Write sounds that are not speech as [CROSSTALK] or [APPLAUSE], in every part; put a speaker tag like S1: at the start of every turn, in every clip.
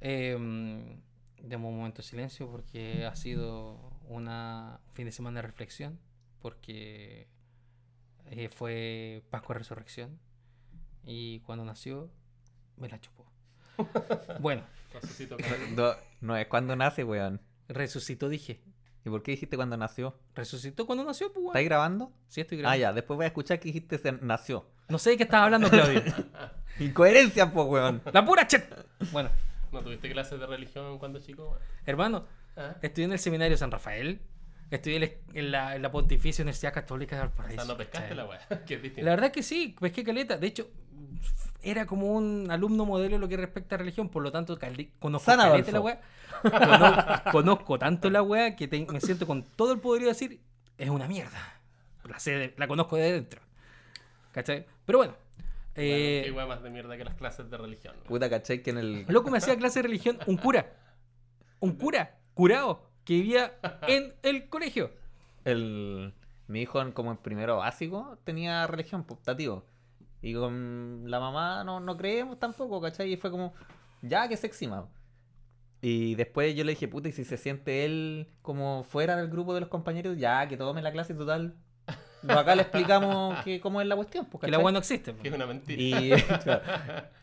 S1: Eh, demos un momento de silencio porque ha sido una, un fin de semana de reflexión, porque eh, fue Pascua Resurrección y cuando nació me la
S2: [LAUGHS]
S1: chupó. bueno,
S2: Resucitó
S3: No, no es cuando nace, weón.
S1: resucitó, dije.
S3: ¿Y por qué dijiste cuando nació?
S1: Resucitó cuando nació, pues.
S3: ¿Estáis
S1: weón.
S3: grabando?
S1: Sí, estoy
S3: Ah,
S1: grabando.
S3: ya, después voy a escuchar que dijiste se nació.
S1: No sé de qué estaba hablando,
S3: [LAUGHS]
S1: Claudio.
S3: Incoherencia, pues, weón.
S1: la pura chet. Bueno,
S2: ¿No tuviste clases de religión cuando chico?
S1: hermano,
S2: ¿Ah?
S1: Estudié en el seminario San Rafael. Estudié en el- en la, en la Pontificia Universidad Católica de
S2: O
S1: Valparaíso.
S2: sea, no pescaste
S1: ¿cachai?
S2: la weá, [LAUGHS] que es distinto.
S1: La verdad que sí, pesqué caleta. De hecho, era como un alumno modelo en lo que respecta a religión. Por lo tanto, cali- conozco
S3: San
S1: caleta
S3: Adolfo.
S1: la weá. Cono- [LAUGHS] conozco tanto la weá que te- me siento con todo el poder de decir, es una mierda. La, sé de- la conozco de dentro. ¿Cachai? Pero bueno.
S2: Bueno,
S1: eh,
S2: Qué weá más de mierda que las clases de religión. weón.
S3: Puta, caché que en el.
S1: Loco, me
S3: [LAUGHS]
S1: hacía clase de religión un cura. Un cura, curado, que vivía en el colegio.
S3: el mi hijo, en- como en primero básico, tenía religión, pues, tativo. Y con la mamá no, no creemos tampoco, ¿cachai? Y fue como, ya, que se exima. Y después yo le dije, puta, y si se siente él como fuera del grupo de los compañeros, ya, que tome la clase total. No, acá le explicamos que, cómo es la cuestión,
S1: [LAUGHS]
S3: pues,
S1: Que la
S3: ¿cachai?
S1: weá no existe. po.
S2: Que es una mentira.
S3: Y,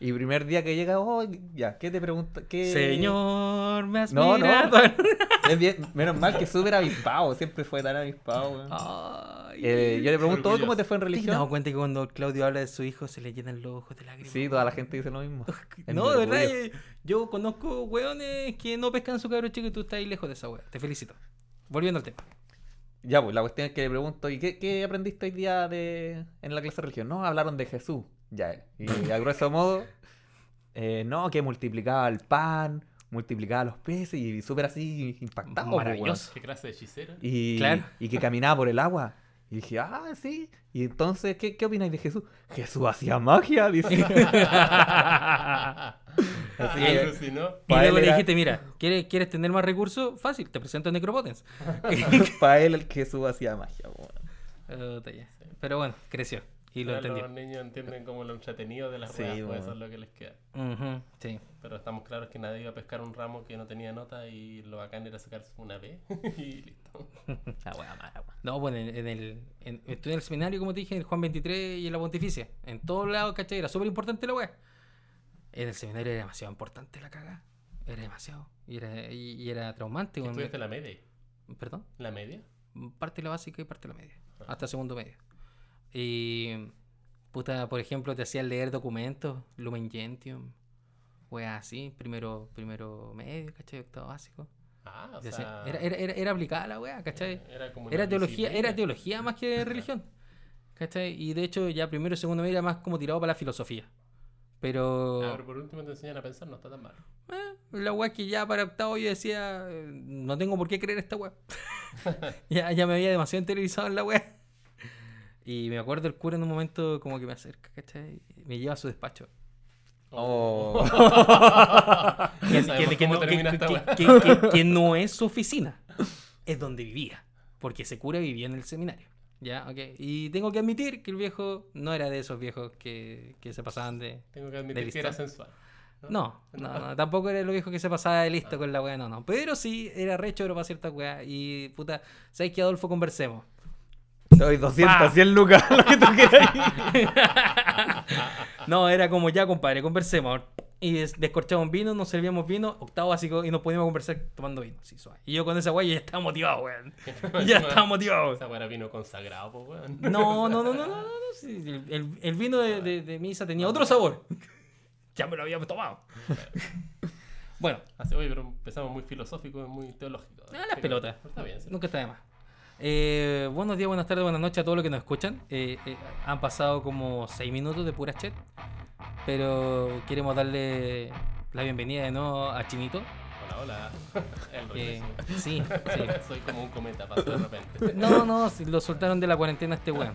S3: [LAUGHS] y primer día que llega, oh, ya, ¿qué te pregunta? ¿Qué...
S1: Señor, me has
S3: No, no. [LAUGHS]
S1: mirado.
S3: Es bien- menos mal que súper avispado, siempre fue tan avispado. weón.
S1: Ah, Ay.
S3: Eh, yo le pregunto,
S2: Orgulloso.
S3: ¿cómo te fue en
S1: ¿Te has dado
S3: religión?
S1: cuenta que cuando Claudio habla de su hijo se le llenan los ojos de lágrimas?
S3: Sí, toda la gente dice lo mismo. Es
S1: No,
S3: mi
S1: de verdad,
S3: orgullo.
S1: eh, yo conozco weones que no pescan su cabro chico y tú estás ahí lejos de esa wea. Te felicito. Volviendo al tema.
S3: Ya, pues la cuestión es que le pregunto, ¿y qué, qué aprendiste hoy día de, en la clase de religión? No, hablaron de Jesús. Ya, y a grueso modo, eh, no, que multiplicaba el pan, multiplicaba los peces y súper así impactado. pues, weón.
S1: Maravilloso.
S2: ¿Qué clase de hechicero? [LAUGHS]
S3: Y,
S1: Claro.
S3: y que caminaba por el agua. Y dije, ah, sí. Y entonces, ¿qué, qué opináis de Jesús? Jesús hacía magia, dice.
S1: [LAUGHS]
S3: Así que-
S2: Alucinó.
S1: Y
S3: Pa'
S1: luego
S3: él
S1: le
S3: era-
S1: dijiste, mira, ¿quieres, ¿quieres tener más recursos? Fácil, te presento a Necropotens.
S3: Para él, el Jesús hacía magia. po.
S1: Puta, ya. Pero bueno, creció y lo
S2: Ahora
S1: entendió.
S2: Los niños entienden como lo entretenido de las
S3: Sí,
S2: weas, pues,
S3: weón.
S2: eso es lo que les queda.
S1: Ujú, sí.
S2: Pero estamos claros que nadie iba a pescar un ramo que no tenía nota y lo bacán era sacarse una B [LAUGHS] y listo.
S3: La wea mala, wea.
S1: No, bueno, en, en el, en, estuve en el seminario, como te dije, en el Juan 23 y en la Pontificia. En todos lados, ¿cachai? Era súper importante la weá. En el seminario era demasiado importante la cagada. Era demasiado. Y era, y, y era traumante. weón.
S2: ¿Estudiaste la media?
S1: Perdón.
S2: ¿La media?
S1: Parte de la básica y parte de la media. Hasta segundo medio. Y. Puta, por ejemplo, te hacían leer documentos, Lumen Gentium. Weá, así. Primero, primero medio, ¿cachai? Octavo básico.
S2: Ah, o
S1: Te
S2: sea...
S1: hacían- Era, era, era, era aplicada la weá, ¿cachai?
S2: era como una
S1: Era teología,
S2: disciplina.
S1: era teología más que religión. ¿Cachai? Y de hecho, ya primero y segundo medio era más como tirado para la filosofía.
S2: Ah,
S1: Pero [LAUGHS]
S2: pero por último te enseñan a pensar, no está tan mal.
S1: eh, la weá que ya para octavo yo decía, eh, no tengo por qué creer esta
S2: [LAUGHS]
S1: weá. [LAUGHS] ya, ya me había demasiado interiorizado en la weá. Y me acuerdo el cura en un momento como que me acerca, ¿cachai? Me lleva a su despacho.
S3: Oh.
S1: Que-
S2: [LAUGHS] Ya sabemos
S1: que- que
S2: cómo
S1: no- que-
S2: termina esta
S1: que-
S2: weá.
S1: que- que- que no es su oficina, es donde vivía, porque ese cura vivía en el seminario. Ya, ok. Y tengo que admitir que el viejo no era de esos viejos que, que se pasaban de.
S2: Tengo que admitir que
S1: listo.
S2: era sensual.
S1: No, no, no, tampoco era el viejo que se pasaba de listo con la weá, no, no. Pero sí era re choro para ciertas weá. Y puta, ¿sabes qué, Adolfo? Conversemos.
S3: Te doy 200,
S1: Pa.
S3: 100 lucas, lo que tú quieras.
S2: Ah.
S1: No, era como ya, compadre, conversemos. Y des- descorchamos un vino, nos servíamos vino, octavo básico, y nos poníamos a conversar tomando vino. Sí, suave. Y yo con esa weá yo ya estaba motivado,
S2: [LAUGHS]
S1: weón. Ya estaba motivado.
S2: Esa weá era vino consagrado, pues weón. [LAUGHS]
S1: No, no, no, no, no, no, no, sí, el, el- el vino de, de- de misa tenía otro sabor. [LAUGHS] Ya me lo habíamos tomado. Bueno,
S2: Así, oye, pero empezamos muy filosófico, muy teológico.
S1: a Ah, las pelotas.
S2: Pero Está bien, sí.
S1: Nunca está de más. Eh, buenos días, buenas tardes, buenas noches a todos los que nos escuchan. Eh, eh, han pasado como 6 minutos de pura chat, pero queremos darle la bienvenida de nuevo a Chinito.
S2: Hola,
S1: [LAUGHS]
S2: hola. El
S1: Que,
S2: regreso.
S1: sí, sí.
S2: [LAUGHS] Soy como un cometa, pasó de repente.
S1: No, no, si lo soltaron de la cuarentena este weón.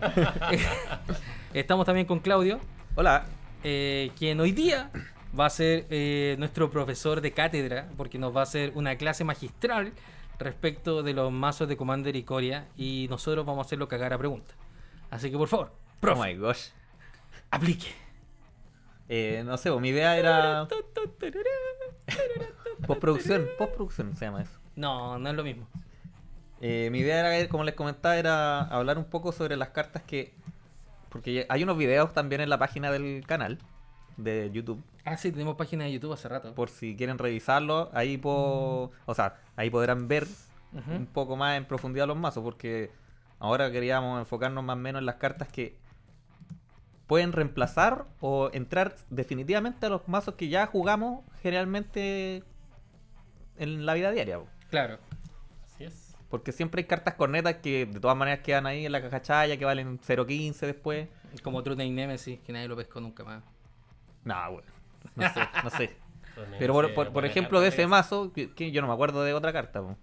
S1: Estamos también con Claudio.
S3: Hola.
S1: eh, quien hoy día va a ser eh, nuestro profesor de cátedra, porque nos va a hacer una clase magistral respecto de los mazos de Commander y Coria, y nosotros vamos a hacerlo cagar a pregunta. Así que por favor,
S3: Oh
S1: profe,
S3: my gosh.
S1: aplique.
S3: Eh, no sé, pues, mi idea era. Postproducción, postproducción se llama eso.
S1: No, no es lo mismo.
S3: Eh, mi idea era, como les comentaba, era hablar un poco sobre las cartas que. Porque ya- hay unos videos también en la página del canal de YouTube.
S1: Ah, sí, tenemos página de YouTube hace rato.
S3: Por si quieren revisarlo, ahí po- o sea, ahí podrán ver
S1: Ujú.
S3: un poco más en profundidad los mazos. Porque ahora queríamos enfocarnos más o menos en las cartas que pueden reemplazar o entrar definitivamente a los mazos que ya jugamos generalmente en la vida diaria. po.
S1: Claro.
S2: Así es.
S3: Porque siempre hay cartas cornetas que de todas maneras quedan ahí en la cacachaya, que valen 0.15 después.
S1: Como True Name Nemesis, que nadie lo pescó nunca más.
S3: Nah, bueno. No sé,
S2: [LAUGHS]
S3: no sé.
S2: Entonces,
S3: Pero por,
S2: eh,
S3: por- por
S2: buena
S3: ejemplo, de
S2: carta
S3: ese
S2: es.
S3: mazo, que, que yo no me acuerdo de otra carta. po.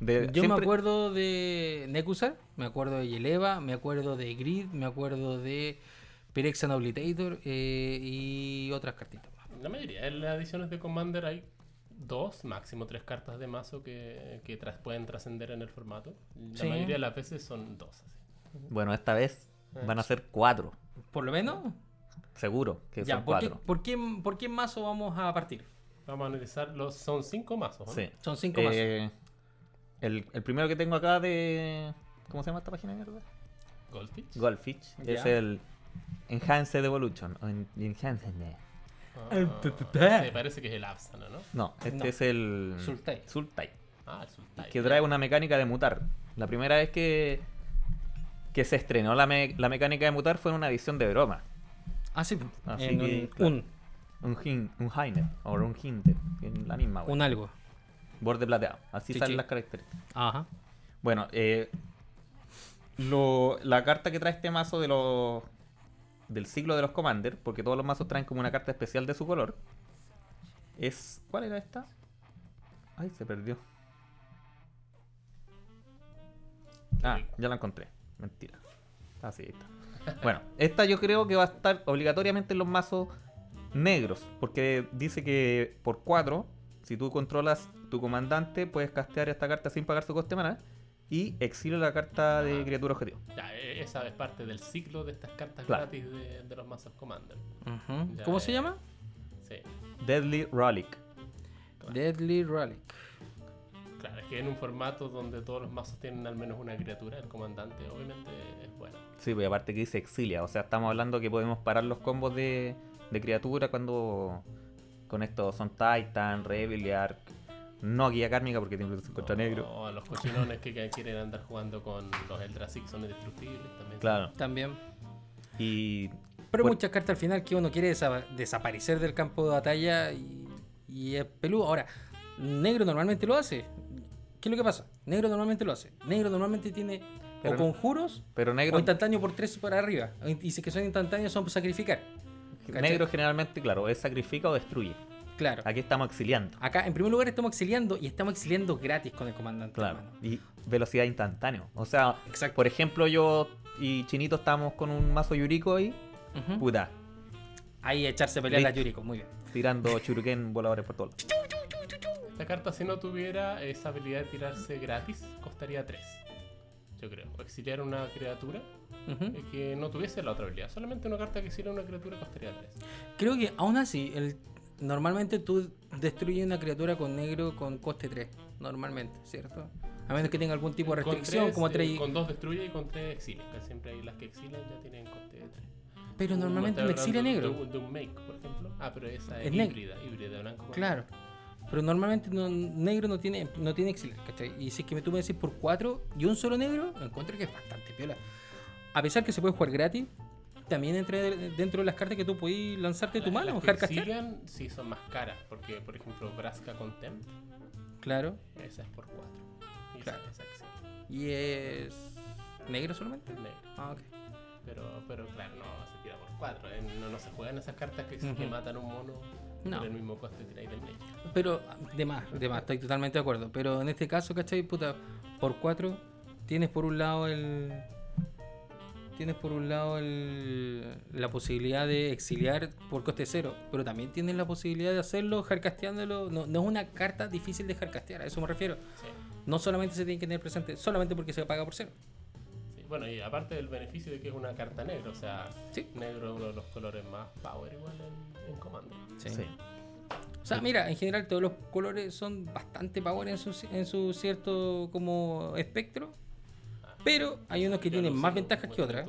S3: De-
S1: Yo me
S3: Eh, siempre-
S1: acuerdo de Nekusa, me acuerdo de Yeleva, me acuerdo de Grid, me acuerdo de Pyrexan Obliterator eh, y otras cartitas más.
S2: La mayoría de las ediciones de Commander hay dos, máximo tres cartas de mazo que, que tras- pueden trascender en el formato. La
S1: Sí.
S2: mayoría de las veces son dos. así.
S3: Bueno, esta vez
S1: Eh.
S3: van a ser cuatro.
S1: Por lo menos,
S3: Seguro que
S1: ya,
S3: son
S1: ¿por qué,
S3: cuatro.
S1: por, qué, ¿por qué mazo vamos a partir?
S2: Vamos a analizar los. Son cinco mazos. ¿no?
S3: Sí.
S1: Son cinco mazos.
S3: Eh, el, el primero que tengo acá de. ¿Cómo se llama esta página de mierda?
S2: Goldfish.
S3: Goldfish.
S1: Ya.
S3: Es el Enhanced Evolution. o en- Enhanced.
S2: Ah,
S1: El tututé.
S2: sí, parece que es el Absana, ¿no?
S3: No, este
S1: No.
S3: es el.
S1: Sultai.
S3: Sultai.
S2: Ah, el Sultai.
S3: Que trae una mecánica de mutar. La primera vez que. que se estrenó la, me- la mecánica de mutar fue en una edición de broma.
S1: Ah, sí, po,
S3: Así
S1: en
S3: que,
S1: un,
S3: claro.
S1: un,
S3: Un hin, un Heiner, o un Hinte, en la misma, wea.
S1: un algo.
S3: Borde plateado. Así
S1: Sí,
S3: salen
S1: sí.
S3: las características.
S1: Ajá.
S3: Bueno, eh, lo- la carta que trae este mazo de los. del siglo de los Commander, porque todos los mazos traen como una carta especial de su color. Es. ¿Cuál era esta? Ay, se perdió. Ah, ya la encontré. Mentira. Ah, sí, ahí está. Bueno, esta yo creo que va a estar obligatoriamente en los mazos negros. Porque dice que por 4, si tú controlas tu comandante, puedes castear esta carta sin pagar su coste mana. Y exilio la carta de
S2: Ah.
S3: criatura objetivo.
S2: Ya, eh, esa es parte del ciclo de estas cartas
S3: Claro.
S2: gratis de, de los mazos Commander.
S1: Ujú.
S2: Ya,
S1: ¿Cómo
S2: eh.
S1: se llama?
S2: Sí.
S3: Deadly Relic.
S2: Claro.
S1: Deadly Relic.
S2: Claro, es que en un formato donde todos los mazos tienen al menos una criatura, el comandante obviamente es bueno.
S3: Sí, pues aparte que dice exilia. O sea, estamos hablando que podemos parar los combos de, de criatura cuando. Con estos son Titan, Rebel, Ark. No guía kármica porque tiene que contra
S2: O-
S3: negro.
S2: O a los cochinones que que quieren andar jugando con los Eldrazik son indestructibles también.
S3: Claro.
S1: También.
S3: Y
S1: Pero hay
S3: Bueno.
S1: muchas cartas al final que uno quiere desa- desaparecer del campo de batalla y, y es peludo. Ahora, negro normalmente lo hace. ¿Qué es lo que pasa? Negro normalmente lo hace. Negro normalmente tiene
S3: Pero-
S1: o conjuros
S3: Pero
S1: o
S3: negro,
S1: instantáneo por tres para arriba. O in- Y si que son instantáneos son sacrificar. ¿cachai?
S3: negro generalmente, claro, es sacrifica o destruye.
S1: Claro.
S3: Aquí estamos exiliando.
S1: Acá, en primer lugar, estamos exiliando y estamos exiliando gratis con el comandante.
S3: Claro.
S1: hermano.
S3: Y velocidad instantánea. O sea,
S1: Exacto.
S3: por ejemplo, yo y Chinito estábamos con un mazo Yuriko ahí.
S1: Ujú.
S3: Puta,
S1: Ahí echarse a pelear a
S3: Listo.
S1: Yuriko. Muy bien.
S3: tirando shuriken voladores por todos lados.
S2: Esta carta si no tuviera esa habilidad de tirarse gratis, costaría 3. Yo creo. O exiliar una criatura
S1: Ujú.
S2: eh, que no tuviese la otra habilidad. Solamente una carta que exiliar una criatura costaría 3.
S1: Creo que aún así, el, normalmente tú destruyes una criatura con negro con coste 3. Normalmente, ¿cierto? A menos que tenga algún tipo de restricción, como 3.
S2: eh, con 2 destruye y con 3 exilia. Que siempre hay las que exilian ya tienen coste de 3.
S1: pero normalmente un exilio negro.
S2: De, un- de un make, por ejemplo. Ah, pero esa es,
S1: Es negro.
S2: híbrida, híbrida, blanco. con
S1: Claro. Pero normalmente no- negro no tiene, no tiene exilio, ¿cachai? Y si es que tú me decís por 4 y un solo negro, encuentro que es bastante piola. A pesar que se puede jugar gratis, también entra de- dentro de las cartas que tú podís lanzarte tu
S2: Las-
S1: mano,
S2: las
S1: buscar
S2: que
S1: castear.
S2: exilian sí son más caras. Porque, por ejemplo, Braska Contempt,
S1: Claro.
S2: esa es por 4. Y esa-
S1: Claro.
S2: esa exilia,
S1: Y es. negro solamente.
S2: es negro.
S1: Ah, ok.
S2: Pero, pero claro, no se tira por 4. No, no se juegan esas cartas que,
S1: Ujú.
S2: que matan un mono
S1: No.
S2: por el mismo coste tiráis del medio.
S1: Pero, de más, de más, estoy totalmente de acuerdo. Pero en este caso, ¿cachai? Puta, por cuatro, tienes por un lado el. Tienes por un lado el, la posibilidad de exiliar por coste cero, pero también tienes la posibilidad de hacerlo hardcasteándolo. No, no es una carta difícil de hardcastear, a eso me refiero.
S2: Sí,
S1: No solamente se tiene que tener presente, solamente porque se paga por cero.
S2: sí. Bueno, y aparte del beneficio de que es una carta negra, o sea,
S1: Sí.
S2: negro es uno de los colores más power igual en, en comando.
S1: Sí.
S3: Sí.
S1: O O sea, mira, en general todos los colores son bastante power en su, en su cierto como espectro, pero hay unos que tienen más ventajas que otras.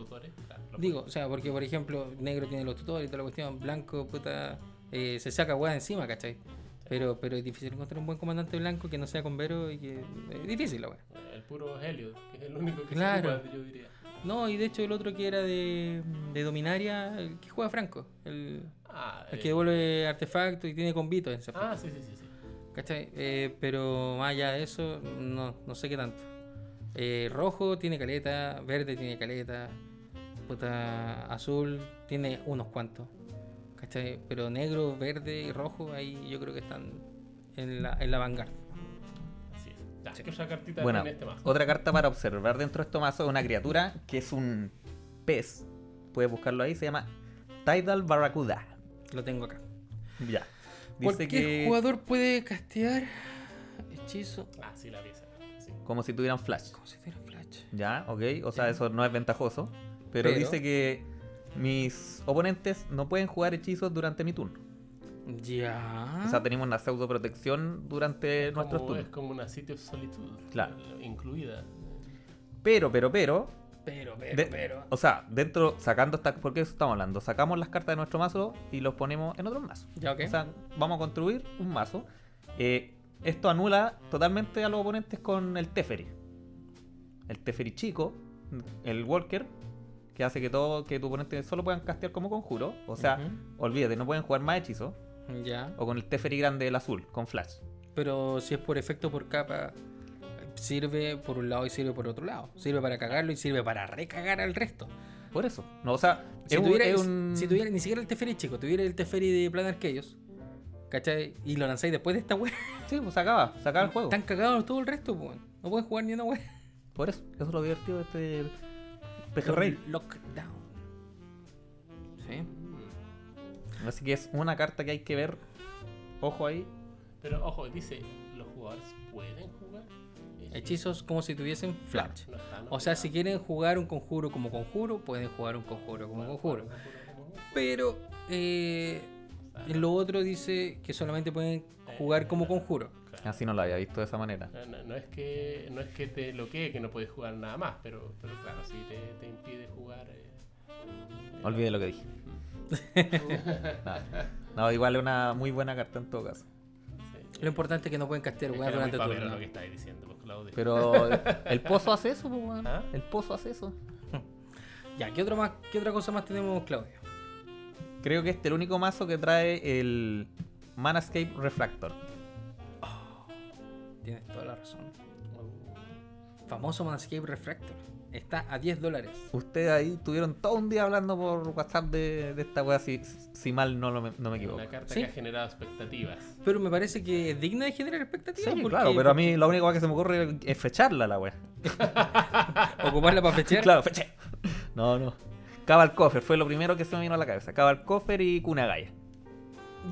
S1: Digo, o sea, porque por ejemplo, negro tiene los tutores y toda la cuestión, blanco, puta, eh, se saca hueá encima, ¿cachai? Pero, pero es difícil encontrar un buen comandante blanco que no sea con Vero y que. Es difícil la weá.
S2: El puro Helios, que es el único que
S1: Claro.
S2: se ocupa, yo diría.
S1: No, y de hecho el otro que era de, de Dominaria, el que juega Franco, el,
S2: Ah,
S1: el
S2: eh,
S1: que devuelve artefactos y tiene convito en ese
S2: ah, sí, sí, sí. sí.
S1: ¿Cachai? Eh, pero más allá de eso, no, no sé qué tanto. Eh, rojo tiene caleta, verde tiene caleta, puta, azul tiene unos cuantos. ¿Cachai? Pero negro, verde y rojo, ahí yo creo que están en la, en la vanguardia.
S2: Así es. Ya, que otra cartita
S3: Bueno,
S2: tiene este mazo.
S3: otra carta para observar dentro de este mazo es una criatura que es un pez. Puedes buscarlo ahí, se llama Tidal Barracuda.
S1: Lo tengo acá.
S3: Ya. Dice
S1: Cualquier
S3: que
S1: jugador puede castear hechizo
S2: Ah, sí, la pieza. Sí.
S3: como si tuvieran flash.
S1: como si fuera flash.
S3: Ya, ok. O sea, eso no es ventajoso. Pero,
S1: Pero-
S3: dice que mis oponentes no pueden jugar hechizos durante mi turno.
S1: Ya.
S3: O sea, tenemos una pseudo protección durante nuestros
S2: Como, es
S3: turnos.
S2: como una City of Solitude. eh,
S3: Claro.
S2: Incluida.
S3: Pero, pero, pero,
S1: Pero, pero,
S3: de-
S1: pero.
S3: O sea, dentro, sacando estas. ¿Por qué eso estamos hablando? Sacamos las cartas de nuestro mazo y los ponemos en otro mazo.
S1: Ya, ok.
S3: O sea, vamos a construir un mazo. Eh, esto anula totalmente a los oponentes con el Teferi. El Teferi chico, el Walker, que hace que todo, que tu oponente solo puedan castear como conjuro. O sea,
S1: Ujú.
S3: olvídate, no pueden jugar más hechizos.
S1: ya.
S3: O con el Teferi grande, el azul, con Flash.
S1: Pero si es por efecto por capa, sirve por un lado y sirve por otro lado. Sirve para cagarlo y sirve para recagar al resto.
S3: Por eso. No, o sea,
S1: Si
S3: es un-
S1: tuviera,
S3: es un-
S1: si tuviera ni siquiera el Teferi chico, tuviera el Teferi de Planar ellos ¿cachai? Y lo lanzáis después de esta wea.
S3: Sí, pues se acaba, se acaba el juego.
S1: Están cagados todo el resto, pues. No pueden jugar ni una wea.
S3: Por eso, eso es lo divertido de este pejerrey.
S1: Lockdown. Sí.
S3: Así que es una carta que hay que ver. Ojo ahí.
S2: Pero ojo, dice, los jugadores pueden jugar.
S1: Hechizos como si tuviesen flash.
S2: No está, no
S1: O sea,
S2: está.
S1: si quieren jugar un conjuro como conjuro, pueden jugar un conjuro como conjuro. Pero eh, lo otro dice que solamente pueden jugar como conjuro.
S2: Claro.
S3: Así no lo había visto de esa manera.
S2: No, no- no es que no es que te bloquee que no puedes jugar nada más, pero, pero claro, sí te, te impide jugar. eh,
S3: Olvidé lo que dije. Nada. No, igual es una muy buena carta en todo caso.
S2: sí.
S1: Lo importante es que no pueden castear
S2: Es que
S1: weas
S2: era muy
S1: durante el
S2: pavero lo
S1: turno.
S2: que estáis diciendo, pues, Claudio.
S3: Pero el pozo hace eso, po, weón.
S2: ¿Ah?
S3: El pozo hace eso.
S1: Ya, ¿qué, otro más, ¿qué otra cosa más tenemos, Claudio?
S3: Creo que este es el único mazo que trae el Manascape Refractor.
S1: Tienes toda la razón. Famoso Manscape Refractor. Está a 10 dólares.
S3: Ustedes ahí tuvieron todo un día hablando por WhatsApp de, de esta wea, si, si mal no, lo me- no me equivoco.
S2: Una carta
S1: Sí.
S2: que ha generado expectativas.
S1: Pero me parece que es digna de generar expectativas.
S3: Sí,
S1: porque-
S3: claro, pero a mí lo único que se me ocurre es fecharla la wea.
S1: Ocuparla
S3: [LAUGHS]
S1: para fechar.
S3: Claro, feché. No, no. Cabal Coffer fue lo primero que se me vino a la cabeza. Cabal Coffer y Kunagaya.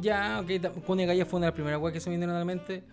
S1: Ya, ok. ta- Cune Gaya fue una de las primeras weas que se me vinieron a la mente.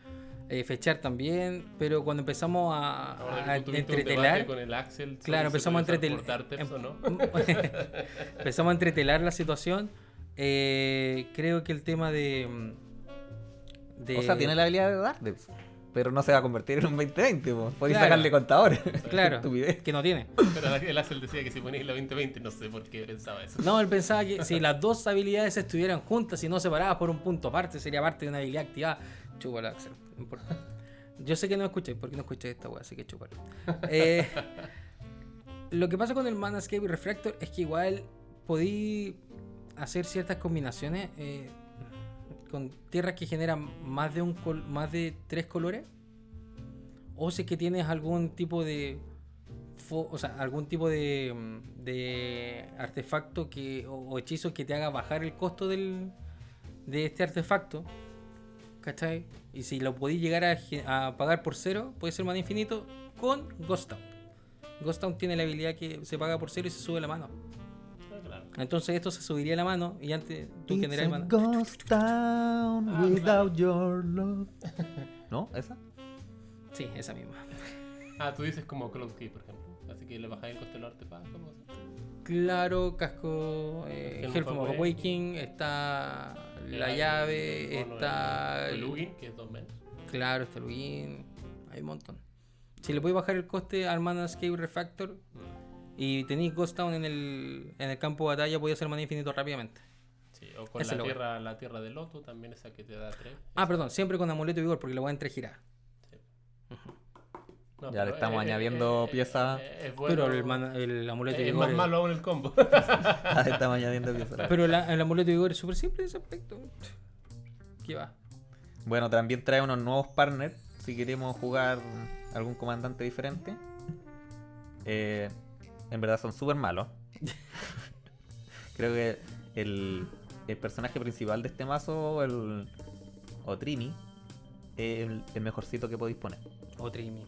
S1: Eh, fechar también. Pero cuando empezamos a,
S2: Ahora
S1: a
S2: que tú tuviste un
S1: Ah, entretelar.
S2: debate con el Axel, sobre
S1: Claro,
S2: si
S1: empezamos a Em-
S2: puedes
S1: entretel-
S2: transportar Terps o
S1: [LAUGHS]
S2: no.
S1: empezamos a entretelar la situación. Eh, creo que el tema de, mm, de-
S3: O sea, tiene la habilidad de darle, pues. pero no se va a convertir en un 2020. po. Podéis
S1: Claro.
S3: sacarle contadores.
S1: Claro,
S3: Estupidez.
S1: que no tiene.
S2: Pero el Axel decía que si ponéis la 2020, no sé por qué pensaba eso.
S1: No, él pensaba que si las dos habilidades estuvieran juntas y no separadas por un punto aparte, sería parte de una habilidad activada. Chúpala, Axel. no importa. Yo sé que no escuché, porque no escuché esta wea, así que chúpalo. Eh, lo que pasa con el Manascape y Refractor es que igual podí hacer ciertas combinaciones eh, con tierras que generan más de, un col- más de tres colores. O si es que tienes algún tipo de fo- o sea, algún tipo de, mm, de artefacto que, o, o hechizo que te haga bajar el costo del, de este artefacto. ¿Cachai? Y si lo podéis llegar a, ge- a pagar por cero, puede ser mana infinito con Ghost Town. Ghost Town tiene la habilidad que se paga por cero y se sube la mano.
S2: Ah, Claro.
S1: Entonces esto se subiría la mano y antes tú
S3: It's
S1: generas
S3: a
S1: mana.
S3: ghost town
S2: Ah,
S3: without your love. [LAUGHS] ¿No? ¿Esa?
S1: Sí, esa misma.
S2: Ah, tú dices como Cloud Key, por ejemplo. Así que le bajáis el coste de los artefactos. ¿no?
S1: Claro, casco eh,
S2: Helm
S1: Helm
S2: from
S1: from
S2: Awakening.
S1: Awakening, está la
S2: pues, El-
S1: llave,
S2: el mono,
S1: está
S2: El
S1: el-
S2: plugin, que es dos menos.
S1: Claro, está el plugin, hay un montón. Si le podéis bajar el coste al Mana Escape Refactor
S2: Mm.
S1: y tenéis Ghost Town en el, en el campo de batalla, podéis hacer mana infinito rápidamente.
S2: Sí, o con
S1: Ese
S2: la
S1: lo veo.
S2: tierra, la tierra de Loto, también esa que te da tres.
S1: Ah, perdón, siempre con amuleto de vigor porque lo voy a entregirar.
S2: No,
S3: Ya le
S2: pero,
S3: estamos añadiendo piezas.
S2: eh, es bueno.
S1: Pero el, mana- el amuleto de
S2: es
S1: vigor.
S2: más
S1: es-
S2: malo aún el combo. [LAUGHS]
S3: Ah, Estamos añadiendo piezas.
S1: Pero la- el amuleto de vigor es súper simple en ese aspecto. ¿Qué va?
S3: Bueno, también trae unos nuevos partners si queremos jugar algún comandante diferente. Eh, en verdad son súper malos. [LAUGHS] Creo que el, el personaje principal de este mazo, el Otrimi, es el, el mejorcito que podéis poner.
S1: Otro Imi.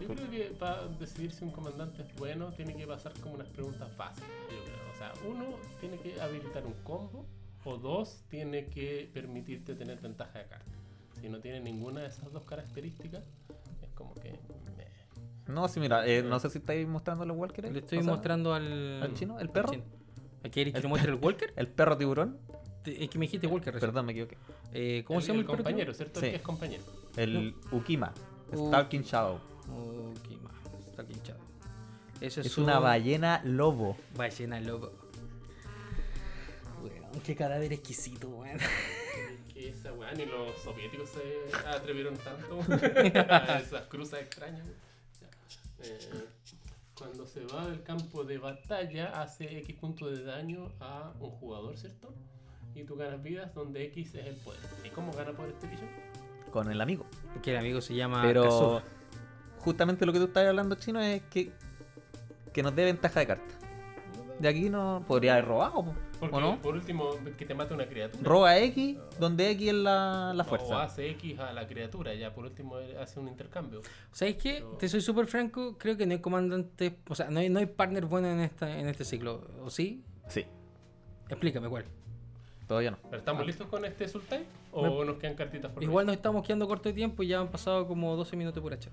S2: Yo creo que para decidir si un comandante es bueno, tiene que pasar como unas preguntas básicas. Yo creo. O sea, uno, tiene que habilitar un combo. O dos, tiene que permitirte tener ventaja de carta. Si no tiene ninguna de esas dos características, es como que. eh, meh.
S3: No, sí, mira, eh, no sé si estáis mostrando los Walkers.
S1: Le estoy
S3: O sea,
S1: mostrando al.
S3: ¿al chino? ¿El perro?
S1: ¿A qué que le
S3: [LAUGHS]
S1: muestre el Walker?
S3: El perro tiburón.
S1: Te- Es que me dijiste Walker recién.
S3: Perdón, me equivoqué.
S1: Eh, ¿Cómo
S2: El-
S1: se llama
S2: el
S1: el, perro?
S2: compañero, ¿cierto? El
S3: Sí.
S2: que es compañero.
S3: El Ukima.
S1: U-
S3: Stalking Shadow.
S1: Ok, ma, Oh, está quinchado. Eso es,
S3: Es una
S1: un-
S3: ballena lobo.
S1: Ballena loco. Weón, qué cadáver exquisito, weón.
S2: Que esa weá, ni los soviéticos se atrevieron tanto
S3: [LAUGHS]
S2: a esas cruzas extrañas. Ya. Eh, cuando se va del campo de batalla, hace X punto de daño a un jugador, ¿cierto? Y tú ganas vidas donde X es el poder. ¿Y cómo gana poder este bicho?
S3: Con el amigo.
S1: Que el amigo se llama
S3: Pero
S1: Kazuha.
S3: justamente lo que tú estás hablando, chino, es que, que nos dé ventaja de carta. De aquí no podría haber robado, po,
S2: Porque,
S3: ¿o no?
S2: por último, que te mata una criatura.
S3: Roba X, donde X es la, la
S2: O
S3: fuerza.
S2: hace X a la criatura, ya por último él hace un intercambio.
S1: ¿Sabes qué? Te soy súper franco, creo que no hay comandante, o sea, no hay, no hay partner bueno en esta en este ciclo, ¿o sí?
S3: Sí,
S1: Explícame cuál.
S3: todavía no.
S2: ¿Pero estamos listos con este Sultai? ¿O nos quedan cartitas por ver?
S1: Igual nos estamos quedando corto de tiempo y ya han pasado como 12 minutos por chat.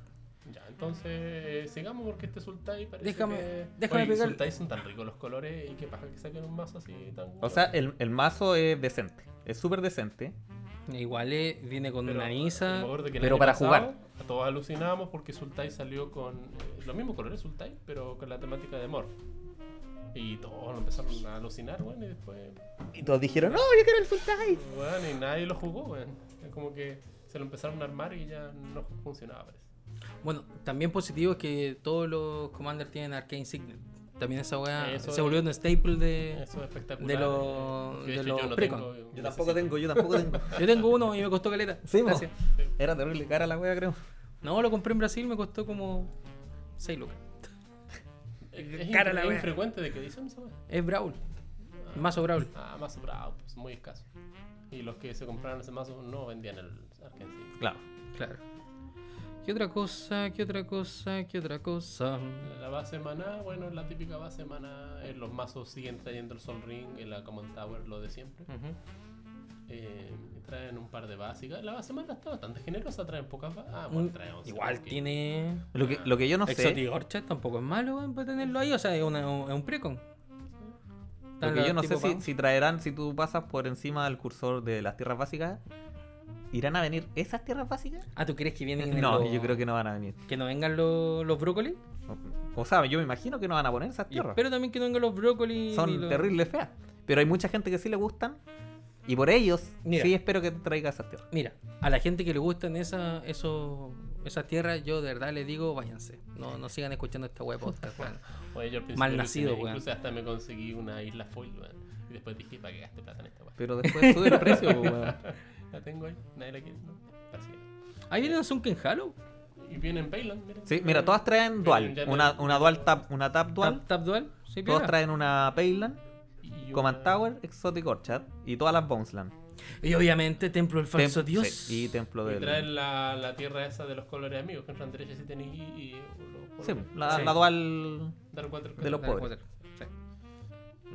S2: Ya, entonces eh, sigamos porque este Sultai parece
S1: Déjame-
S2: que...
S1: déjame
S2: Oye,
S1: pegar-
S2: Sultai son tan ricos los colores y qué pasa que saquen un mazo así tan... bueno.
S3: O sea, el, el mazo es decente. Es súper decente.
S1: Igual eh, viene con
S2: Pero,
S1: una
S2: me
S1: nisa.
S2: acuerdo que el
S3: pero
S2: año
S3: para
S2: pasado
S3: jugar.
S2: a Todos alucinábamos porque Sultai salió con eh, los mismos colores Sultai, pero con la temática de Morph. Y todos lo empezaron a alucinar, bueno, y después...
S3: Y todos dijeron, no, yo quiero el Sultai.
S2: Bueno, y nadie lo jugó, bueno. Es como que se lo empezaron a armar y ya no funcionaba, parece.
S1: Bueno, también positivo es que todos los commanders tienen Arcane Signet. También esa weá
S2: Eso
S1: se
S2: es-
S1: volvió un staple de,
S2: Eso es espectacular.
S1: de
S2: eh,
S1: los
S2: que de
S1: de
S2: hecho
S1: los
S2: yo no
S1: precon.
S2: tengo...
S3: Yo tampoco tengo, yo tampoco [LAUGHS] tengo.
S1: Yo tengo uno y me costó caleta.
S3: Sí, mo.
S1: Gracias.
S3: Era terrible cara la wea, creo.
S1: No, lo compré en Brasil, me costó como 6 lucas.
S2: Es,
S1: Cara la
S2: es
S1: wea.
S2: infrecuente de que dicen esa wea.
S1: Es Brawl. Mazo Brawl.
S2: Ah, mazo bravo, pues muy escaso. Y los que se compraron ese mazo no vendían el Arkansas.
S3: Claro.
S1: Claro. ¿Qué otra cosa? ¿Qué otra cosa? ¿Qué otra cosa?
S2: La base maná, bueno, la típica base maná. eh, los mazos siguen trayendo el Sol Ring, el Common Tower, lo de siempre.
S1: Ujú.
S2: Eh, traen un par de básicas. La base maná está bastante generosa, traen pocas. ba- Ah,
S1: Mm,
S2: bueno, traen 11.
S1: Igual
S2: porque-
S1: tiene.
S3: Lo que, lo que yo no sé,
S1: Exotic Orchard tampoco es malo weón, para tenerlo ahí. O sea, es, una- es un precon.
S3: lo que yo no sé
S1: Tipo
S3: si,
S1: pan.
S3: si traerán, si tú pasas por encima del cursor de las tierras básicas, ¿irán a venir esas tierras básicas?
S1: Ah, ¿tú crees que
S3: [LAUGHS]
S1: vienen en
S3: No,
S1: los-
S3: yo creo que no van a venir.
S1: que no vengan los, los brócolis?
S3: O sea, yo me imagino que no van a poner esas
S1: Yo
S3: tierras.
S1: espero también que no vengan los brócolis. ni
S3: Son
S1: los-
S3: terribles feas. Pero hay mucha gente que sí le gustan. Y por ellos,
S1: Mira.
S3: sí espero que traiga esas tierras.
S1: Mira, a la gente que le gustan esa, eso, esas tierras, yo de verdad les digo, váyanse. No, no sigan escuchando esta web
S3: [LAUGHS]
S1: podcast, weón.
S2: Oye, yo al principio
S1: Malnacido,
S2: aluciné,
S1: weón.
S2: Incluso hasta me conseguí una isla foil, weón. Y después dije, ¿para qué gaste plata en esta weá?
S3: Pero
S1: [LAUGHS]
S3: después sube el precio, po, weón.
S2: La tengo ahí, nadie la quiere. ¿no? Así es.
S1: Ahí viene Sunken Halo.
S2: Y vienen Payland, miren.
S3: Sí, mira, todas traen dual. Una, una dual tap, una tap dual.
S1: Tap, tap dual. Sí,
S3: Todas
S1: piola.
S3: traen una Payland,
S2: Y
S3: Command
S2: una-
S3: Tower, Exotic Orchard y todas las Bonesland.
S1: Y obviamente Templo del Falso
S3: Tem-
S1: Dios.
S3: sí, y Templo
S2: Y
S3: del.
S2: traen la, la tierra esa de los colores amigos, que entran derecha si tenéis y, y los
S3: Sí,
S2: colores.
S3: la,
S1: Sí.
S3: la dual.
S2: Dar cuatro
S3: de los
S1: Dale,
S3: pobres.
S1: cuatro. Sí.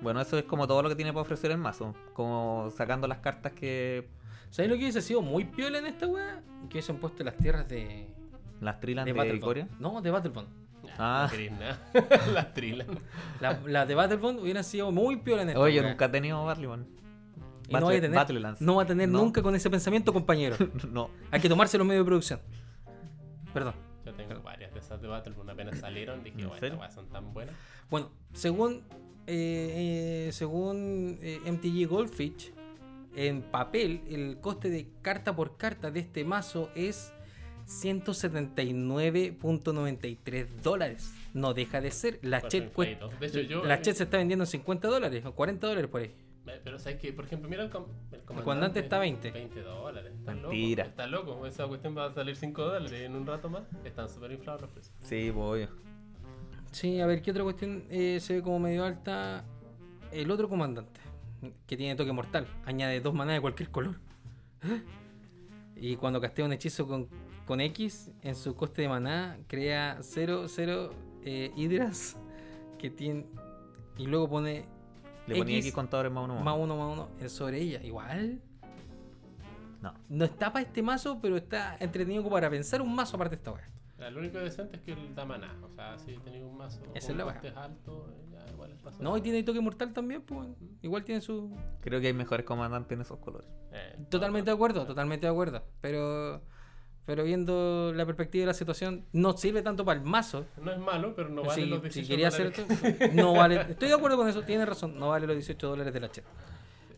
S3: Bueno, eso es como todo lo que tiene para ofrecer el mazo. Como sacando las cartas que.
S1: ¿Sabes lo que hubiese sido muy piola en esta wea? Que hubiesen puesto las tierras de.
S3: Las trilas
S1: de
S3: de,
S1: Battlebond.
S3: Corea.
S1: No, de Battlebond.
S3: Ah.
S2: No queréis nada. [LAUGHS] Las trilas.
S1: Las la de Battlebond hubieran sido muy peor en esta
S3: Oye, yo
S1: wea.
S3: nunca he tenido Barleyman.
S1: Y no, vaya a
S3: Battle-
S1: tener,
S3: Battlelands.
S1: no va a tener
S3: No.
S1: nunca con ese pensamiento,
S3: [LAUGHS]
S1: compañero.
S3: [LAUGHS] No.
S1: Hay que tomarse los medios de producción. Perdón.
S2: Yo tengo varias de esas de Battlebone. Apenas salieron, dije,
S3: ¿En
S2: bueno,
S3: serio?
S2: estas weas son tan buenas.
S1: Bueno, según eh, eh, según eh, MTG Goldfish, en papel el coste de carta por carta de este mazo es 179.93 dólares. No deja de ser. La
S2: Cuatro
S1: chet,
S2: en
S1: cuesta-
S2: crédito. De hecho, yo.
S1: la
S2: eh,
S1: chet se está vendiendo en 50 dólares o 40 dólares por ahí.
S2: me- Pero sabes que, por ejemplo, mira el, com- el comandante.
S1: comandante está 20.
S2: 20 dólares. Está
S3: Mentira.
S2: loco. Está loco. Esa cuestión va a salir 5 dólares en un rato más. Están súper inflados los precios.
S3: Sí, pues obvio.
S1: Sí, a ver, ¿qué otra cuestión eh, se ve como medio alta? El otro comandante, que tiene toque mortal, añade dos maná de cualquier color. [GASPS] ¿Ah? Y cuando castea un hechizo con, con X, en su coste de maná, crea 0, 0 eh, hidras que tiene... Y luego pone
S3: Le ponía
S1: X
S3: X contadores más uno más.
S1: más uno, más uno eh, sobre ella. Igual.
S3: No.
S1: No está para este mazo, pero está entretenido como para pensar un mazo aparte de esta wea.
S2: Ah, Lo único decente es que el da maná. O sea, si tenéis un mazo.
S1: Esa
S2: con
S1: es la wea.
S2: costes altos, eh, ya igual es razonable.
S1: No, y tiene toque mortal también, pues. Igual tiene su,
S3: Creo que hay mejores comandantes en esos colores.
S2: Eh,
S1: Totalmente de acuerdo, totalmente de acuerdo. Pero, pero viendo la perspectiva de la situación, no sirve tanto para el mazo.
S2: No es malo, pero no
S1: Si-
S2: vale los
S1: si,
S2: 18
S1: quería hacer
S2: dólares.
S1: esto, no vale. Estoy de acuerdo con eso, tiene razón, no vale los 18 dólares de la chat.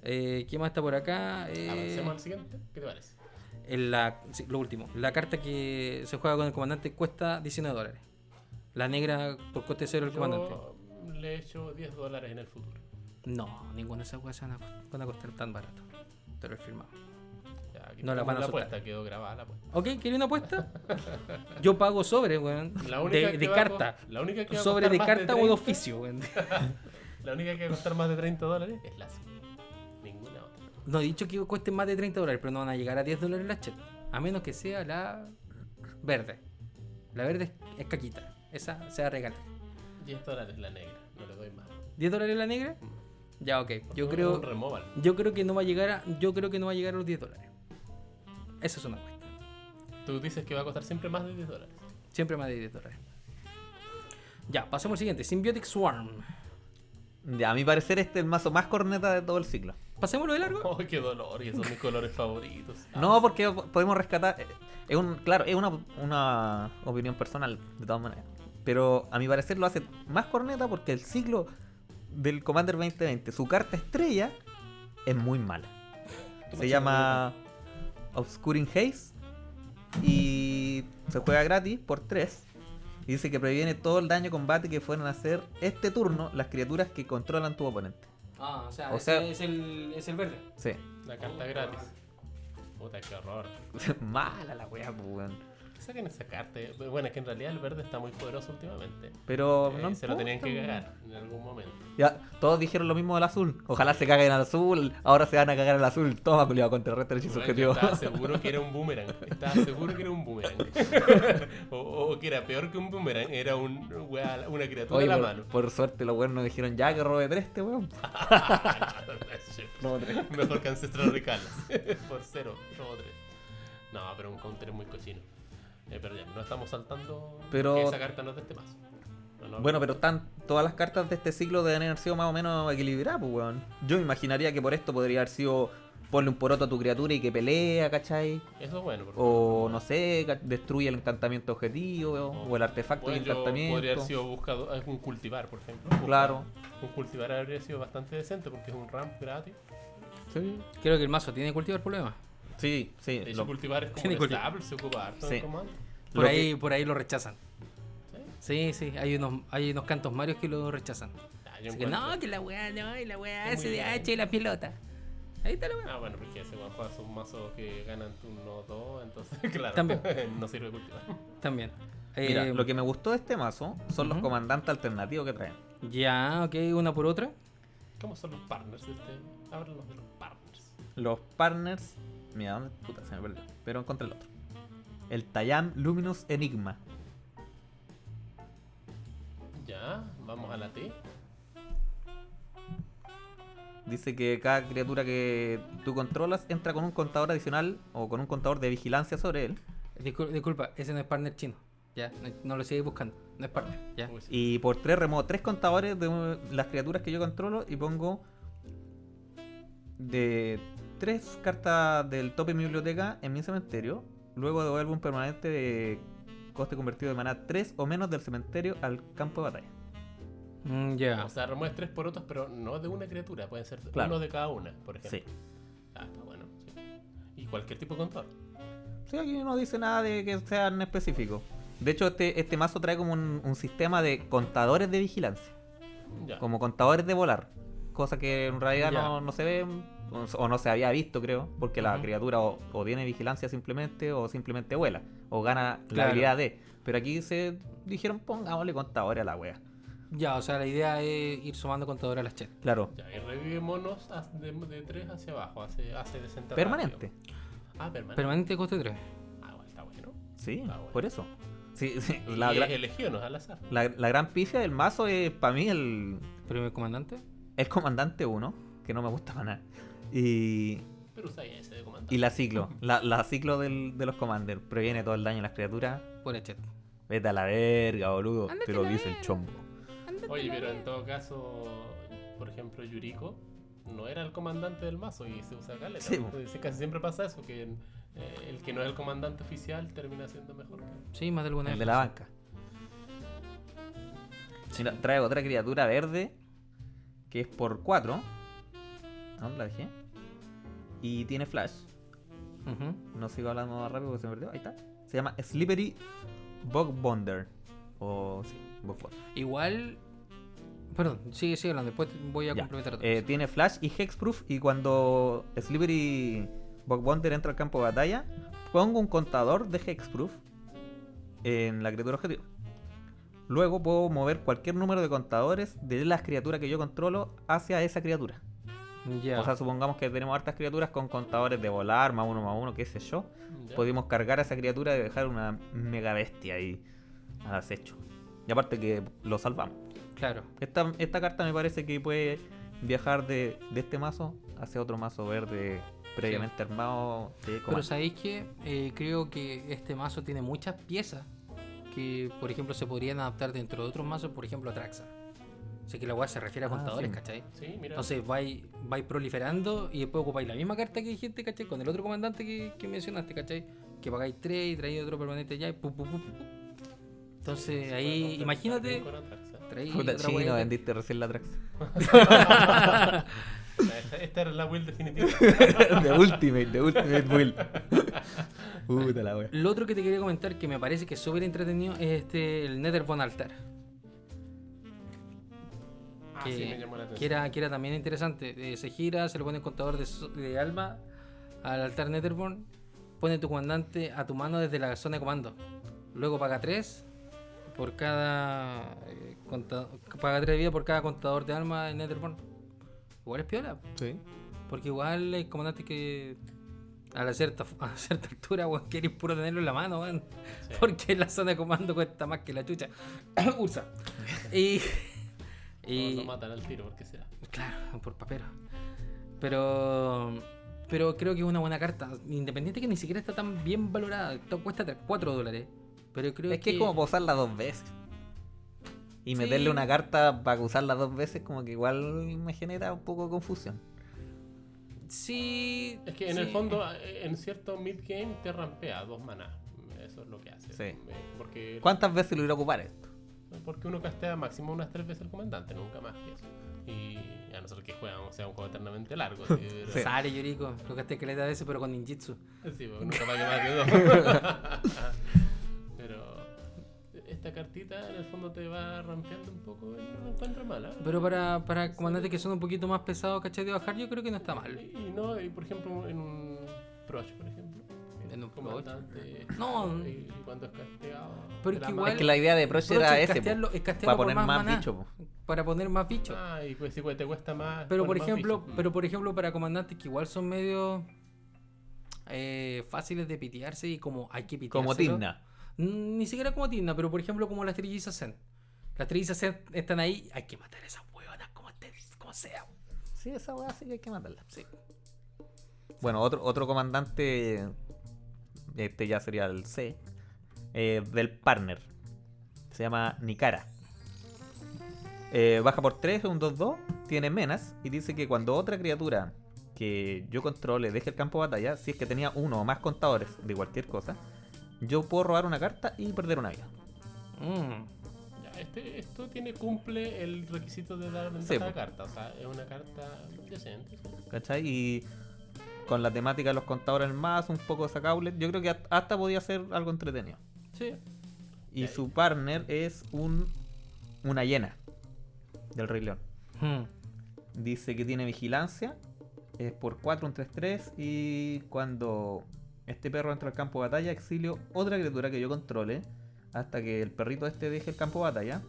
S1: Eh, ¿Qué más está por acá? Eh,
S2: Avancemos al siguiente. ¿Qué te parece?
S1: en la, sí, lo último, la carta que se juega con el comandante cuesta 19 dólares. La negra por coste cero del comandante.
S2: Yo le echo 10 dólares en el futuro.
S1: No, ninguna de esas cosas van a, cost- van a costar tan barato. Te lo he firmado.
S2: Ya, aquí
S1: No la van a
S2: pusimos
S1: soltar.
S2: apuesta, quedó grabada la apuesta.
S1: Ok, ¿quería una apuesta? Yo pago sobre, weón.
S2: La única
S1: De,
S2: que
S1: de
S2: va a co-
S1: carta.
S2: La única que va a
S1: sobre
S2: costar
S1: de
S2: más
S1: carta o de
S2: 30
S1: oficio, weón.
S2: La única que va a costar más de 30 dólares es la siguiente. Ninguna otra.
S1: No he dicho que cueste más de 30 dólares, pero no van a llegar a 10 dólares las chat. A menos que sea la verde. La verde es- es caquita. Esa se va a regalar.
S2: 10 dólares la negra, no le doy más.
S1: ¿10 dólares la negra? Ya, ok. Yo
S2: Un-
S1: creo,
S2: Un removal.
S1: yo creo que no va a llegar a, yo creo que no va a llegar a los 10 dólares. Esa es una apuesta.
S2: Tú dices que va a costar siempre más de 10 dólares. [LAUGHS]
S1: Siempre más de 10 dólares. Ya, pasemos al siguiente. Symbiotic Swarm.
S3: De- A mi parecer, este es el mazo más corneta de todo el ciclo.
S1: ¿Pasémoslo de largo?
S2: Oh, qué dolor, y esos son mis colores favoritos.
S3: No, porque po- podemos rescatar. eh, Es un, claro, es una, una opinión personal, de todas maneras. Pero a mi parecer lo hace más corneta porque el ciclo del Commander 2020, su carta estrella, es muy mala. Se llama Obscuring Haze y se juega gratis por 3. Y dice que previene todo el daño combate que fueron a hacer este turno las criaturas que controlan tu oponente.
S1: Ah, o sea,
S3: O sea-
S1: es, el, es el verde.
S3: Sí. [LAUGHS]
S2: La carta gratis. Puta, qué horror.
S3: mala la wea, pues, weón.
S2: Saquen esa carta. Bueno, es que en realidad el verde está muy poderoso últimamente.
S3: Pero
S2: Eh,
S3: Oh, no
S2: se lo tenían
S3: importa,
S2: que
S3: weón.
S2: cagar en algún momento.
S3: Ya, todos dijeron lo mismo del azul. Ojalá se caguen al azul. Ahora se van a cagar al azul. Toma, culiado, contra el resto del hechizo
S2: Bueno, yo
S3: objetivo.
S2: Estaba
S3: [LAUGHS]
S2: seguro que era un boomerang. Estaba seguro que era un boomerang. [LAUGHS] o, o que era peor que un boomerang. Era un, weá- una criatura
S3: Oye,
S2: a la
S3: por,
S2: mano. [LAUGHS] Ah.
S3: por suerte los buenos dijeron ya que robe tres este weón. Robo tres.
S2: Mejor que Ancestral Recalas. [LAUGHS] por cero, robo tres. No, pero un counter es muy cochino. Eh, pero ya, no estamos saltando.
S3: Pero-
S2: que Esa carta no es de este paso. No, no,
S3: Bueno, pero están todas las cartas de este ciclo deben haber sido más o menos equilibradas, pues weón. Yo me imaginaría que por esto podría haber sido ponle un poroto a tu criatura y que pelea, ¿cachai?
S2: Eso es bueno. porque-
S3: O no sé, ca- destruye el encantamiento objetivo, weón, o el artefacto
S2: Oh. Bueno,
S3: de
S2: yo podría haber
S3: encantamiento.
S2: sido buscado algún cultivar, por ejemplo.
S3: Claro.
S2: Un cultivar habría sido bastante decente porque es un ramp gratis.
S3: Sí,
S1: Creo que el mazo tiene cultivar problemas.
S3: sí, [LAUGHS] sí.
S2: De hecho,
S3: lo-
S2: cultivar es como
S1: Tiene
S2: un
S1: culti-
S2: stable, se ocupa harto en
S3: Sí.
S2: comando.
S1: Por
S3: Lo
S1: ahí, por ahí lo rechazan. Sí, sí, hay unos, hay unos cantos marios que lo rechazan.
S2: Ah, yo
S1: Así que,
S2: encuentro-
S1: no, que la weá, no, y la weá
S2: Es muy
S1: SDH y la pelota. Ahí está la weá.
S2: Ah, bueno, porque ese weón juega sus mazos que ganan turno 2, entonces, [LAUGHS] claro,
S1: También.
S2: no sirve cultivar.
S1: También.
S3: Mira,
S1: Eh,
S3: lo que me gustó de este mazo son los
S1: ujú.
S3: comandantes alternativos que traen.
S1: Ya, ok, una por otra.
S2: ¿Cómo son los partners de este? Háblanos de los partners.
S3: Los partners. Mira, ¿dónde? Puta, se me perdió. Pero encontré el otro. El Tayam Luminous Enigma.
S2: Ya, vamos a la T.
S3: Dice que cada criatura que tú controlas entra con un contador adicional o con un contador de vigilancia sobre él.
S1: Discul- disculpa, ese no es partner chino. Ya, no, no lo sigáis buscando. No es partner. Ya.
S2: Uy, sí.
S3: Y por tres remoto tres contadores de un- las criaturas que yo controlo y pongo de tres cartas del tope de mi biblioteca en mi cementerio. Luego devuelvo un permanente de coste convertido de maná 3 o menos del cementerio al campo de batalla.
S1: Mm, ya.
S2: O sea, remueves tres porotos, pero no de una criatura, pueden ser
S3: Claro.
S2: uno de cada una, por ejemplo.
S3: Sí.
S2: Ah, está bueno. sí. Y cualquier tipo de contador.
S3: Sí, aquí no dice nada de que sea en específico. De hecho, este, este mazo trae como un, un sistema de contadores de vigilancia,
S2: Ya.
S3: como contadores de volar, cosa que en realidad
S1: Ya.
S3: no, no se ve o o no se había visto, creo, porque la
S1: Ujú.
S3: criatura o, o tiene vigilancia simplemente o simplemente vuela, o gana la
S1: Claro.
S3: habilidad de. Pero aquí se dijeron, pongámosle contadores a la wea.
S1: Ya, o sea, la idea es ir sumando contadores a las chat.
S3: Claro,
S2: Ya, y revive monos as- de, de tres hacia abajo, hace, hace desenterrar,
S3: permanente.
S2: digamos. Ah, permanente.
S1: Permanente coste 3.
S2: Ah, bueno, está bueno.
S3: Sí,
S2: Ah, bueno.
S3: por eso. Sí, [LAUGHS] sí,
S2: Y
S3: La,
S2: es
S3: gra-
S2: elegido, no es al azar.
S3: la- la gran pifia del mazo es para mí el,
S1: Primer comandante.
S3: el comandante 1, que no me gusta para nada. Y,
S2: Pero usa ese de comandante.
S3: y
S2: [LAUGHS]
S3: la ciclo, la, la ciclo del- de los commanders. Previene todo el daño a las criaturas.
S1: Por el chat.
S3: Vete a la verga, boludo.
S1: Ándate
S3: te lo
S1: a la
S3: dice el
S1: verga.
S3: chombo.
S2: Oye, pero en todo caso, por ejemplo, Yuriko no era el comandante del mazo y se usa caleta.
S3: Sí, po.
S2: Entonces, casi siempre pasa eso, que eh, el que no es el comandante oficial termina siendo mejor. que-
S1: Sí, más de alguna
S3: El
S1: vez
S3: de la
S1: pasó.
S3: banca. Mira, trae otra criatura verde. Que es por 4. ¿Dónde la dejé? Y tiene flash.
S1: Ujú.
S3: No sigo hablando más rápido porque se me perdió. Ahí está. Se llama Slippery Bogbonder. O sí, Bogbonder.
S1: Igual. Perdón, sigue, sigue hablando. Después voy a
S3: Ya.
S1: complementar otra
S3: Eh,
S1: cosa.
S3: tiene flash y hexproof y cuando Slippery Bogbonder entra al campo de batalla, pongo un contador de hexproof en la criatura objetivo. Luego puedo mover cualquier número de contadores de las criaturas que yo controlo hacia esa criatura.
S1: ya.
S3: O sea, supongamos que tenemos hartas criaturas con contadores de volar, más uno, más uno, qué sé yo.
S2: ¿Ya?
S3: Podemos cargar a esa criatura y dejar una mega bestia ahí al acecho. Y aparte que lo salvamos.
S1: claro.
S3: Esta, esta carta me parece que puede viajar de, de este mazo hacia otro mazo verde previamente armado de
S1: Pero
S3: comando.
S1: sabéis que eh, creo que este mazo tiene muchas piezas que, por ejemplo, se podrían adaptar dentro de otros mazos, por ejemplo, a Traxa. Así que la weá se refiere a
S3: Ah,
S1: contadores,
S3: sí.
S1: ¿cachai?
S2: Sí, mira.
S1: Entonces vais, vais proliferando y después ocupáis la misma carta que dijiste, ¿cachai? Con el otro comandante que, que mencionaste, ¿cachai? Que pagáis 3 y traéis otro permanente ya y pum, pum, pum, pum, pum. Entonces
S2: Se puede
S1: ahí,
S2: complementar bien
S1: imagínate,
S2: con
S1: [LAUGHS]
S2: Atraxa.
S1: traéis
S3: Puta,
S1: otra
S3: sí,
S1: weá
S3: no
S1: que-
S3: vendiste recién la Trax.
S1: [LAUGHS]
S2: O sea, Esta, esta era la build
S1: [LAUGHS]
S2: definitiva.
S3: de Ultimate, de Ultimate Build. Puta la wea.
S1: Lo otro que te quería comentar que me parece que es súper entretenido es este, el Netherbone Altar.
S2: Ah,
S1: que,
S2: sí, me llamó la
S1: que
S2: atención.
S1: era, que era también interesante. Eh, se gira, se le pone el contador de, so- de alma al altar Netherborn, pone tu comandante a tu mano desde la zona de comando. Luego paga 3 por cada eh, conta- paga 3 vidas por cada contador de alma de Netherborn. Igual es piola,
S3: Sí.
S1: porque igual hay comandantes que a la cierta, [LAUGHS] a cierta altura, weón, queréis puro tenerlo en la mano, weón.
S2: Sí.
S1: Porque la zona de comando cuesta más que la chucha. [COUGHS] Ursa.
S2: [LAUGHS]
S1: Y.
S2: No,
S1: y-
S2: lo matan al tiro, porque sea.
S1: Claro, por papero. Pero. Pero creo que es una buena carta. Independiente que ni siquiera está tan bien valorada. Esto cuesta 4 dólares. Pero creo
S3: Es que es como posarla dos veces. Y
S1: Sí.
S3: meterle una carta para usarla dos veces, como que igual me genera un poco de confusión.
S1: Sí.
S2: Es que en
S1: sí.
S2: el fondo, eh, en cierto mid-game, te rampea dos maná. Eso es lo que hace.
S3: Sí.
S2: Eh, Porque,
S3: ¿Cuántas veces lo irá a ocupar esto?
S2: porque uno castea máximo unas tres veces el comandante, nunca más que eso. Y a no ser que juegan, o sea, un juego eternamente largo. [LAUGHS] sí, pero-
S3: Sí.
S1: Sale Yoriko. Lo que escaleta a veces, pero con ninjitsu.
S2: Sí, pues, porque nunca va a quemar [LAUGHS] de dos. Pero esta cartita en el fondo te va rampeando un poco y no la encuentro mala.
S1: Pero para, para comandantes que son un poquito más pesados, ¿cachai? De bajar, yo creo que no está mal.
S2: Y, y no, y por ejemplo, en un Proch, por ejemplo.
S1: En un Proch.
S2: comandante,
S1: No.
S2: Y, y cuando es casteado.
S1: Pero
S2: te
S1: es
S2: la
S1: que
S2: mata.
S1: igual-
S3: Es que la idea de Proche
S1: Pero
S3: era
S1: es
S3: ese,
S1: castearlo- es castearlo
S3: para
S1: por
S3: poner
S1: más
S3: más
S1: maná.
S3: bicho. po.
S1: Para poner más bicho.
S2: Ah, y pues, sí, pues, te cuesta más.
S1: Pero por
S2: poner más
S1: ejemplo,
S2: bichos.
S1: pero por ejemplo para comandantes que igual son medio eh, fáciles de pitearse y como hay que pitearse.
S3: Como Tigna.
S1: Ni siquiera como Tigna, pero por ejemplo como las trillizas Zen. Las trillizas Zen están ahí, hay que matar a esas huevonas como, te- como sea.
S3: Sí, esa weá sí que hay que matarla.
S1: Sí.
S3: Bueno, otro, otro comandante este ya sería el C, eh, del partner. Se llama Nikara. Eh, baja por 3, es un 2-2, tiene menas y dice que cuando otra criatura que yo controle deje el campo de batalla, si es que tenía uno o más contadores de cualquier cosa, yo puedo robar una carta y perder una vida.
S1: Mm,
S2: Ya, este, esto tiene, cumple el requisito de dar ventaja
S3: po.
S2: a la carta. O sea, es una carta decente. sí.
S3: ¿Cachai? Y con la temática de los contadores más, un poco sacable, yo creo que hasta- hasta podía ser algo entretenido.
S2: Sí.
S3: Y
S2: Ya.
S3: su partner es un una hiena del Rey León.
S1: mm.
S3: Dice que tiene vigilancia, es por 4, un 3-3 y cuando este perro entra al campo de batalla, exilio otra criatura que yo controle hasta que el perrito este deje el campo de batalla.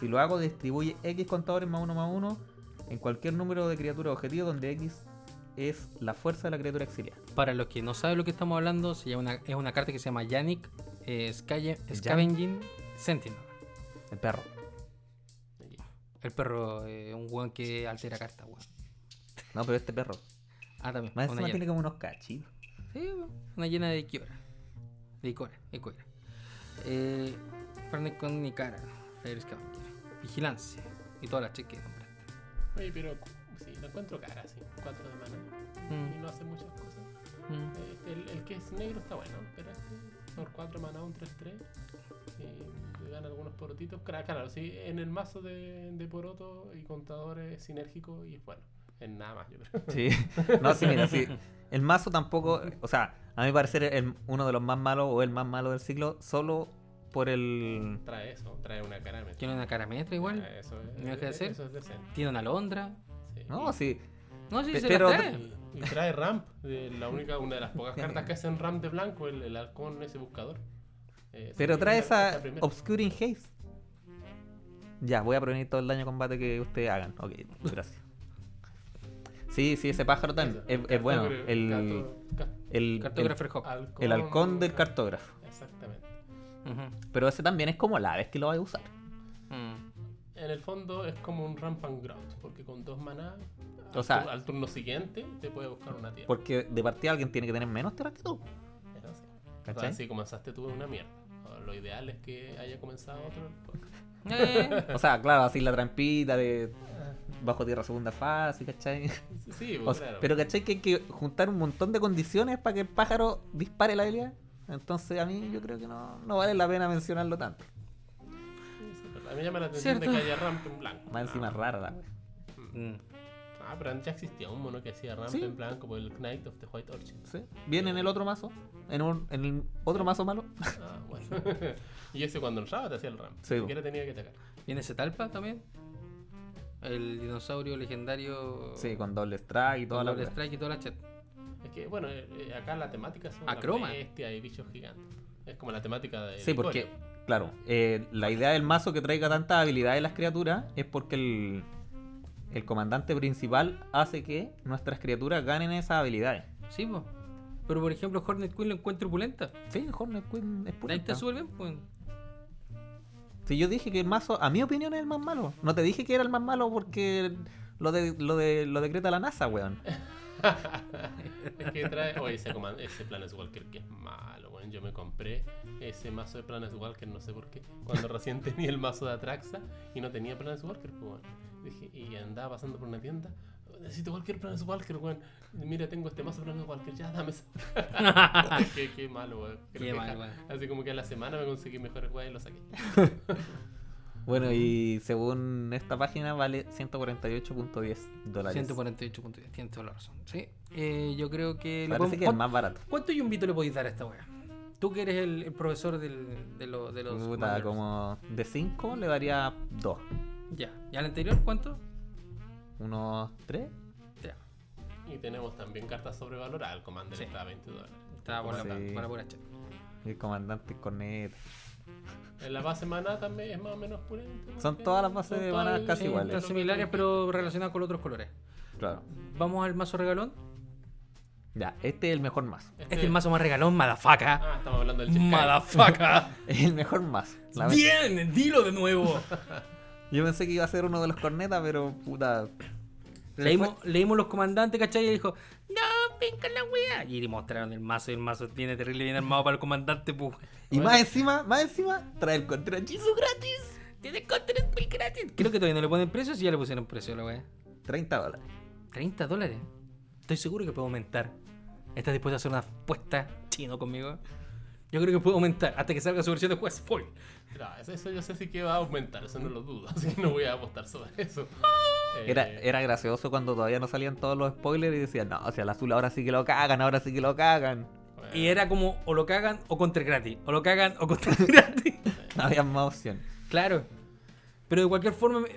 S3: Si lo hago, distribuye X contadores más 1 más 1 en cualquier número de criatura objetivo donde X es la fuerza de la criatura exiliada.
S1: Para los que no saben lo que estamos hablando, se llama una- es una carta que se llama Yannick eh, Scaye- Scavenging Sentinel.
S3: El perro.
S2: Aquí.
S1: El perro, eh, un weón que altera carta, weón.
S3: No, pero este perro.
S1: Ah, también.
S3: Más
S1: una
S3: encima tiene
S1: llena.
S3: como unos cachitos.
S1: Sí, weón, una llena de Kiora. De Icora, Icora. Eh, Fernet con Nicara, Frederick Scavenger. Vigilancia. Y todas las cheques que compraste.
S2: Oye, pero cu- sí, lo encuentro cara, sí. Cuatro de mano. Y
S1: Mm,
S2: no hace muchas cosas.
S1: mm.
S2: Eh, El, el que es negro está bueno, pero este por 4 maná, un 3-3. Y le dan algunos porotitos. Cra- Claro, sí, en el mazo de, de poroto y contadores sinérgico y es bueno. En nada más, yo creo. [LAUGHS]
S3: Sí. [LAUGHS] No, sí, mira, sí. El mazo tampoco, o sea, a mi parecer el, uno de los más malos o el más malo del siglo, solo por el...
S2: Trae eso, trae una cara de metal.
S1: Tiene una carametra igual.
S2: Ya, Eso es,
S1: ¿No hay que hacer?
S2: Eso es decente.
S1: Tiene una alondra.
S2: sí.
S3: No, sí.
S1: No, sí,
S3: Pe-
S1: se
S3: pero-
S1: la trae.
S2: Y, y trae ramp, de la única, una de las pocas cartas que hacen ramp de blanco, el, el halcón ese buscador. Eh,
S3: Pero
S2: sí,
S3: trae
S2: la-
S3: esa
S2: la primera.
S3: Obscuring Haze. Ya, voy a prevenir todo el daño de combate que ustedes hagan. Ok, gracias. Sí, sí, ese pájaro también.
S2: Esa,
S3: Es, es eh, bueno.
S2: cartógrafo- carto-
S3: El,
S2: ca-
S3: el, el,
S1: Cartographer Hawk.
S2: halcón,
S3: el halcón del cartógrafo.
S2: Exactamente.
S1: Ujú,
S3: Pero ese también es como la vez que lo vas a usar. [LAUGHS]
S1: mm.
S2: En el fondo es como un ramp and ground, porque con dos maná, al,
S3: O sea-
S2: tur- al turno siguiente te puede buscar una tierra.
S3: Porque de partida alguien tiene que tener menos tierras que tú.
S2: Es así. O sea,
S3: ¿Cachai?
S2: si comenzaste tú es una mierda. O Lo ideal es que haya comenzado otro.
S1: Eh,
S3: O sea, claro, así la trampita de bajo tierra segunda fase, ¿cachai?
S2: Sí,
S3: O
S2: pues,
S3: sea,
S2: claro.
S3: Pero ¿cachai que hay que juntar un montón de condiciones para que el pájaro dispare la habilidad? Entonces a mí yo creo que no, no vale la pena mencionarlo tanto.
S2: Sí, sí, pero A mí me llama la atención
S1: Cierto.
S2: de que haya ramp en blanco.
S3: Más encima es rara la wea.
S1: mm.
S2: Ah, pero antes ya existía un mono que hacía ramp
S3: Sí.
S2: en blanco, como el Knight of the White Orchid.
S3: [LAUGHS] ¿sí? Viene en el otro mazo, en, un- en el otro mazo malo.
S2: Ah, bueno. [LAUGHS] y ese cuando entraba te hacía el ramp.
S3: Sí,
S2: Ni
S3: bo.
S2: siquiera tenía que atacar.
S1: ¿Viene Cetalpa también? El dinosaurio legendario.
S3: Sí, con doble strike y toda la
S1: doble
S3: wea.
S1: strike y toda la chat.
S2: Es que, bueno, eh, eh, acá la temática son
S1: Acroma.
S2: bestia y bichos gigantes. Es como la temática de.
S3: Ah, Sí, porque, claro, eh, la idea del mazo que traiga tantas habilidades las criaturas es porque el, el comandante principal hace que nuestras criaturas ganen esas habilidades.
S1: Sí, po. Pero por ejemplo, Hornet Queen lo encuentro opulenta.
S3: Sí, Hornet Queen es
S1: Ahí está
S3: pulenta.
S1: súper bien, pues.
S3: Si yo dije que el mazo, a mi opinión, es el más malo. No te dije que era el más malo porque lo, de, lo, de, lo decreta la NASA, weón.
S2: [LAUGHS] Es que trae. Oye, ese, coman- ese Planet Walker que es malo, bueno. Yo me compré ese mazo de Planet Walker, no sé por qué. Cuando recién [LAUGHS] tenía el mazo de Atraxa y no tenía Planet Walker, pues, bueno. Dije, y andaba pasando por una tienda. Necesito cualquier Planet Walker, weón. Mira, tengo este mazo de Planet Walker, ya dame esa. [LAUGHS] qué, qué malo, weón. Creo
S1: Qué
S2: que
S1: mal,
S2: ja-
S1: weón.
S2: Así como que a la semana me conseguí mejores weón y lo saqué.
S3: Bueno, y según esta página vale 148.10 dólares.
S1: 148.10, tienes toda la razón. Sí. Eh, yo creo que. le
S3: Parece
S1: podemos-
S3: que es el más barato.
S1: ¿Cuánto yumbito le podéis dar a esta wea? Tú que eres el, el profesor del, de, lo- de los. commanders.
S3: Puta, como de 5 le daría 2.
S1: Ya. ¿Y al anterior cuánto?
S3: Unos 3.
S1: Ya.
S2: Y tenemos también cartas sobrevaloradas. El Commander
S1: Sí.
S2: está a 20 dólares.
S1: Estaba por la,
S3: Sí.
S1: por la pura chat.
S3: El comandante corneta.
S2: En la base maná también es más o menos purente. ¿no?
S3: Son
S2: Que
S3: todas las bases
S2: son
S3: de
S2: todas
S3: maná
S2: el-
S3: casi
S1: Sí,
S3: iguales.
S1: están similares, pero relacionadas con otros colores.
S3: Claro.
S1: Vamos al mazo regalón.
S3: Ya, este es el mejor mazo.
S2: Este-
S1: Este es el mazo más regalón, madafaca.
S2: Ah, estamos hablando del Cheskai.
S1: Madafaca.
S3: Es [LAUGHS] el mejor mazo. [LAUGHS] La verdad.
S1: Bien, dilo de nuevo.
S3: Yo pensé que iba a ser uno de los cornetas, pero puta.
S1: leímos, leímos los comandantes, ¿cachai? Y dijo, no, penca la wea. Y le mostraron el mazo y el mazo tiene terrible bien armado para el comandante, pues.
S3: Y más encima, más encima, trae el contra hechizo gratis.
S1: Tiene counter spell gratis. Creo que todavía no le ponen precio, si ya le pusieron precio a la wea.
S3: 30 dólares.
S1: 30 dólares. Estoy seguro que puedo aumentar. ¿Estás dispuesto a hacer una apuesta chino conmigo? Yo creo que puedo aumentar hasta que salga su versión de Quest Foil.
S2: Mira, eso, eso yo sé sí que va a aumentar, eso no lo dudo, [LAUGHS] así que no voy a apostar sobre eso. Eh,
S3: [LAUGHS] Era, era gracioso cuando todavía no salían todos los spoilers y decían, no, o sea, el azul ahora sí que lo cagan, ahora sí que lo cagan. [LAUGHS]
S2: bueno,
S1: Y era como o lo cagan o counter gratis. O lo cagan o counter [LAUGHS] gratis.
S3: No había más opción.
S1: Claro. Pero de cualquier forma, me-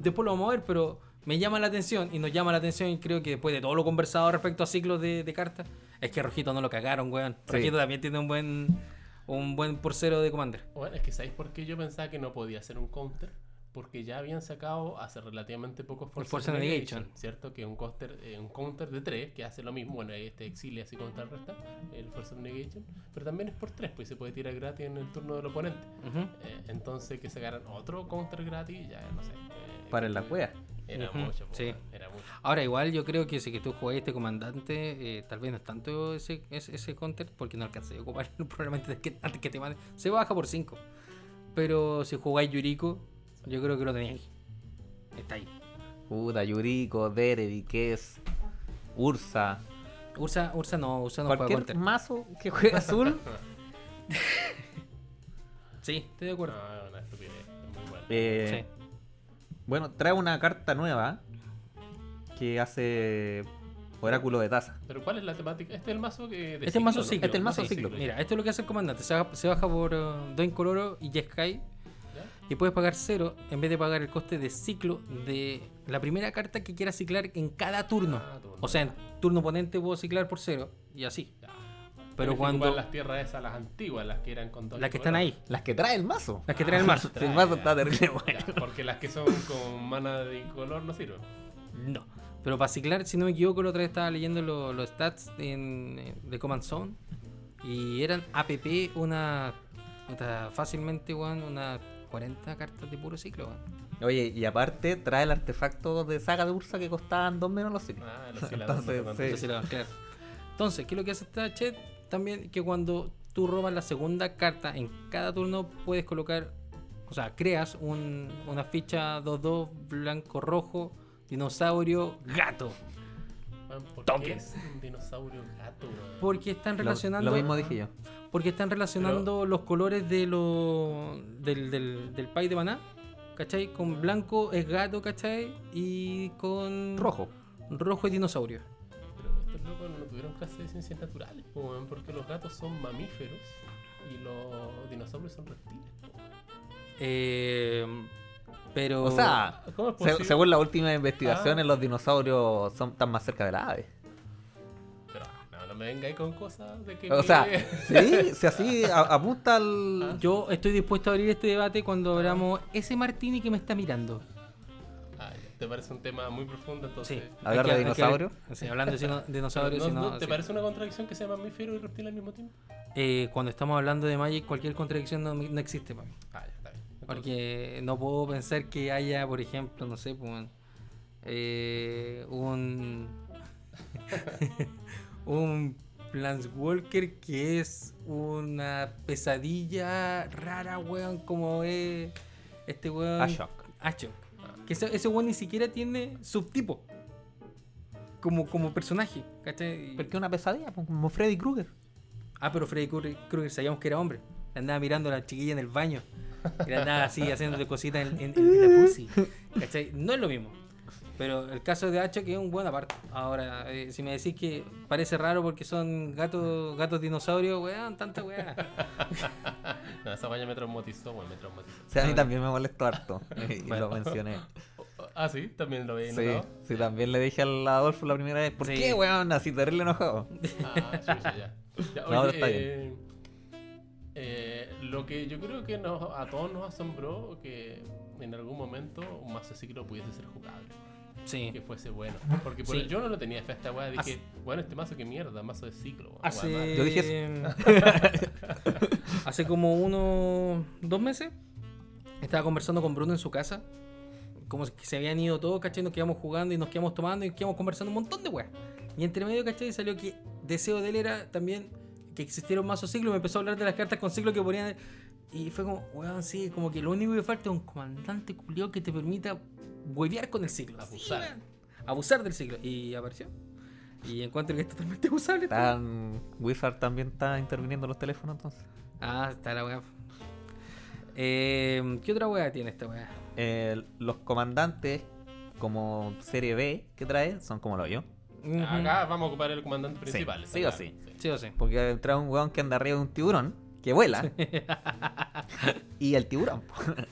S1: después lo vamos a ver, pero me llama la atención y nos llama la atención y creo que después de todo lo conversado respecto a ciclos de, de cartas, es que Rojito no lo cagaron, weón.
S3: Sí.
S1: Rojito también tiene un buen un buen porcero de Commander.
S2: Bueno, es que ¿sabéis por qué yo pensaba que no podía ser un counter? Porque ya habían sacado hace relativamente poco Force,
S1: Force Negation.
S2: ¿cierto? Que es un counter, eh, un counter de 3, que hace lo mismo, bueno, este exile así contrarresta, el Force Negation, pero también es por 3, pues se puede tirar gratis en el turno del oponente.
S1: Ujú.
S2: Eh, entonces que sacaran otro counter gratis, ya no sé. eh,
S3: Para en la
S2: que-
S3: cueva.
S2: Era
S1: Ujú,
S2: mucho, po,
S1: sí.
S2: weón, era mucho.
S1: Ahora igual yo creo que si que tú jugáis este comandante, eh, tal vez no es tanto ese, ese, ese counter, porque no alcancé a ocupar [LAUGHS] probablemente antes que, antes que te manden. Se baja por 5. Pero si jugáis Yuriko, yo creo que lo tenéis. Está ahí.
S3: Puta, Yuriko, Derevi, Kes, Ursa.
S1: Ursa, Ursa no, Ursa no juega
S3: Cualquier
S1: counter.
S3: mazo que juegue
S1: [LAUGHS]
S3: azul.
S1: Sí, estoy de acuerdo.
S2: No, es Ah, una estupidez, es muy bueno.
S3: eh, Bueno, trae una carta nueva que hace Oráculo de Taza.
S2: Pero ¿cuál es la temática? Este es el mazo que... de
S1: Este es el mazo
S2: ¿no?
S1: ciclo.
S3: Este es el mazo
S1: Sí,
S3: ciclo.
S1: Mira, esto es lo que hace el comandante. Se baja, se baja por uh, Doin Coloro y Jeskai.
S2: ¿Ya?
S1: Y puedes pagar cero en vez de pagar el coste de ciclo de la primera carta que quieras ciclar en cada turno.
S2: Ah, turno.
S1: O sea, en turno oponente puedo ciclar por cero y así.
S2: Ya. Tenés
S1: Pero
S2: que
S1: cuando.
S2: ocupar
S1: Las
S2: las tierras esas, las antiguas, las que eran con dos
S1: que están ahí,
S3: Las que trae el mazo.
S1: las que
S3: [LAUGHS]
S1: traen el mazo.
S3: Si el mazo está terrible, bueno.
S2: Ya, porque las que son con mana de color no sirven.
S1: No. Pero para ciclar, si no me equivoco, la otra vez estaba leyendo lo- los stats en, eh, de Command Zone. Y eran APP una. puta, fácilmente, weón, unas 40 cartas de puro ciclo, weón.
S3: Oye, y aparte trae el artefacto de saga de Ursa que costaban dos menos los signos.
S2: Ah, los hiladores no tocan
S3: Entonces, sí.
S2: tanto.
S1: Entonces, la- claro. Entonces, ¿qué es lo que hace esta chat? También que cuando tú robas la segunda carta en cada turno puedes colocar, o sea, creas un- una ficha 2-2 blanco-rojo, dinosaurio, gato.
S2: Weón, ¿por qué
S1: Token.
S2: es un dinosaurio gato, weón?
S1: Porque están
S3: Lo-
S1: relacionando,
S3: Lo, mismo dije yo.
S1: porque están relacionando los colores de lo, del, del, del país de maná, ¿cachai? Con blanco es gato, ¿cachai? Y con
S3: Rojo.
S1: rojo es dinosaurio.
S2: Pero estos locos no tuvieron clase de ciencias naturales, po, weón, porque los gatos son mamíferos y los dinosaurios son reptiles. po, weón.
S1: Eh, pero...
S3: O sea,
S2: ¿Cómo es
S3: se-
S2: posible?
S3: según las últimas investigaciones,
S2: Ah.
S3: los dinosaurios son tan más cerca de las aves.
S2: Pero ah, no, no me vengáis con cosas de que.
S3: O
S2: ni
S3: sea,
S2: idea.
S3: sí, si así a- apunta al.
S1: Yo estoy dispuesto a abrir este debate cuando abramos ese Martini que me está mirando.
S2: [LAUGHS] Ah, ya, te parece un tema muy profundo, entonces.
S3: ¿Hablar
S1: hay que-
S3: de
S1: hay que-
S3: dinosaurio?
S1: sí, hablando de sino-
S2: Pero
S1: dinosaurios.
S2: no-
S1: sino-
S2: no- ¿Te
S1: sí.
S2: parece una contradicción que sea mamífero y reptil al mismo tiempo?
S1: Eh, cuando estamos hablando de Magic, cualquier contradicción no, no existe para mí.
S2: Ah, ya, está bien. Entonces,
S1: Porque no puedo pensar que haya, por ejemplo, no sé, pues, eh, un. [LAUGHS] un Planeswalker que es una pesadilla rara, weón, como es este
S2: Ah.
S1: weón.
S3: Ashok.
S1: Ashok. Que ese, ese weón ni siquiera tiene subtipo. Como, como personaje, ¿cachai?
S3: Porque una pesadilla, pues, como Freddy Krueger.
S1: Ah, pero Freddy Krueger Krueger sabíamos que era hombre. Le andaba mirando a la chiquilla en el baño. Y le andaba así haciéndole cositas en, en- en la pussy. ¿Cachai? No es lo mismo. Pero el caso de Hacho que es un buen aparte. Ahora, eh, si me decís que parece raro porque son gatos gatos dinosaurios, weón, tanta weá.
S2: No, esa valla me traumatizó, güey, me traumatizó.
S3: O sea, a mí también me
S2: [LAUGHS]
S3: molestó harto. Y
S1: Bueno.
S3: lo mencioné.
S2: Ah, sí, también lo veía
S3: Sí, sí, también le dije al Adolfo la primera vez. ¿Por
S1: Sí.
S3: qué, weón? Así terrible enojado. [LAUGHS]
S2: Ah, chucha, ya. Ya,
S3: No,
S2: oye,
S3: pero está bien.
S2: eh, eh, lo que yo creo que nos, a todos nos asombró que en algún momento un mazo ciclo pudiese ser jugable, que
S1: Sí.
S2: fuese bueno. Porque por-
S1: Sí.
S2: yo no lo tenía fe a esta weá, dije,
S1: Hace-
S2: bueno, este mazo que mierda, mazo de ciclo. weá, weá
S1: Hace,
S3: Yo dije
S1: [LAUGHS] hace como unos dos meses estaba conversando con Bruno en su casa. Como que se habían ido todos, ¿cachai? Nos quedamos jugando y nos quedamos tomando y quedamos conversando un montón de weas. Y entre medio, ¿cachai? Salió que deseo de él era también que existiera un mazo ciclo. Me empezó a hablar de las cartas con ciclo que ponían. Y fue como, weón, sí, como que lo único que falta es un comandante culiao que te permita huevear con el ciclo. Sí,
S2: Abusar.
S1: weón. abusar del ciclo. Y apareció. Y encuentro que es totalmente abusable. este weón.
S3: Tan... Wizard también está interviniendo en los teléfonos entonces.
S1: Ah, está la weá. Eh, ¿Qué otra weá tiene esta weá?
S3: Eh, los comandantes como serie B que trae son como lo yo.
S2: Acá vamos a ocupar el comandante
S3: Sí,
S2: principal.
S3: sí
S2: esa
S3: o
S2: weá.
S1: Ujú. Sí o sí.
S3: Porque trae un weón que anda arriba de un tiburón que vuela. [LAUGHS] y el tiburón. po. [LAUGHS]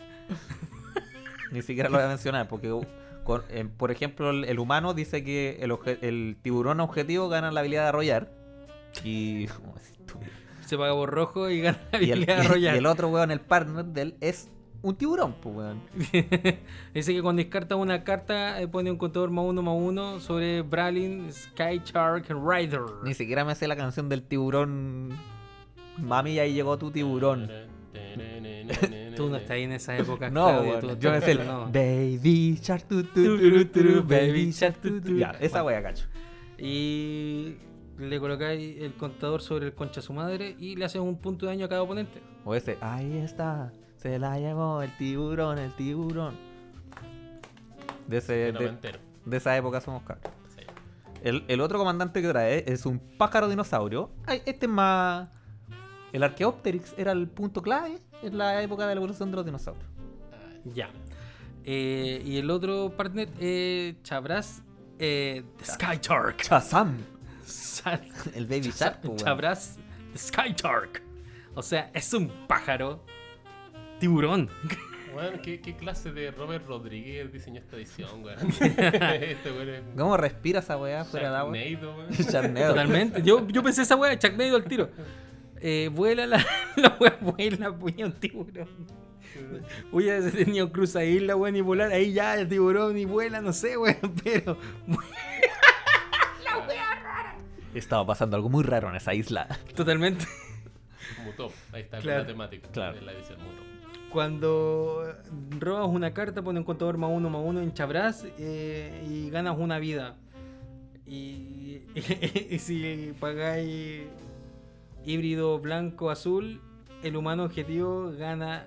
S3: Ni siquiera lo voy a mencionar porque, con- eh, por ejemplo, el, el humano dice que el, obje- el tiburón objetivo gana la habilidad de arrollar. Y, oh, es estúpido.
S1: Se paga por rojo y gana [LAUGHS] la
S3: [LAUGHS] y, el,
S1: habilidad de arrollar.
S3: y el otro weón, el partner de él, es un tiburón, po, weón.
S1: [LAUGHS] Dice que cuando descarta una carta eh, pone un contador más uno más uno sobre Bralin Sky Shark Rider.
S3: Ni siquiera me sé la canción del tiburón. Mami, ahí llegó tu tiburón.
S1: Tú no estás ahí en esa época.
S3: No,
S1: Claudio,
S3: weón,
S1: tú no
S3: yo me
S1: estás-
S3: sé el
S1: no.
S3: Baby Shark tu, tu, tu, tu, tu, Baby Shark tu, tu. Ya, esa wea cacho.
S1: Y le colocáis el contador sobre el concha a su madre y le haces un punto de daño a cada oponente.
S3: O ese, ahí está, se la llevó el tiburón, el tiburón. De, ese,
S2: Sí,
S3: de,
S2: noventero,
S3: de esa época somos cabros.
S2: sí.
S3: El, el otro comandante que trae es un pájaro dinosaurio. Ay, este es más. El Archaeopteryx era el punto clave en la época de la evolución de los dinosaurios.
S2: Ah,
S1: Ya. Eh, y el otro partner, eh, Chabras eh, the Sky Shark.
S3: Chazam,
S1: Sa- [LAUGHS]
S3: el Baby Shark. po, weón.
S1: Chabras the Sky Shark. O sea, es un pájaro tiburón.
S2: Weón, ¿qué, ¿qué clase de Robert Rodríguez diseñó esta edición, weón? este weón es.
S3: ¿Cómo respira esa weá fuera de agua?
S2: Sharknado, weón.
S3: [LAUGHS] Sharknado.
S1: Totalmente. Yo, yo pensé esa wea, Chuck Nado al tiro. Eh, vuela la, [LAUGHS] la wea, vuela, puña un tiburón. Uy, ya se tenía un cruz ahí, la wea, ni volar. Ahí ya el tiburón, ni vuela, no sé, wea, [LAUGHS] pero.
S3: Estaba pasando algo muy raro en esa isla. [LAUGHS]
S1: Totalmente.
S2: Mutó. Ahí está
S1: Claro.
S2: la temática
S3: Claro.
S2: de la edición Mutó.
S1: Cuando robas una carta, pones un contador más uno más uno en Chabras y ganas una vida. Y, [LAUGHS] y si pagáis híbrido blanco azul, el humano objetivo gana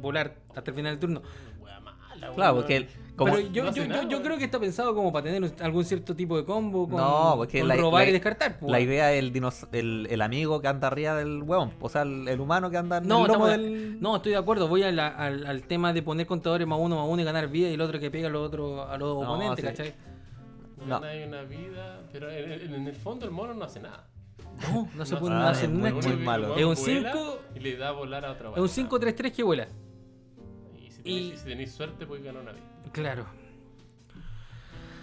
S1: volar hasta el final del turno.
S2: Wea mala,
S3: Claro,
S2: weón.
S3: porque el- como
S1: Pero yo,
S2: no hace
S1: yo, yo-
S2: nada,
S1: yo
S2: güey.
S1: creo que está pensado como para tener algún cierto tipo de combo con,
S3: No, porque
S1: con
S3: la-
S1: robar
S3: la-
S1: y descartar. pues.
S3: la idea del dinos- el, el amigo que anda arriba del huevón, o sea, el, el humano que anda en
S1: No,
S3: el lomo
S1: estamos-
S3: del...
S1: no, estoy de acuerdo. Voy a la- al, al tema de poner contadores más uno más uno y ganar vida y el otro que pega a los otros a los
S3: No,
S1: oponentes,
S3: sí.
S1: ¿cachai?
S3: No.
S2: Gana una vida. Pero en, en- en el fondo el mono no hace nada.
S1: No, no se puede
S3: Ah,
S1: no hacer
S3: es
S1: una
S3: muy
S1: ch-
S3: bueno. malo.
S1: Es un
S2: cinco
S1: cinco-
S2: Y le da a volar a otra
S1: Es un
S2: weá.
S1: 5-3-3 que vuela.
S2: Y si
S1: y-
S2: tenéis, si tenéis suerte, podéis ganar una vida.
S1: Claro.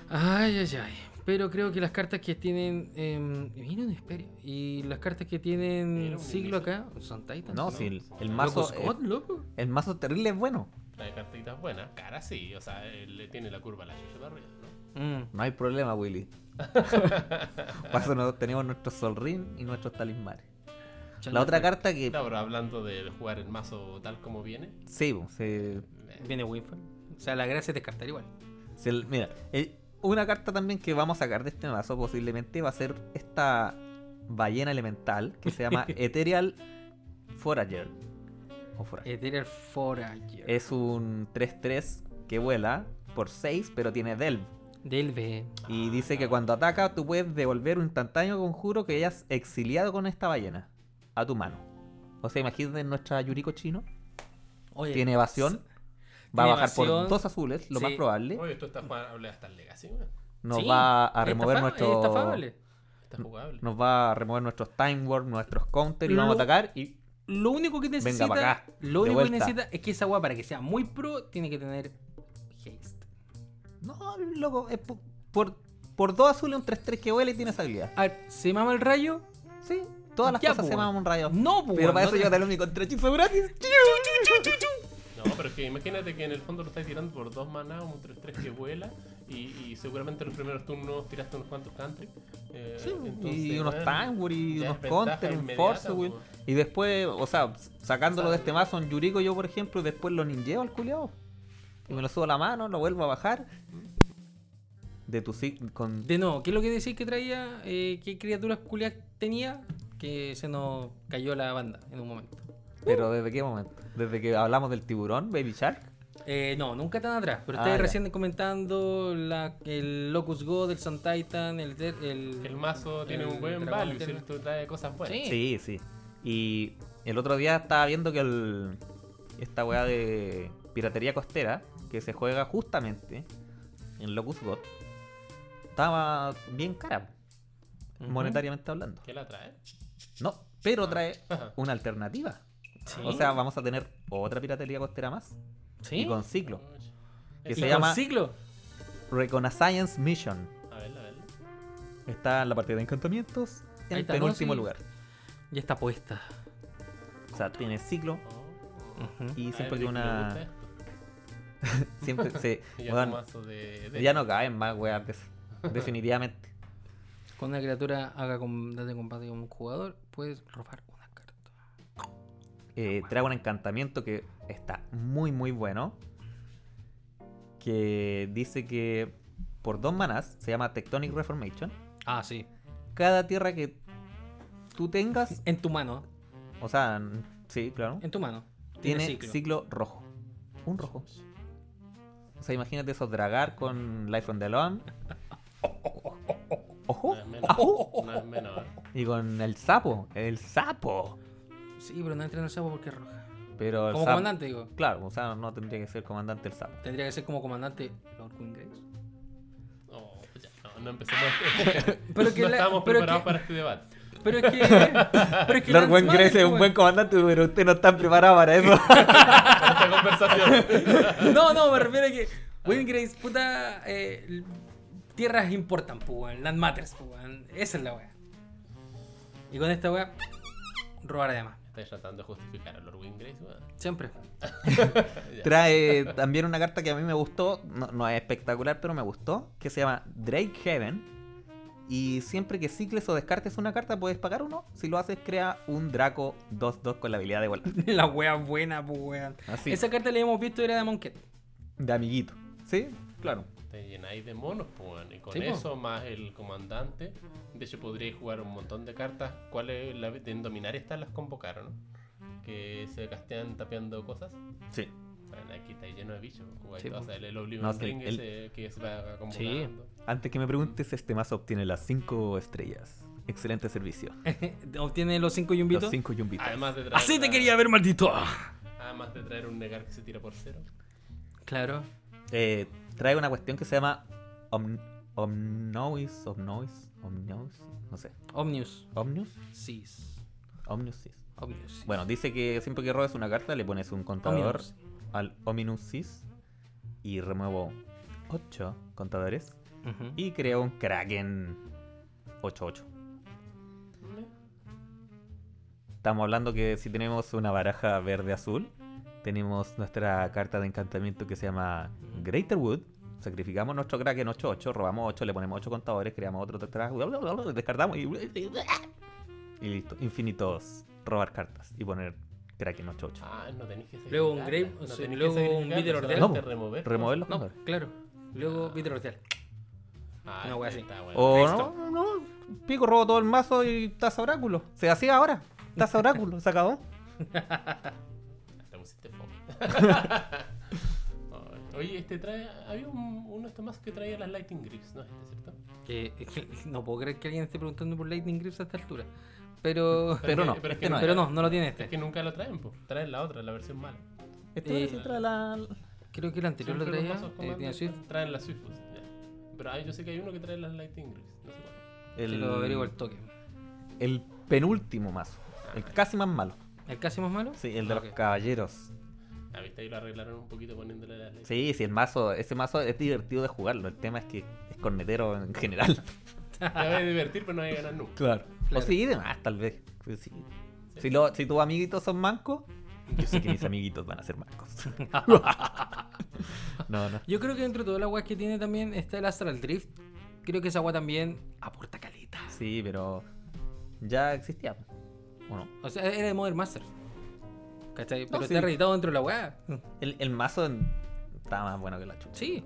S1: Ay, ay, ay. Pero creo que las cartas que tienen. Eh, mira un Hesperia. Y las cartas que
S2: Mira
S1: tienen
S2: un
S1: siglo
S2: inicio.
S1: acá son Titans.
S3: No,
S1: ¿no?
S3: si el, el
S1: Loco
S3: mazo...
S1: Scott,
S3: El,
S1: loco.
S3: el mazo terrible es bueno.
S2: Trae cartitas buenas. Cara sí. O sea, él le tiene la curva a la chucha para arriba. ¿no?
S1: Mm.
S3: No hay
S1: [LAUGHS]
S3: problema, Willy. Para eso no- tenemos nuestros solrin y nuestros talismanes. La otra carta que...
S2: Claro, pero hablando de jugar el mazo tal como viene.
S3: Sí, bo, se-
S1: Viene Winfrey. O sea, la gracia es descartar igual.
S3: se- mira, eh, una carta también que vamos a sacar de este mazo posiblemente va a ser esta ballena elemental que se
S1: [LAUGHS]
S3: llama Ethereal Forager. O Forager.
S1: Ethereal Forager.
S3: Es un 3-3 que vuela por 6, pero tiene Delve.
S1: Del B.
S3: Y dice que cuando ataca, tú puedes devolver un instantáneo conjuro que hayas exiliado con esta ballena a tu mano. O sea, imagínate nuestra Yuriko chino.
S1: Oye,
S3: Tiene evasión. Va a
S1: Eh, Tiene
S3: bajar por
S1: evasión.
S3: dos azules, lo más
S1: Sí.
S3: probable.
S2: Oye, esto está jugable hasta el Legacy, weón.
S3: Nos
S1: sí,
S3: va a
S1: es estafa-
S3: remover
S1: es
S3: nuestros.
S1: estafable.
S2: Está jugable.
S3: Nos va a remover nuestros time warp, nuestros counter y vamos a
S1: Lo-
S3: atacar y
S1: Lo único que necesita.
S3: pa' acá,
S1: lo
S3: de
S1: único que
S3: vuelta.
S1: necesita es que esa agua para que sea muy pro tiene que tener haste.
S3: no, loco, es po- por por dos azules un 3-3 que vuela y tiene esa habilidad.
S1: A ver, ¿se mama el rayo?
S3: Sí, todas las
S1: Ya,
S3: cosas
S1: pues,
S3: se
S1: weón.
S3: llaman un rayo.
S1: No, pues.
S3: Pero para
S1: no
S3: eso yo
S1: te-
S3: te lo mi contra hechizo gratis.
S2: No, pero es que imagínate que en el fondo lo estás tirando por dos maná, un 3-3 que vuela. Y, y seguramente en los primeros turnos tiraste unos cuantos country. eh, entonces,
S3: y unos
S2: bueno,
S3: time, weón, y
S2: ya
S3: unos
S2: es
S3: counter,
S2: ventaja
S3: un
S2: inmediata,
S3: force, weón.
S2: weón.
S3: Y después, o sea, sacándolo de este mazo, un Yuriko yo, por ejemplo, después lo ninjeo al culiao. Y me lo subo a la mano, lo vuelvo a bajar. de tu sig- con
S1: De nuevo, ¿qué es lo que decís que traía? Eh, ¿Qué criaturas culias tenía? Que se nos cayó la banda en un momento.
S3: Pero desde qué momento? Desde que hablamos del tiburón, Baby Shark.
S1: Eh, no, nunca tan atrás. Pero
S3: Ah,
S1: ustedes
S3: ya.
S1: recién comentando la- el Locus God, el Sun Titan, el. Eter- el,
S2: El mazo tiene
S1: el
S2: un buen
S1: dragón
S2: value,
S1: eterno.
S2: ¿cierto? Trae cosas buenas.
S1: Sí.
S3: Sí, sí. Y el otro día estaba viendo que el, esta weá de piratería costera, que se juega justamente en Locust God, estaba bien cara,
S1: Ujú. Ah.
S3: monetariamente hablando.
S2: ¿Qué la trae?
S3: No, pero trae
S2: Ajá.
S3: una alternativa.
S1: Sí.
S3: O sea, vamos a tener otra piratería costera más.
S1: ¿Sí? Eh,
S3: Y con ciclo.
S2: Oh,
S3: Que
S1: ¿Y
S3: se
S1: con
S3: llama
S1: ciclo?
S3: Reconnaissance Mission.
S2: A ver, a ver.
S3: Está en la partida de encantamientos,
S1: Ahí
S3: en el
S1: está, ¿no?
S3: penúltimo
S1: Sí.
S3: lugar.
S1: Ya está puesta.
S3: O sea, tiene ciclo
S2: Oh.
S1: Ujú.
S3: y
S2: A
S3: siempre
S2: ver,
S3: tiene
S2: me gusta
S3: una.
S2: esto.
S1: [LAUGHS]
S3: Siempre se.
S2: Ya
S3: weón,
S2: tu mazo de, de-
S3: Eh, Ya no caen más weas de esas, Definitivamente.
S1: Cuando una criatura haga combate de combate con un jugador, puedes robar una carta.
S3: [LAUGHS] Eh, trae un encantamiento que está muy, muy bueno. Que dice que por dos manás se llama Tectonic Reformation.
S1: Ah, sí.
S3: Cada tierra que tú tengas,
S1: En tu mano.
S3: o sea, n- sí, claro,
S1: En tu mano. Tiene,
S3: tiene ciclo.
S1: ciclo.
S3: rojo. Un rojo. O sea, imagínate esos dragar con Life from the [LAUGHS] Loam.
S2: No
S3: Ojo.
S2: es menor. No es menor.
S3: Y con el sapo. El sapo.
S1: Sí, pero no entra en el sapo porque es roja.
S3: Pero el
S1: Como
S3: sapo-
S1: comandante, digo.
S3: Claro, o sea, no tendría que ser comandante el sapo.
S1: Tendría que ser como comandante Lord Queen Grace.
S2: Oh, ya, no, no empecemos. este-
S1: [LAUGHS] Pero que
S2: no
S1: la-
S2: estábamos
S1: pero
S2: preparados
S1: que-
S2: para este debate.
S1: Pero es que. pero
S3: [LAUGHS]
S1: es que pues.
S3: Lord Wayne
S1: Lance
S3: Grace es
S1: Madden,
S3: un buen comandante, pero usted no está preparado
S1: [LAUGHS]
S3: para eso. [LAUGHS]
S2: Para esta conversación.
S1: weón. No, no, me refiero a que. Wayne Grace, puta. eh, l- tierras importan, pues, weón. Land matters, pues, weón. Esa es la wea. Y con esta wea. Robar además.
S2: Estáis tratando de justificar a Lord Wingrace, weón.
S1: Siempre. [LAUGHS]
S3: Trae también una carta que a mí me gustó, no, no es espectacular, pero me gustó, que se llama Drake Heaven. Y siempre que cicles o descartes una carta, puedes pagar uno. Si lo haces, crea un Draco 2-2 con la habilidad de
S1: [LAUGHS]
S3: volar.
S1: la wea buena, pues, weón.
S3: Así,
S1: Esa carta la habíamos visto era de Monket.
S3: de amiguito. ¿Sí? Claro.
S2: Te llenáis de monos, pues, weón. Y con
S1: Sí, po.
S2: eso, más el comandante. De hecho, podríais jugar un montón de cartas. ¿Cuál es la en dominar estas las convocaron? ¿no? Que se castean tapeando cosas.
S3: Sí.
S2: Bueno, aquí está lleno de bichos. Jugáis
S1: Sí,
S2: todas,
S1: po.
S2: o sea, el Oblivion
S3: No, sí,
S2: Ring
S3: el-
S2: ese que se va convocando.
S3: Antes que me preguntes, este mazo obtiene las 5 estrellas. Excelente servicio.
S1: [LAUGHS] Obtiene los 5
S3: Los
S1: yumbitos.
S3: 5 yumbitos.
S1: [LAUGHS]
S2: Además de traer.
S1: Así te
S2: la-
S1: quería ver, maldito.
S2: Además de traer un negar que se tira por cero.
S1: Claro.
S3: eh, trae una cuestión que se llama om, Omnois, Omnois, Omnois, no sé,
S1: Omnius.
S3: Omnius,
S1: Sis.
S3: Omnius. Sis.
S1: Omnius. sis.
S3: Bueno, dice que siempre que robes una carta le pones un contador
S1: Ominous.
S3: al Ominus Sis y remuevo 8 contadores
S1: Ujú.
S3: y creo un Kraken 8-8. Estamos hablando que si tenemos una baraja verde-azul, tenemos nuestra carta de encantamiento que se llama Greater Wood. Sacrificamos nuestro Kraken 8-8, robamos 8, le ponemos 8 contadores, creamos otro detrás, descartamos y. Y listo. Infinitos. Robar cartas y poner Kraken 8-8.
S2: Ah, no tenéis que
S1: Luego un
S2: sacrificarla,
S1: grape, o sea,
S2: tenéis que
S1: luego un
S2: sacrificarla,
S1: bitter
S2: solamente
S3: ordeal. No,
S2: remover.
S3: Remover los
S1: No,
S3: contadores.
S1: claro. Luego Peter Orteal.
S2: Ah,
S1: Una wea así.
S2: está bueno.
S3: O
S1: Listo.
S3: no, no, pico, robo todo el mazo y taza oráculo. Se hacía ahora. Taza oráculo, se acabó.
S2: Te pusiste fome. Ay, Oye, este trae. Había un- uno de estos más que traía las Lightning Grips, ¿no? es Este, ¿cierto?
S1: Que, [LAUGHS] que no puedo creer que alguien esté preguntando por Lightning Grips a esta altura. Pero.
S3: Pero no,
S2: pero es que
S3: este no
S2: no-
S3: es.
S1: Pero no, no lo tiene
S2: Es que
S1: este.
S2: nunca lo traen, pues. Traen la otra, la versión mala.
S3: Este
S1: Eh,
S3: se trae la.
S1: Creo que el anterior lo
S2: Siempre los
S1: traía.
S2: mazos
S1: eh,
S2: Commander
S1: tiene Swift.
S2: Traen las Swift. pues, ya. Pero ahí yo sé que hay uno que trae las Lightning Grips. No sé cuál.
S1: Que lo averiguo al toque.
S3: el penúltimo mazo. El casi más malo.
S1: ¿El casi más malo?
S3: Sí, el de
S1: Ah,
S3: los
S1: ok.
S3: caballeros.
S2: Ah, viste, ahí lo arreglaron un poquito poniéndole las Lightning
S3: Sí, sí, el mazo, ese mazo es divertido de jugarlo. El tema es que es cornetero en general.
S2: Te vas a divertir, pero no vas a ganar nunca.
S3: Claro. O
S1: [LAUGHS] Claro.
S3: sí, y demás, tal vez. Pues sí. Si, lo- si tus amiguitos son mancos, yo sé que mis amiguitos van a ser
S1: [LAUGHS]
S3: mancos. no, no.
S1: Yo creo que dentro de todas las weas que tiene también está el Astral Drift. Creo que esa agua también aporta caleta.
S3: Sí, pero ya existía. ¿O no?
S1: O sea, era de Modern Masters. ¿Cachai? Pero
S3: No,
S1: está
S3: sí. Mm.
S1: reeditado dentro de la weá.
S3: El, el mazo en- estaba más bueno que la chucha.
S1: Sí.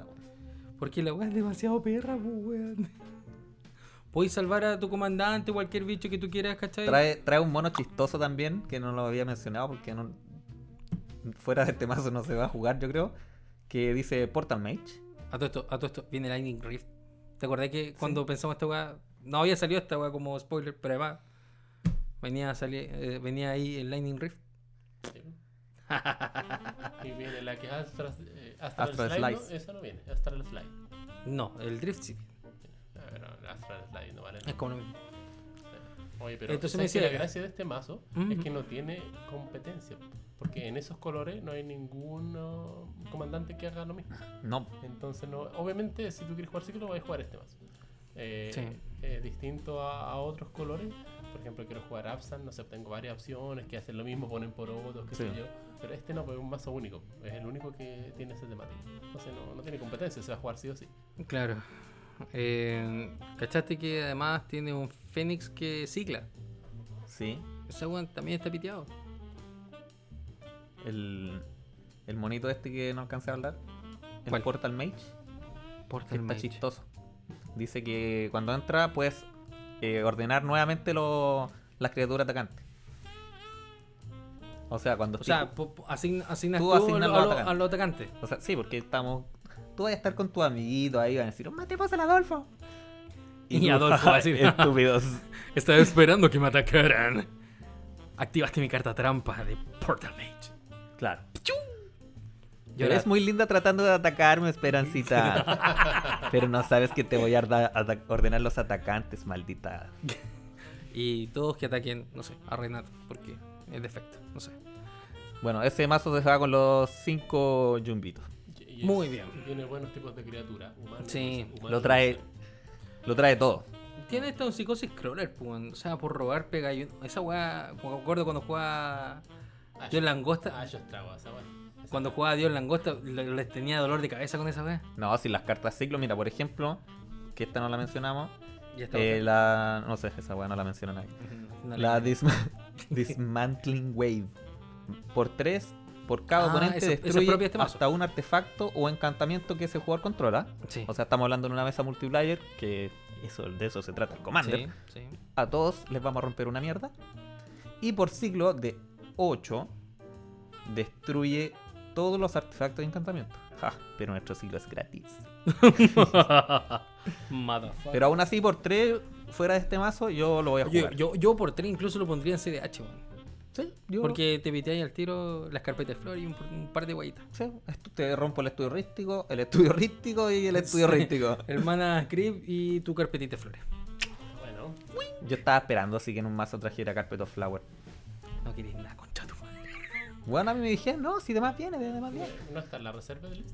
S1: Porque la weá es demasiado perra, pues,
S3: [LAUGHS]
S1: weón. Podéis salvar a tu comandante, cualquier bicho que tú quieras, ¿cachai?
S3: Trae, trae un mono chistoso también, que no lo había mencionado porque no, fuera de este mazo no se va a jugar, yo creo. Que dice Portal Mage.
S1: A todo esto, a todo esto, viene Lightning Rift. ¿Te acordás que cuando pensamos esta weá, no había salido esta weá como spoiler, pero además venía, a salir- eh, venía ahí el Lightning Rift. [LAUGHS]
S2: Sí. y viene la que es Astral, eh, Astral
S3: Astral
S2: Slide. ¿no?
S3: Slice.
S2: Esa no viene, Astral Slide.
S1: No, el Drift sí.
S2: Ah, pero Astral Slide no vale.
S1: Es
S2: nada.
S1: como lo mismo.
S2: Oye, pero
S1: Entonces
S2: ¿sabes
S1: me
S2: que la
S1: decía-
S2: gracia de este mazo es
S1: Ujú.
S2: que no tiene competencia. Porque en esos colores no hay ningún oh, comandante que haga lo mismo.
S3: No,
S2: Entonces, no, obviamente, si tú quieres jugar ciclo, vas a jugar este mazo. Eh,
S1: Sí.
S2: eh, distinto a, a otros colores. Por ejemplo, quiero jugar Absan, no sé, tengo varias opciones que hacen lo mismo, ponen por otros, qué
S3: Sí.
S2: sé yo. Pero este no, pues es un mazo único. Es el único que tiene ese temático. Entonces, no, no tiene competencia, se va a jugar sí o sí.
S1: Claro. Eh, ¿Cachaste que además tiene un Fénix que cicla?
S3: sí.
S1: Ese weón también está piteado.
S3: El, el monito este que no alcancé a hablar. El
S1: ¿Cuál?
S3: Portal Mage. que
S1: Portal
S3: está
S1: Mage.
S3: chistoso. Dice que cuando entra puedes eh, ordenar nuevamente los las criaturas atacantes. O sea, cuando
S1: O
S3: estés-
S1: sea, po- po- asign- asignas
S3: Tú
S1: tú,
S3: asignas
S1: a,
S3: los
S1: lo- a lo-
S3: atacantes.
S1: a los atacantes.
S3: o sea, sí, porque estamos. Tú vas a estar con tu amiguito ahí, van a decir, matemos al
S1: [LAUGHS]
S3: Adolfo.
S1: Y
S3: tú-
S1: Adolfo va a decir,
S3: [LAUGHS]
S1: [LAUGHS]
S3: Estúpidos.
S1: Estaba esperando que me atacaran. Activaste mi carta trampa de Portal Mage.
S3: Claro.
S1: Y
S3: Pero
S1: ahora-
S3: eres muy linda tratando de atacarme, Esperancita.
S1: [LAUGHS]
S3: Pero no sabes que te voy a arda- ata- ordenar los atacantes, maldita.
S1: Y todos que ataquen, no sé, a Renato, porque es defecto, no sé.
S3: Bueno, ese mazo se va con los cinco yumbitos.
S2: Y- y es-
S1: Muy bien.
S2: Tiene buenos tipos de criaturas. Humanos,
S1: Sí.
S2: humanos,
S3: Lo trae. Lo trae todo.
S1: Tiene esta un psicosis crawler, pues, weón. o sea, por robar pega y uno. Esa weá, me acuerdo cuando jugaba
S3: Ah,
S2: Ash-
S1: Dios Langosta.
S2: Ash Ostrava, esa weá. Esa
S1: Cuando
S2: weá.
S1: jugaba Dios Langosta, le- les tenía dolor de cabeza con esa weá.
S3: No, si las cartas ciclo, mira, por ejemplo, que esta no la mencionamos.
S1: Y esta
S3: eh,
S1: otra.
S3: la. No sé, esa weá no la menciona nadie.
S1: Ujú, no
S3: la
S1: le- [LAUGHS]
S3: disma- Dismantling Wave. Por tres, por cada
S1: Ah,
S3: oponente
S1: eso- eso es
S3: destruye
S1: propio de este mazo.
S3: hasta un artefacto o encantamiento que ese jugador controla.
S1: Sí.
S3: O sea, estamos hablando en una mesa multiplayer que eso, de eso se trata el Commander.
S1: sí, sí.
S3: A todos les vamos a romper una mierda. Y por ciclo de 8 destruye todos los artefactos y encantamientos. Ja, pero nuestro ciclo es gratis.
S1: [LAUGHS] Motherfucker.
S3: Pero aún así por 3 fuera de este mazo yo lo voy a
S1: Yo,
S3: jugar.
S1: yo, yo por 3 incluso lo pondría en CDH, weón.
S3: Sí, yo-
S1: Porque te piteáis al tiro las carpetas de flor y un, un par de guayitas.
S3: sí, esto- te rompo el estudio rístico, el estudio rístico y [LAUGHS] el estudio rístico.
S1: [LAUGHS] Hermana Crip y tu carpetita de flores.
S2: Bueno,
S3: [LAUGHS] Yo estaba esperando así que en un mazo trajera Carpet of Flower.
S1: No querés nada, concha tu madre.
S3: Bueno, a mí me dijeron, no, si demás viene, de más viene.
S2: eh, no está en la reserva de lista.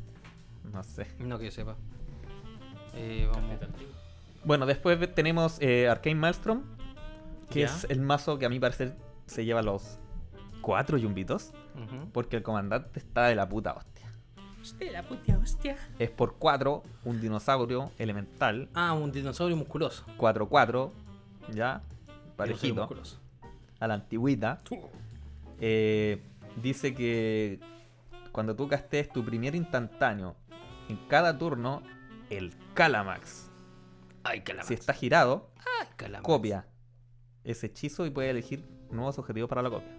S3: No sé.
S1: No que yo sepa. Eh, vamos.
S2: Carpeta antigua.
S3: Bueno, después ve- tenemos eh, Arcane Maelstrom, que
S1: Ya.
S3: es el mazo que a mi parecer se lleva los cuatro yumbitos,
S1: Ujú.
S3: porque el comandante está de la puta hostia.
S1: Hostia, la puta hostia.
S3: Es por cuatro, un dinosaurio elemental,
S1: Ah, un dinosaurio musculoso.
S3: 4-4, ya,
S1: Dinosaurio
S3: parejito,
S1: musculoso.
S3: a la antigüita. Eh, dice que cuando tú castes tu primer instantáneo en cada turno, el Calamax,
S1: Ay, calamax.
S3: si está girado,
S1: Ay, calamax.
S3: copia ese hechizo y puede elegir nuevos objetivos para la copia.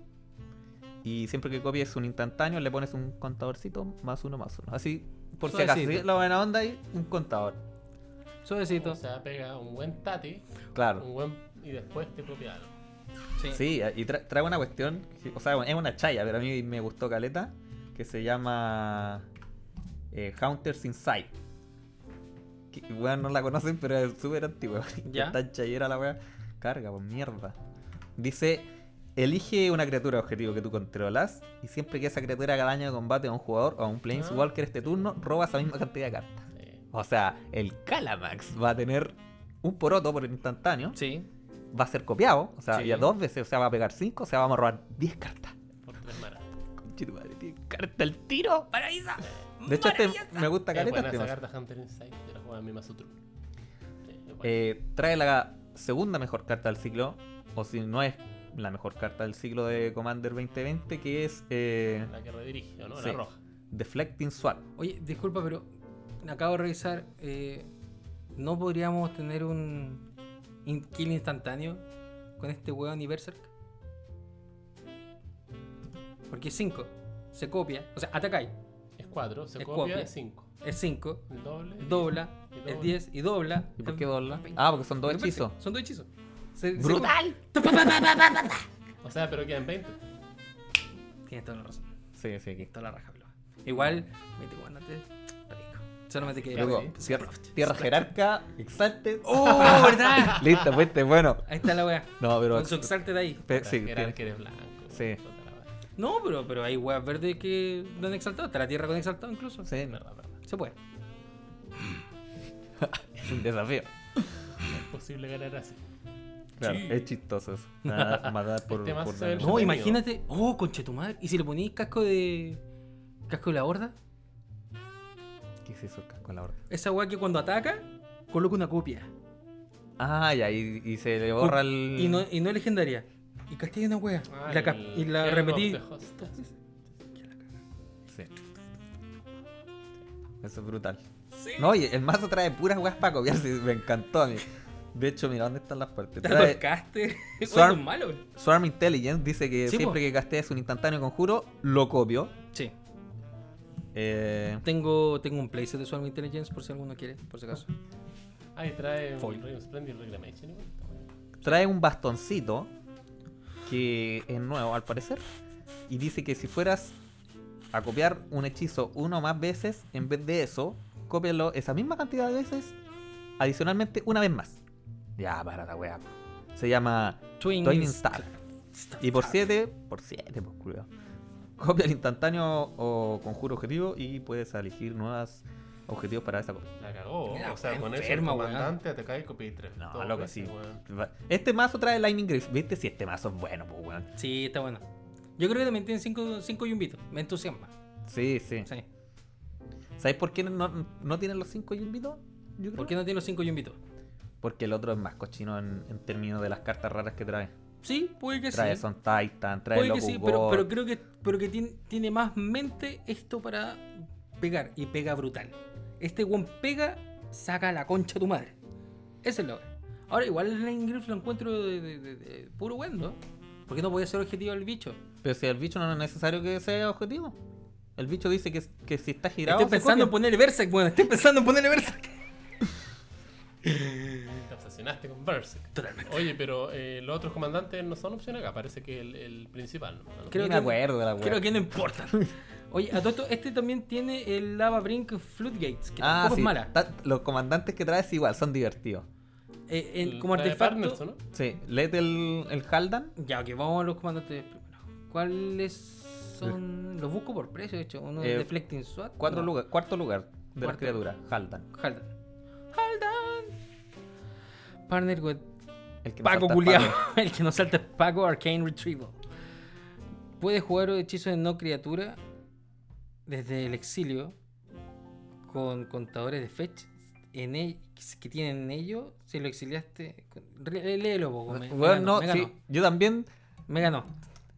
S3: Y siempre que copies un instantáneo, le pones un contadorcito más uno más uno. Así, por si acaso,
S1: Suavecito.
S3: ¿sí? la buena onda y un contador.
S1: Suavecito.
S2: O sea, pega un buen tati, un
S3: Claro.
S2: buen y después te copia algo.
S1: Sí.
S3: Sí, y tra- trae una cuestión, que- o sea, es una chaya, pero a mí me gustó caleta, que se llama eh, Hunters Inside. Que, weón, no la conocen, pero es súper antigua. [LAUGHS]
S1: Ya.
S3: Está chayera la weá. Carga, pues mierda. Dice, elige una criatura objetivo que tú controlas y siempre que esa criatura haga daño de combate a un jugador o a un
S1: Ah.
S3: Planeswalker este turno, roba esa misma cantidad de cartas.
S2: Eh,
S3: O sea, el Calamax va a tener un poroto por instantáneo,
S1: Sí.
S3: va a ser copiado, o sea,
S1: Sí.
S3: ya dos veces, o sea, va a pegar cinco, o sea, vamos a robar 10 cartas.
S2: por tres maras.
S3: Conchetumadre, 10 cartas al tiro.
S1: Paraíso.
S3: De hecho, este me gusta
S2: Es
S3: caleta
S2: buena
S3: este
S2: esa
S3: mazo.
S2: carta Hunter Insight, yo la jugaba en mi mazo true. Sí, es buena.
S3: Eh, trae la segunda mejor carta del ciclo, o si no es la mejor carta del ciclo de Commander 2020, que es eh,
S2: la que redirige, ¿o no?
S3: sí.
S2: La roja.
S3: Deflecting Swap.
S1: Oye, disculpa, pero acabo de revisar, eh, ¿no podríamos tener un in- kill instantáneo con este weón y Berserk? Porque es 5, se copia, o sea, atacáis,
S2: Es 4, se
S1: Es
S2: copia,
S1: copia.
S2: es 5.
S1: es 5,
S2: El doble.
S1: dobla,
S2: Y
S1: es
S2: dobla.
S1: 10 y dobla.
S3: ¿Y por
S1: es
S3: qué dobla?
S1: 20.
S3: Ah, porque son dos
S1: Son
S3: hechizos.
S1: Son dos hechizos. Se- se
S3: ¡Brutal!
S2: O sea, pero quedan 20.
S1: copia. Tienes toda la razón,
S3: Sí, sí, aquí.
S1: toda la raja, Bilbao. Igual, mete guanate, rico. Solamente que.
S3: Luego,
S2: sí.
S3: tier- tierra jerarca, [LAUGHS] exalted.
S1: ¡Oh, verdad!
S3: Listo, fuiste bueno.
S1: Ahí está la weá.
S3: No, pero.
S1: Con su exalte de ahí.
S3: pe- sí,
S2: Era
S3: tiene-
S2: que eres blanco.
S3: Sí.
S2: puta la wea.
S1: No, pero, pero hay weas verdes que no han exaltado. Está la tierra con exaltado incluso.
S3: sí, no,
S2: Verdad, verdad.
S1: Se puede.
S3: es un desafío.
S2: Es posible ganar así.
S3: Claro,
S1: Sí.
S3: es chistoso eso.
S1: [LAUGHS]
S3: Nada, matar por.
S2: Este más
S3: por
S2: se ve
S3: nada.
S2: el-
S1: No,
S2: Entretenido.
S1: imagínate. Oh, conche tu madre. ¿Y si le ponís casco de. casco de la horda?
S3: ¿Qué es eso con la horda?
S1: Esa wea que cuando ataca, coloca una copia.
S3: Ah, ya, y, y se le borra el.
S1: Y no, y no es legendaria. Y castiga una wea. y la, cap- y la
S2: Elbow
S1: repetí.
S2: Ah, of the Hostess.
S3: Sí. Eso es brutal.
S1: Sí.
S3: No, oye, el mazo trae puras weas para copiar. sí, Me encantó a mí. De hecho, mira dónde están las partes.
S1: Te [LAUGHS]
S3: Trae-
S1: atascaste.
S3: Swarm.
S1: Eso es malo.
S3: Swarm Intelligence dice que
S1: Sí,
S3: siempre
S1: po.
S3: que castees un instantáneo conjuro, lo copio.
S1: Sí.
S3: Eh,
S1: Tengo, tengo un playset de Swarm Intelligence por si alguno quiere, por si acaso.
S2: Ahí trae
S1: Foil.
S2: un Ring of Splendid Reclamation. igual, está bueno.
S3: trae un bastoncito que es nuevo al parecer. Y dice que si fueras a copiar un hechizo uno o más veces, en vez de eso, cópialo esa misma cantidad de veces, adicionalmente una vez más. Ya, para la wea. Se llama
S1: Twin
S3: Twin
S1: is-
S3: Star. Y por 7, por 7, por culo. Copia el instantáneo o conjuro objetivo y puedes elegir nuevos objetivos para esa copia.
S2: La cagó.
S1: Mira,
S2: o sea,
S1: weón,
S2: con eso el
S1: enferma, weón.
S2: comandante atacaba y copié 3.
S3: No, loco, sí. Este mazo trae Lightning Griff, ¿viste? Si este mazo es bueno, pues weón.
S1: Sí, está bueno. Yo creo que también tienen 5 yumbitos. Me entusiasma.
S3: Sí, sí.
S1: Sí.
S3: ¿Sabes por qué no, no tienen los 5 Jumbitos? Yo creo.
S1: ¿Por qué no tiene los 5 yumbitos?
S3: Porque el otro es más cochino en, en términos de las cartas raras que trae.
S1: Sí, puede que
S3: Trae
S1: sí.
S3: Son Titan, trae
S1: Puede que
S3: Locus
S1: sí, pero, pero
S3: God.
S1: creo que, pero que tiene, tiene más mente esto para pegar. Y pega brutal. Este one pega, saca la concha a tu madre. Ese es lo que. Ahora, igual el Lane Griff lo encuentro de, de- de- de puro bueno, ¿no? Porque no podía ser objetivo al bicho.
S3: Pero si el bicho no es necesario que sea objetivo. El bicho dice que, que si está girado.
S1: estoy
S3: se
S1: pensando pues, en
S3: copia.
S1: ponerle Berserk, bueno, estoy pensando en ponerle
S3: [LAUGHS]
S1: Berserk.
S2: Te obsesionaste con Berserk.
S1: Totalmente.
S2: Oye, pero eh, los otros comandantes no son opción acá. Parece que el, el principal. ¿no? ¿No?
S1: creo
S3: Ni
S1: que-
S3: me acuerdo de la wea.
S1: Creo que no importa. Oye, a todo esto, este también tiene el Lava Brink Floodgates, que
S3: Ah,
S1: tampoco
S3: sí.
S1: es mala.
S3: ta- los comandantes que traes igual son divertidos.
S1: Eh, en- como
S2: Trae
S1: artefacto.
S2: partners, ¿o ¿no?
S3: Sí, léete el, el Haldan.
S1: Ya, ok, vamos a los comandantes primero. ¿Cuáles son? Los busco por precio, de hecho. Uno
S3: Eh,
S1: es Deflecting SWAT.
S3: Cuatro
S1: no,
S3: lugar, cuarto lugar de las
S1: Cuarto.
S3: criaturas, Haldan.
S1: Haldan. Haldan. Partner with
S3: El que no
S1: Paco
S3: salta es
S1: culiao. [LAUGHS]
S3: Paco.
S1: El que no salta es Paco Arcane Retrieval. Puede jugar hechizos de no criatura desde el exilio con contadores de fetch en el- que tienen en ello. Si lo exiliaste. con- Lé- Léelo, Bogo. Oh, Me, me
S3: Weón,
S1: ganó,
S3: no,
S1: me
S3: sí,
S1: ganó.
S3: yo también.
S1: Me ganó.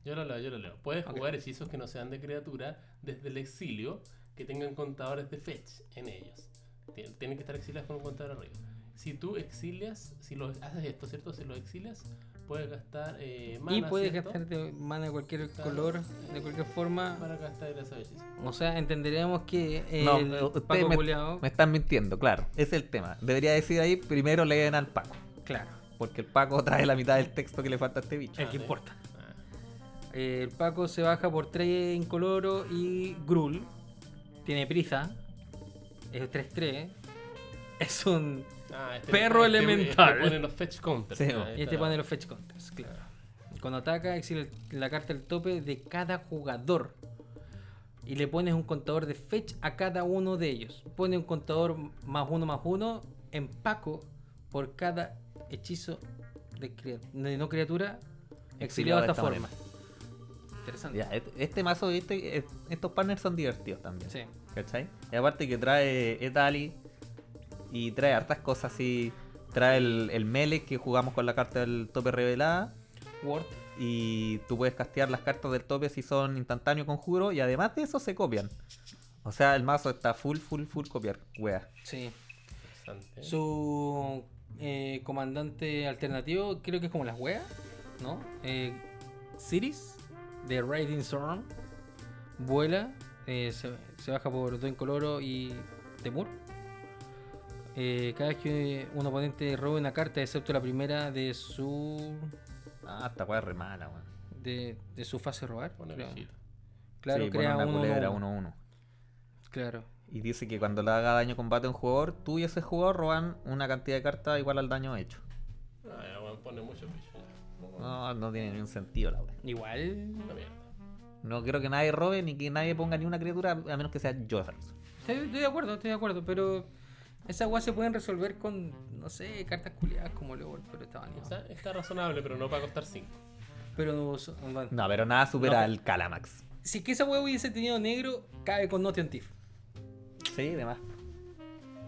S2: Yo lo leo, yo lo leo. Puedes
S1: Ok.
S2: jugar hechizos que no sean de criatura desde el exilio que tengan contadores de fetch en ellos. Tien- Tienen que estar exiliados con un contador arriba. Si tú exilias, si los haces esto, ¿cierto? Si los exilias, puedes gastar eh, mana,
S1: y puedes
S2: ¿cierto?
S1: gastar de mana de cualquier color, de cualquier forma.
S2: para gastar esos hechizos.
S1: O sea, entenderíamos que el
S3: No, ustedes
S1: Paco
S3: me,
S1: culiao-
S3: me están mintiendo, claro. Ese es el tema. Debería decir ahí, primero leen al Paco.
S1: Claro,
S3: Porque el Paco [LAUGHS] trae la mitad del texto que le falta a este bicho.
S1: el que
S2: Vale.
S1: importa.
S2: Ah,
S1: Eh, El Paco se baja por 3 incoloro y Grul. Tiene prisa. Es 3-3. Es un.
S2: Ah, este-
S1: Perro
S2: este-
S1: elemental.
S2: Este pone los fetch counters.
S3: Sí,
S2: Ah,
S3: bo.
S2: ahí
S1: Y este
S2: está.
S1: pone los fetch counters, claro. Cuando ataca, exila la carta al tope de cada jugador. Y le pones un contador de fetch a cada uno de ellos. Pone un contador más uno más uno en Paco por cada hechizo de, cria- de no criatura exiliado de esta forma. Interesante.
S3: Ya, este, este mazo, este- eh, estos partners son divertidos también.
S1: Sí.
S3: ¿Cachai? Y aparte que trae Etali y trae hartas cosas así. Trae el, el melee que jugamos con la carta del tope revelada.
S1: Word.
S3: Y tú puedes castear las cartas del tope si son instantáneo conjuro. Y además de eso se copian. O sea, el mazo está full, full, full copiar, wea.
S1: Sí.
S2: Interesante.
S1: Su eh, comandante alternativo creo que es como las weas, ¿no? Eh, Ciris de Riding Storm vuela, eh, se, se baja por Don Coloro y Temur. Eh, cada vez que un oponente robe una carta, excepto la primera de su
S3: Ah, esta wea es re mala, weón.
S1: de, de su fase de robar,
S2: Una
S1: creo.
S2: viejita.
S1: claro,
S3: Sí, ponen
S1: crea
S3: una
S1: uno,
S3: culebra
S1: uno.
S3: 1-1.
S1: claro,
S3: Y dice que cuando le haga daño combate a un jugador, tú y ese jugador roban una cantidad de cartas igual al daño hecho.
S2: Ah, ya, bueno, pone mucho pecho. ya. No,
S3: No, no tiene ningún sentido la wea.
S1: igual,
S2: una mierda.
S3: No quiero que nadie robe ni que nadie ponga ni una criatura a menos que sea Jotars.
S1: Estoy, estoy de acuerdo, estoy de acuerdo, pero esas weas se pueden resolver con, no sé, cartas culiadas como LOL, pero está
S2: O
S1: baneado.
S2: sea, está razonable, pero no para costar 5.
S1: Pero no, so- bueno.
S3: No, pero nada
S1: No,
S3: supera
S1: pero-
S3: al Calamax.
S1: Si es que esa wea hubiese tenido negro, cae con Notion
S3: [LAUGHS]
S1: Thief.
S3: Sí, demás.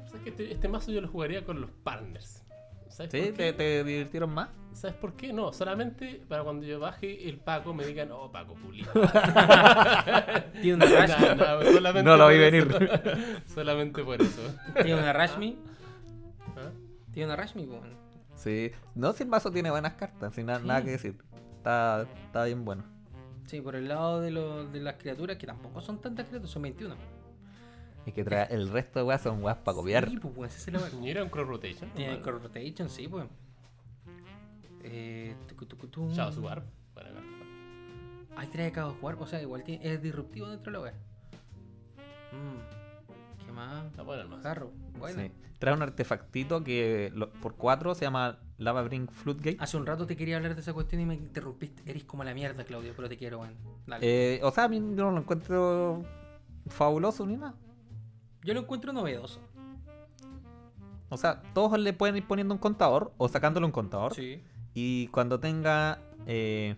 S2: O sea, que este, este mazo yo lo jugaría con los partners. ¿Sabes
S3: ¿Sí?
S2: por qué?
S3: ¿Te, te divirtieron más?
S2: ¿Sabes por qué? No, solamente para cuando yo baje el Paco me digan, oh, Paco,
S3: [LAUGHS]
S2: pulido.
S1: Tiene una Rashmi,
S2: Nada, nada, solamente
S3: No lo
S2: por
S3: vi
S2: eso.
S3: venir.
S2: [LAUGHS] solamente por eso.
S1: tiene una Rashmi,
S2: ¿Ah?
S1: tiene una Rashmi, weón.
S3: Sí. No, si el mazo tiene buenas cartas, sin na-
S1: Sí.
S3: nada que decir. Está, está bien bueno.
S1: Sí, por el lado de, lo- de las criaturas, que tampoco son tantas criaturas, son 21.
S3: Y que trae el resto de weas son weas para copiar.
S1: Sí, pues, weón, esa es la wea.
S2: ¿Y era un cross rotation?
S1: Tiene
S2: Bueno,
S1: Core Rotation, sí, pues. Eh, tucu, tucu, tum.
S2: Chao, su barba. Buena carta.
S1: Hay tres de cada jugar, o sea, igual tiene, es disruptivo dentro de la wea. Mm, ¿Qué más?
S2: Está bueno el mazo.
S1: Jarro, bueno.
S3: Sí. Trae un artefactito que lo- por cuatro se llama Lava Brink Floodgate.
S1: Hace un rato te quería hablar de esa cuestión y me interrumpiste. Eres como la mierda, Claudio, pero te quiero, weón. Dale.
S3: Eh, o sea, a mí yo no lo encuentro fabuloso ni nada.
S1: Yo lo encuentro novedoso.
S3: O sea, todos le pueden ir poniendo un contador o sacándole un contador.
S1: Sí.
S3: Y cuando tenga, eh,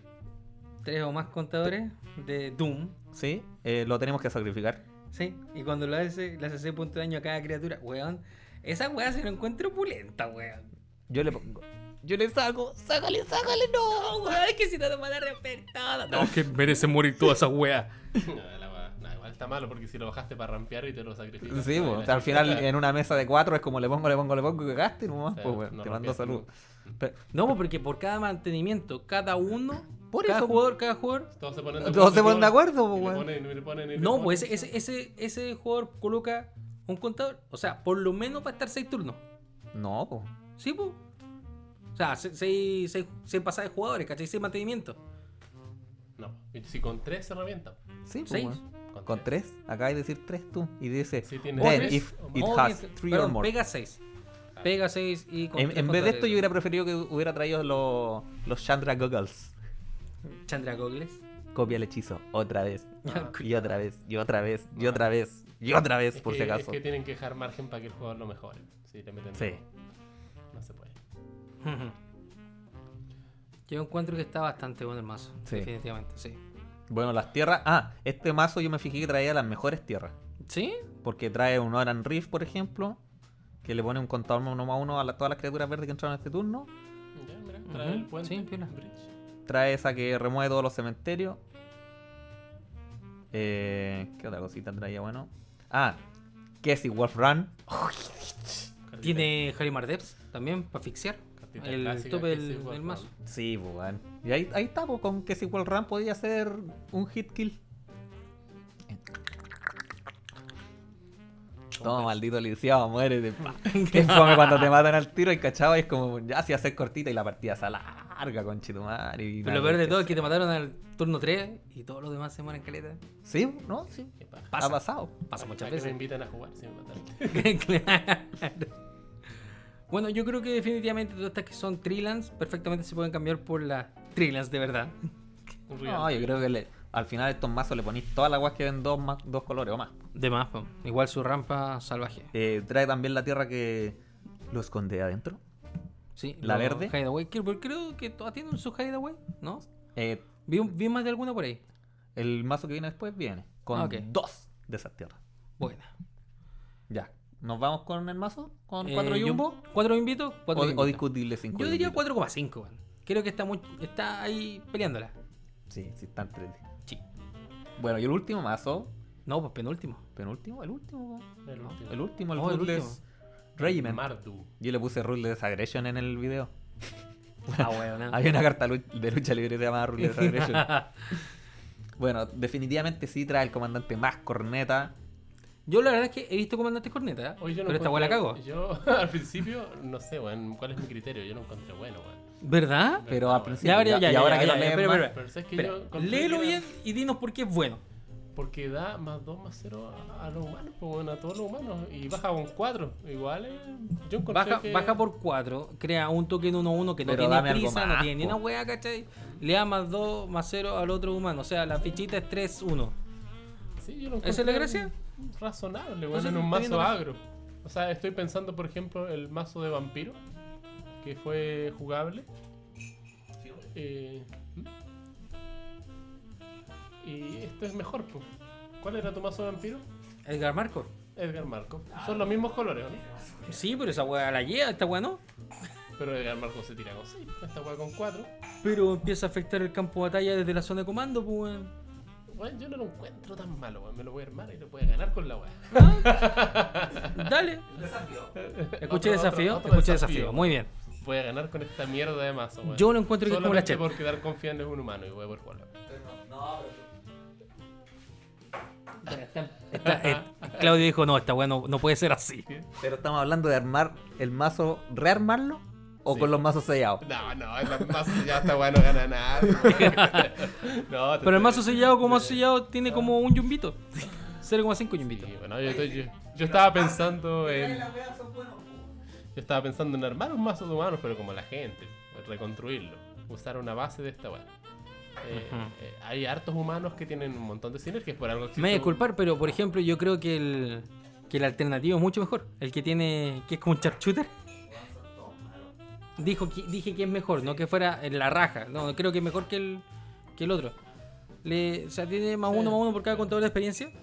S1: Tres o más contadores de Doom.
S3: sí, eh, lo tenemos que sacrificar.
S1: Sí. Y cuando lo hace, le hace 6 puntos de daño a cada criatura. Weón. Esa weá se lo encuentro pulenta, weón.
S3: Yo le pongo. Yo le saco, sácale, sácale,
S1: No,
S3: no.
S1: weón, Oh, que si no te van a respetar. No,
S4: que merece morir toda esa wea.
S2: No, la va- no, igual está malo porque si lo bajaste para rampear y te lo sacrificas.
S3: Sí,
S2: no,
S3: pues,
S2: la-
S3: o sea, al final en una mesa de cuatro es como le pongo, le pongo, le pongo que gaste y nomás,
S2: o sea,
S3: pues, weón,
S2: no
S3: te mando
S2: rampeas
S3: salud.
S2: nunca.
S3: Pe-
S1: no porque por cada mantenimiento, cada uno,
S3: Por
S1: cada
S3: eso.
S1: jugador, cada jugador.
S2: Todos se ponen
S3: Todos se ponen de acuerdo,
S2: y
S3: pues,
S2: le
S3: weón.
S2: ponen- y le ponen- y le
S1: No,
S2: ponen.
S1: pues ese, ese, ese jugador coloca un contador. O sea, por lo menos va a estar 6 turnos.
S3: No, pues.
S1: Sí, pues. O sea, se- seis, seis, seis pasadas de jugadores, ¿cachai? Seis mantenimientos.
S2: No, y si con tres se revienta.
S3: Sí, pues,
S1: Seis.
S3: weón. Con tres, acá hay que decir tres tú. Y dice,
S2: Sí, tiene
S3: then
S2: tres.
S3: if it
S1: Oh,
S3: has
S1: bien,
S3: three or
S1: perdón,
S3: more.
S1: Pega seis. Pega seis y con
S3: En,
S1: tres
S3: en vez de esto,
S1: contadores.
S3: yo hubiera preferido que hubiera traído los, los Chandra Goggles.
S1: Chandra Gogles.
S3: Copia el hechizo, otra vez.
S2: Ah.
S3: [LAUGHS] Y otra vez, y otra vez, y otra vez, y otra vez,
S2: Es
S3: por si
S2: que-
S3: acaso.
S2: Es que tienen que dejar margen para que el jugador lo mejore. Si le meten.
S3: Sí.
S2: No se puede.
S1: [LAUGHS] Yo encuentro que está bastante bueno el mazo.
S3: Sí.
S1: Definitivamente, sí.
S3: Bueno, las tierras. Ah, este mazo yo me fijé que traía las mejores tierras.
S1: ¿Sí?
S3: Porque trae un Oran Rift, por ejemplo, que le pone un contador uno más uno a la- todas las criaturas verdes que entraron en este turno.
S2: Ya, mira, trae el
S1: Ujú,
S2: puente.
S1: sí, piola.
S2: bridge.
S3: Trae esa que remueve todos los cementerios. Eh, ¿Qué otra cosita traía? Bueno. Ah, Casey Wolf Run.
S2: Cartita-
S1: Tiene Harry Deps también para fixear.
S2: cartita
S1: El
S2: clásica
S1: tope
S2: que se
S1: del,
S2: juega
S1: del
S2: con-
S1: mazo.
S3: Sí, pues, weón. Y ahí, ahí está, pues, con Casey Wolf Run podía hacer un hit kill. Toma, maldito
S1: [LAUGHS]
S3: lisiado, muérete. pa. Qué fome cuando te matan al tiro y cachado y es como, ya si haces cortita y la partida se alarga, conchetumar. Y
S1: Pero lo peor de todo es que te mataron al turno 3 y todos los demás se mueren caleta.
S3: Sí, no, sí.
S2: Qué paja.
S1: Pasa.
S3: Ha pasado.
S1: Pasa
S2: ¿A-
S1: muchas
S2: a qué Me
S1: veces.
S2: invitan a jugar si me
S1: [LAUGHS]
S2: matan.
S1: Claro. Bueno, yo creo que definitivamente todas estas que son Trilans perfectamente se pueden cambiar por las Trilans de verdad.
S2: Un real.
S3: No, yo creo que le- al final a estos mazos le ponéis todas las guas que ven dos, más- dos colores o más.
S1: De más, po. igual su rampa salvaje.
S3: Eh, trae también la tierra que lo esconde adentro.
S1: Sí,
S3: ¿La
S1: los
S3: verde?
S1: Hideaway, que- porque creo que todas tienen su Hideaway, ¿no?
S3: Eh,
S1: Vi, un- vi más de alguna por ahí.
S3: el mazo que viene después viene con
S1: Ah, ok.
S3: dos de esas tierras.
S1: Buena.
S3: Ya. ¿Nos vamos con el mazo? ¿Con
S1: Eh,
S3: cuatro
S1: yo-
S3: jumbo?
S1: ¿Cuatro invito? Cuatro
S3: O,
S1: invito.
S3: o discutible cinco.
S1: Yo diría
S3: jumbitos?
S1: 4,5, weón. Creo que está, muy, está ahí peleándola.
S3: Sí, sí, están tres.
S1: Sí.
S3: Bueno, y el último mazo
S1: No, pues
S3: [LAUGHS]
S1: penúltimo.
S3: ¿Penúltimo? ¿El último?
S2: El
S1: No.
S2: último.
S3: El último, el
S1: Oh, el
S3: Ruthless Regiment.
S2: Mardu.
S3: Yo le puse Ruthless Aggression en el video.
S1: Ah, weón. ¿eh? [LAUGHS]
S3: Había una carta lu- de lucha libre que se llamaba Ruthless Aggression. bueno, definitivamente Citra, el comandante más corneta.
S1: Yo la verdad es que he visto Comandante Corneta, ¿eh?
S2: Hoy yo no
S1: pero esta weá la cago.
S2: encontré- Yo [LAUGHS] al principio, no sé, weón, cuál es mi criterio. Yo no encontré bueno, weón.
S1: ¿Verdad?
S3: Pero al principio.
S1: Ya, ya, ya,
S3: y
S1: ya,
S3: ahora
S1: ya,
S3: que lo
S1: ya,
S3: lees
S1: espera,
S3: más-
S1: espera,
S2: Pero sabes que
S1: Espera,
S2: yo. encontré
S1: léelo
S2: que era-
S1: bien y dinos por qué es bueno.
S2: Porque da más 2 más 0 a, a los humanos, pues, weón, a todos los humanos. Y baja con 4. Igual es. Yo encontré
S1: Baja,
S2: que...
S1: baja por 4, crea un token 1-1 que no
S3: Pero dame
S1: tiene
S3: algo
S1: prisa, no
S3: más,
S1: tiene ni
S3: po.
S1: una wea, ¿cachai? Le da más 2, más 0 al otro humano. O sea, la fichita es 3-1.
S2: Sí, yo lo
S1: ¿Esa es la
S2: encontré
S1: gracia?
S2: Razonable,
S1: Pues
S2: weón,
S1: sí,
S2: en un
S1: está bien
S2: mazo
S1: la
S2: agro. O sea, estoy pensando, por ejemplo, el mazo de vampiro, que fue jugable. Eh, ¿hmm? y esto es mejor, pues. ¿Cuál era tu mazo de vampiro?
S1: Edgar Marco.
S2: Edgar Marco. Son los mismos colores, ¿o ¿no?
S1: Sí, pero esa wea la lleva, esta wea no.
S2: Pero Edgar Marco se tira con 6, esta weá con 4.
S1: Pero empieza a afectar el campo de batalla desde la zona de comando, pues weón.
S2: Bueno, yo no lo encuentro tan malo, weón. Me lo voy a armar y lo voy a ganar con la weá. [LAUGHS]
S1: Dale. Escuché
S2: Otro-
S1: desafío,
S2: otro- otro
S1: escuché desafío. Muy bien.
S2: Voy a ganar con esta mierda de mazo, weón.
S1: Yo lo encuentro que es como la
S2: Solamente
S1: chepa.
S2: por quedar confiando en un humano y voy a poder jugarlo.
S1: Esta-
S2: [LAUGHS]
S1: eh, Claudio dijo, no, esta wea no, no puede ser así.
S3: Pero estamos hablando de armar el mazo, rearmarlo o
S2: Sí.
S3: con los mazos sellados.
S2: No, no, el mazo ya está bueno,
S1: [LAUGHS]
S2: gana nada. weón. no, te-
S1: Pero el mazo sellado, como sellado, tiene como un yumbito. [LAUGHS] 0,5 yumbito.
S2: Sí, bueno, yo, yo- yo estaba pensando en. Yo estaba pensando en armar un mazo de humanos, pero como la gente, reconstruirlo, usar una base de esta weá. Eh,
S1: Ujú.
S2: eh, hay hartos humanos que tienen un montón de sinergias por algo existe
S1: Me voy a
S2: un-
S1: disculpar, pero por ejemplo, yo creo que el, que el alternativo es mucho mejor. El que tiene. que es como un sharpshooter. Dijo que, dije que es mejor, no que fuera en la raja. No, creo que es mejor que el, que el otro. Le, o sea, tiene más
S2: Sí.
S1: uno, más uno por cada contador de experiencia.
S2: Sí.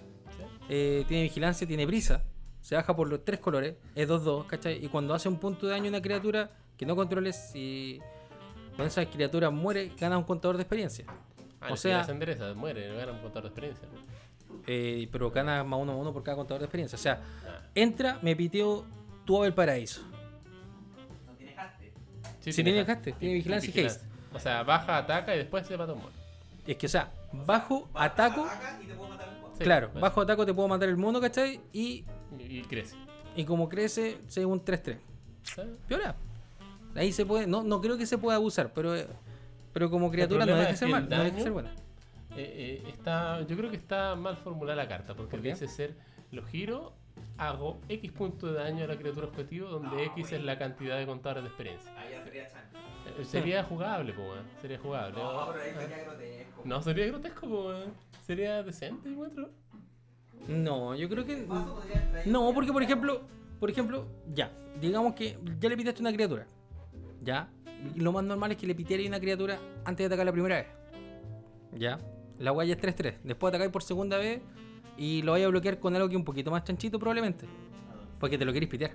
S1: Eh, tiene vigilancia, tiene brisa. Se baja por los tres colores. Es 2-2, ¿cachai? Y cuando hace un punto de daño a una criatura que no controles, si cuando esa criatura muere, ganas un contador de experiencia.
S2: Ah,
S1: o sea-
S2: ni siquiera se endereza, muere, gana un montón de experiencia.
S1: eh, pero gana más uno más uno por cada contador de experiencia. O sea,
S2: Ah.
S1: entra, me piteo, tú el paraíso.
S2: Sí,
S1: Si tiene haste, tiene vigilancia y
S2: O sea, baja, ataca y después se mata un mono.
S1: Es que, o sea, bajo, ataco,
S2: Sí,
S1: claro,
S2: bueno,
S1: bajo ataco te puedo matar el mono, ¿cachai? Y,
S2: Y, y crece.
S1: y como crece, se un 3-3.
S2: ¿Sabes?
S1: Piola. Ahí se puede, no, no creo que se pueda abusar, pero, eh, pero como criatura no deja
S2: problema
S1: de
S2: es
S1: ser
S2: que el
S1: mal, no deja de
S2: daño-
S1: ser buena.
S2: Eh, eh, está, yo creo que está mal formulada la carta, porque
S1: ¿Por qué?
S2: dice ser, lo giro, hago X punto de daño a la criatura objetivo, donde
S1: Ah,
S2: X es la cantidad de contadores de experiencia. Eh, Sería jugable, po, weón, sería jugable.
S3: Ah.
S2: No, sería grotesco, po, weón. sería decente, encuentro.
S1: No, yo creo que. No, porque por ejemplo, por ejemplo, ya, digamos que ya le pitaste una criatura. Ya. Y Lo más normal es que le pitearais una criatura antes de atacar la primera vez. Ya. La guaya es 3-3. Después atacáis por segunda vez y lo vais a bloquear con algo que es un poquito más chanchito probablemente. Porque te lo queréis pitear.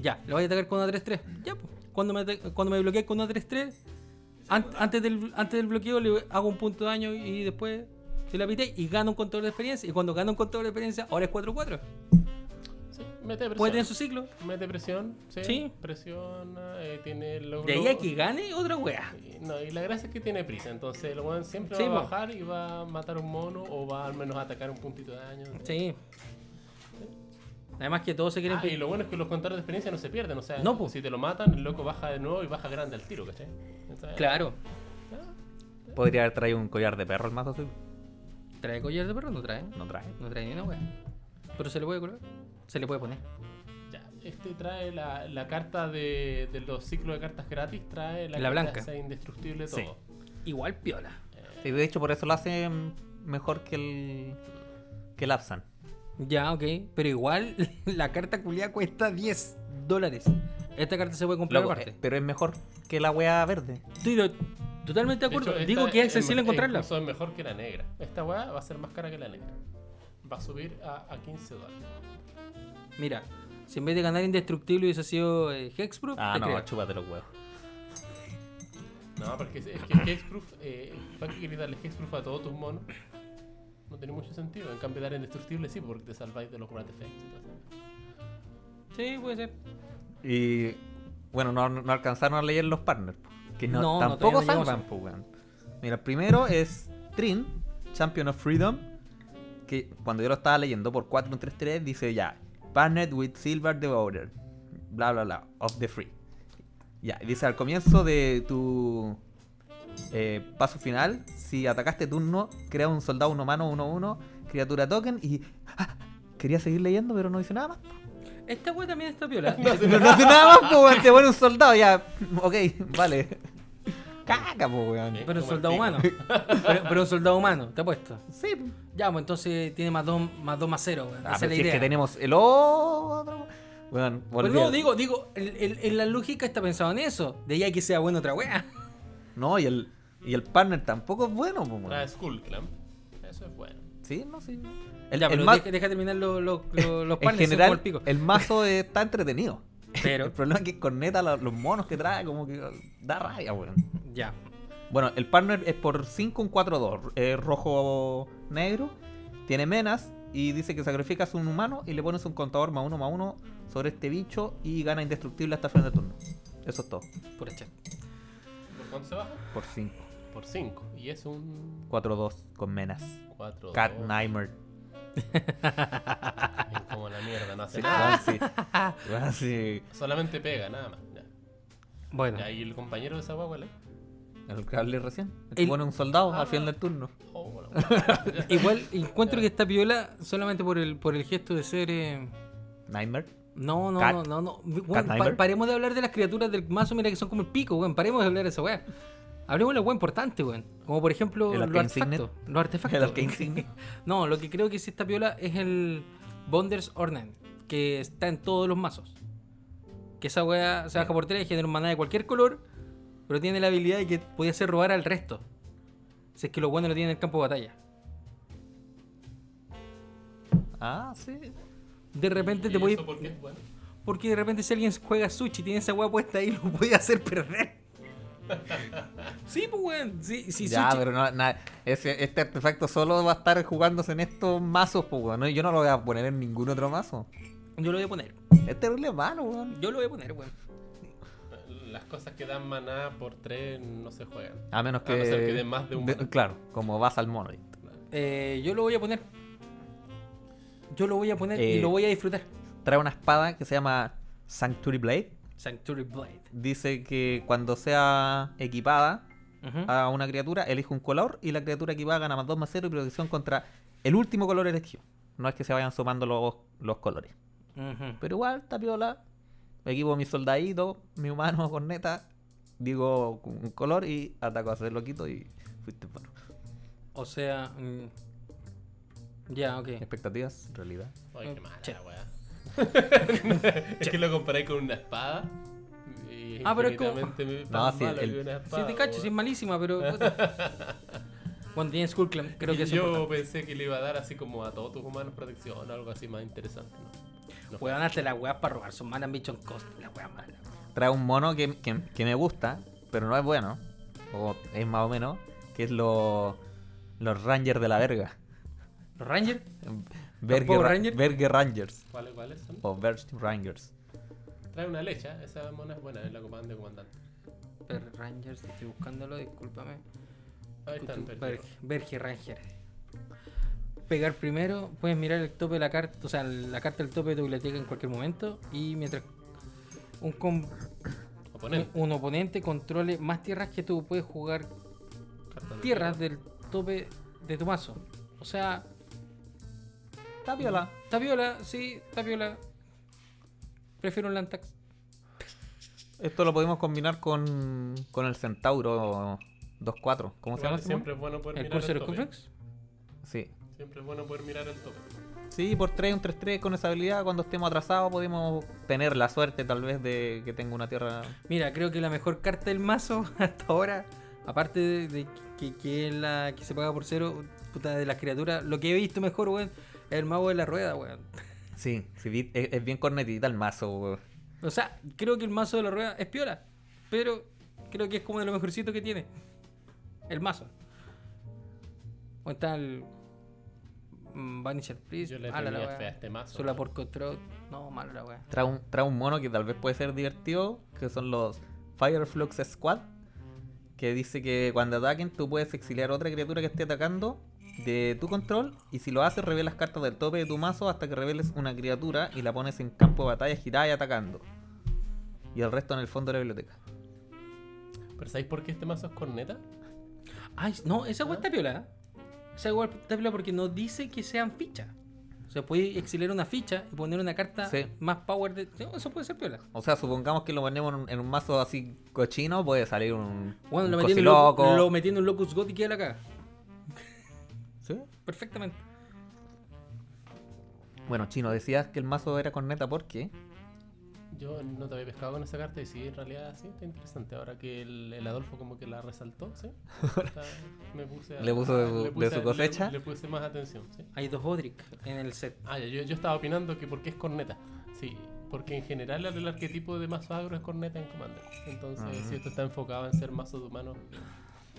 S1: Ya, lo vais a atacar con una 3-3. Ya, pues. Cuando me, ata- cuando me bloqueáis con una 3-3, an- antes, del, antes del bloqueo le hago un punto de daño y después se la piteáis y gano un contador de experiencia. Y cuando gano un contador de experiencia, ahora es 4-4.
S2: Sí, mete
S1: Puede
S2: presión.
S1: tener su ciclo.
S2: Mete presión, sí.
S1: Sí.
S2: Presiona, eh, tiene logro.
S1: De ahí a que gane otra wea.
S2: Y- No, y la gracia es que tiene prisa, entonces el weón siempre
S1: Sí,
S2: va
S1: po.
S2: a bajar y va a matar un mono o va al menos a atacar un puntito de daño.
S1: Sí. Además que todos se quieren
S2: Ah, y lo bueno es que los contadores de experiencia no se pierden, o sea,
S1: No, po.
S2: si te lo matan, el loco baja de nuevo y baja grande al tiro, ¿cachai? Entonces,
S1: Claro.
S3: Podría haber traído un collar de perro el mazo, sí.
S1: ¿Trae collar de perro? No trae.
S3: No traje.
S1: No trae ni una wea. Pero se le puede colocar. Se le puede poner.
S2: ya, este trae la, la carta de, de los ciclos de cartas gratis, trae la,
S1: La
S2: carta
S1: blanca.
S2: esa indestructible todo.
S3: Sí.
S1: Igual piola.
S3: Sí, de hecho, por eso lo hace mejor que el. que el Absan.
S1: Ya, ok. Pero igual [LAUGHS] la carta culiada cuesta 10 dólares. Esta carta se puede comprar
S3: Loco,
S1: aparte.
S3: eh, pero es mejor que la wea verde.
S1: Estoy lo- totalmente de
S2: De
S1: acuerdo.
S2: hecho,
S1: Digo
S2: esta
S1: que es
S2: me-
S1: accesible encontrarla.
S2: Incluso es mejor que la negra. Esta weá va a ser más cara que la negra. Va a subir a, a 15 dólares.
S1: Mira, si en vez de ganar indestructible hubiese sido eh, Hexproof,
S3: Ah,
S1: te
S3: no,
S1: creo.
S3: chúpate los huevos.
S2: No, porque es, es que Hexproof, eh, ¿para qué querés darle Hexproof a todos tus monos? No tiene mucho sentido. En cambio, dar indestructible sí, porque te salváis de los Rat Effects. y todo eso.
S1: Sí, puede ser.
S3: Y bueno, no, no alcanzaron a leer los partners. po, Que no,
S1: No, no,
S3: tampoco
S1: todavía no
S3: salvan, po, weón. Mira, el primero es Trin, Champion of Freedom. Que cuando yo lo estaba leyendo por 433 dice ya, partnered with Silver Devourer. Bla bla bla, of the free. Ya, y dice al comienzo de tu eh, paso final, si atacaste turno, crea un soldado un humano 1-1, criatura token y. ah, quería seguir leyendo, pero no dice nada más.
S1: Esta wea también está viola.
S3: Pero no hace nada más, po, weón. Te pone un soldado, ya. Ok, vale. Caca, po, weón.
S1: Pero un
S2: Como el
S1: soldado
S2: pico.
S1: humano.
S3: [LAUGHS]
S1: Pero, pero un soldado humano, te apuesto.
S3: Sí.
S1: Ya, pues entonces tiene más 2 más, dos, más 0, weón.
S3: Ah,
S1: Esa es
S3: pero
S1: la
S3: si es
S1: idea.
S3: que tenemos el otro. Weón,
S1: Pero
S3: volví.
S1: no,
S3: al-
S1: digo, digo, el- el- en la lógica está pensado en eso. De ahí a que sea bueno otra wea.
S3: No, y el, y el partner tampoco es bueno, po, weón.
S2: Trae Skull Clamp. Eso es bueno.
S3: Sí, no, sí. El,
S1: ya,
S3: [LAUGHS] el
S1: pero
S3: ma-
S1: deja, deja terminar los los
S3: [LAUGHS]
S1: los- los
S3: en
S1: panes, son como
S3: general,
S1: el pico.
S3: el mazo [LAUGHS] eh, está entretenido. El [LAUGHS]
S1: Pero,
S3: problema es que con neta lo- los monos que trae, como que da rabia, weón.
S1: ya.
S3: Bueno, el partner es por 5, un 4-2, eh, rojo negro, tiene menas y dice que sacrificas un humano y le pones un contador más uno más uno sobre este bicho y gana indestructible hasta final de turno. Eso es todo,
S1: Pura chat.
S2: ¿Por cuánto se baja?
S3: por 5,
S2: Por 5. Y es un
S3: 4-2 con menas.
S2: 4.
S3: Cat Nightmare.
S2: Como la mierda, no hace
S3: Sí,
S2: nada.
S3: weón, sí. Weón, sí.
S2: Solamente pega, nada más. Ya.
S1: Bueno,
S2: Ya, ¿Y el compañero de esa guagua, ¿le?
S3: El que hablé recién. El que
S1: El-
S3: pone un soldado al final del turno.
S2: Oh,
S1: [LAUGHS]
S2: la guagua. Ya.
S1: igual encuentro que está viola solamente por el por el gesto de ser eh,
S3: Nightmare.
S1: No, no,
S3: Cat-
S1: no, no, no. Weón, pa-
S3: Nightmare.
S1: paremos de hablar de las criaturas del mazo, mira que son como el pico, weón. Paremos de hablar de esa weá. Hablemos de la weá importante, weón. Como por ejemplo
S3: ¿El
S1: los
S3: Arcane Signet?
S1: artefactos. Los artefactos.
S3: El Arcane Signet.
S1: [LAUGHS] no, lo que creo que sí está piola es el Bonders Ornament, que está en todos los mazos. Que esa weá se baja por 3, genera un maná de cualquier color, pero tiene la habilidad de que podía hacer robar al resto. Si es que los buenos lo tienen en el campo de batalla.
S3: Ah, sí.
S1: De repente
S2: ¿Y
S1: te podéis.
S2: eso por qué es bueno?
S1: Porque de repente si alguien juega sushi y tiene esa weá puesta ahí, [LAUGHS] lo puede hacer perder. [LAUGHS] sí, pues weón. Sí, sí,
S3: ya,
S1: sushi.
S3: pero no, na- ese- este artefacto solo va a estar jugándose en estos mazos, pues, weón. Yo no lo voy a poner en ningún otro mazo.
S1: Yo lo voy a poner.
S3: Es terrible malo, weón.
S1: Yo lo voy a poner, weón.
S2: Las cosas que dan maná por 3 no se juegan.
S3: A menos
S2: A
S3: que.
S2: no ser que dé más de un maná.
S3: Claro, como vas al mono.
S1: Eh, yo lo voy a poner. Yo lo voy a poner y
S3: Eh.
S1: lo voy a disfrutar.
S3: Trae una espada que se llama Sanctuary Blade.
S1: Sanctuary Blade.
S3: Dice que cuando sea equipada
S1: Ujú.
S3: a una criatura, elige un color y la criatura equipada gana más 2 más 0 y protección contra el último color elegido. No es que se vayan sumando los, los colores.
S1: Ujú.
S3: Pero igual, tapiola. Me equipo mi soldadito, mi humano [LAUGHS] con neta. Digo un color y ataco a hacer loquito y fuiste bueno.
S1: O sea. mm, Ya, [LAUGHS] ok.
S3: Expectativas, realidad.
S2: Ay, qué mala
S1: Eh, Che.
S2: la weá. [LAUGHS] es que lo comparé con una espada. y
S1: Ah, pero es como-
S2: infinitamente
S3: No,
S2: más
S3: sí,
S2: malo
S3: el-
S2: que una
S1: Sí,
S2: espada,
S1: te cacho,
S2: weón.
S1: sí es malísima, pero. [LAUGHS] Cuando tiene Skull Clan, creo que
S2: Y
S1: es
S2: yo
S1: importante.
S2: pensé que le iba a dar así como a todos tus humanos protección o algo así más interesante. ¿no? No.
S1: Weón, hasta las weas para robar. Son malas bichon cost. La wea mala.
S3: Trae un mono que, que- que me gusta, pero no es bueno. O es más o menos. Que es lo- los Rangers de la verga.
S1: ¿Los Rangers?
S3: Verge,
S1: Power
S3: Ra-
S1: Rangers?
S3: Verge Rangers.
S2: ¿Cuáles, cuáles son?
S3: O Verge Rangers.
S2: Trae una lecha, esa mona es buena, es la comandante comandante.
S1: Per Rangers, estoy buscándolo, discúlpame.
S2: Ahí están
S1: Berg-
S2: perdidos.
S1: Berge Ranger. Pegar primero, puedes mirar el tope de la carta, o sea, la carta del tope de tu biblioteca en cualquier momento. Y mientras un, com-
S2: Oponente.
S1: un oponente controle más tierras que tú, puedes jugar
S2: carta de
S1: tierras del tope de tu mazo. O sea,
S3: Tapiola.
S1: Tapiola, sí, Tapiola. Prefiero un Lantax.
S3: Esto lo podemos combinar con, con el Centauro 2-4. ¿Cómo se
S2: Igual
S3: llama? este ese mono?
S2: Siempre es bueno poder
S1: El
S2: mirar
S1: curso
S2: el
S1: de
S2: tope.
S1: Conflux.
S3: Sí.
S2: Siempre es bueno poder mirar el tope.
S3: Sí, por 3, un 3-3 con esa habilidad. Cuando estemos atrasados podemos tener la suerte tal vez de que tenga una tierra...
S1: Mira, creo que la mejor carta del mazo [LAUGHS] hasta ahora, aparte de, de que, que es la que se paga por cero, puta, de las criaturas, lo que he visto mejor, weón, es el mago de la rueda, weón.
S3: Sí, sí, vi- es, es bien cornetita el mazo. weón.
S1: O sea, creo que el mazo de la rueda es piola, pero creo que es como de lo mejorcito que tiene. El mazo. O está el mm, Vanisher Priest,
S2: Yo le
S3: Ah,
S1: mala la
S2: tenía
S1: wea.
S2: fe a este mazo.
S1: Sula por Control, no, mala la wea.
S3: Trae un, trae un mono que tal vez puede ser divertido, que son los Fireflux Squad, que dice que cuando ataquen tú puedes exiliar otra criatura que esté atacando de tu control y si lo haces revelas cartas del tope de tu mazo hasta que reveles una criatura y la pones en campo de batalla girada y atacando. Y el resto en el fondo de la biblioteca.
S2: ¿Pero sabéis por qué este mazo es corneta?
S1: Ay, no, esa wea está piola. ¿eh? Esa wea está piola porque no dice que sean fichas. O sea, puede exiliar una ficha y poner una carta
S3: Sí.
S1: más power de. no, eso puede ser piola.
S3: O sea, supongamos que lo ponemos en un, en un mazo así cochino, puede salir un,
S1: Bueno,
S3: un
S1: lo metí, en un
S3: cosiloco.
S1: lo, lo metí en un Locus God y queda la caga.
S3: ¿Sí?
S1: Perfectamente.
S3: Bueno, Chino, decías que el mazo era corneta porque...
S2: Yo no te había pescado con esa carta y sí, en realidad sí, está interesante. Ahora que el, el Adolfo como que la resaltó, ¿sí? Está- me puse a-
S3: [LAUGHS] Le puso de su-
S2: le puse
S3: de su
S2: a- le-
S3: cosecha.
S2: Le, puse más atención, ¿sí?
S1: Hay dos Odric en el set.
S2: Ah, ya, yo, yo estaba opinando que por qué es corneta. Sí, porque en general el, el arquetipo de mazo agro es corneta en Commander. Entonces, si esto está enfocado en ser mazos de humanos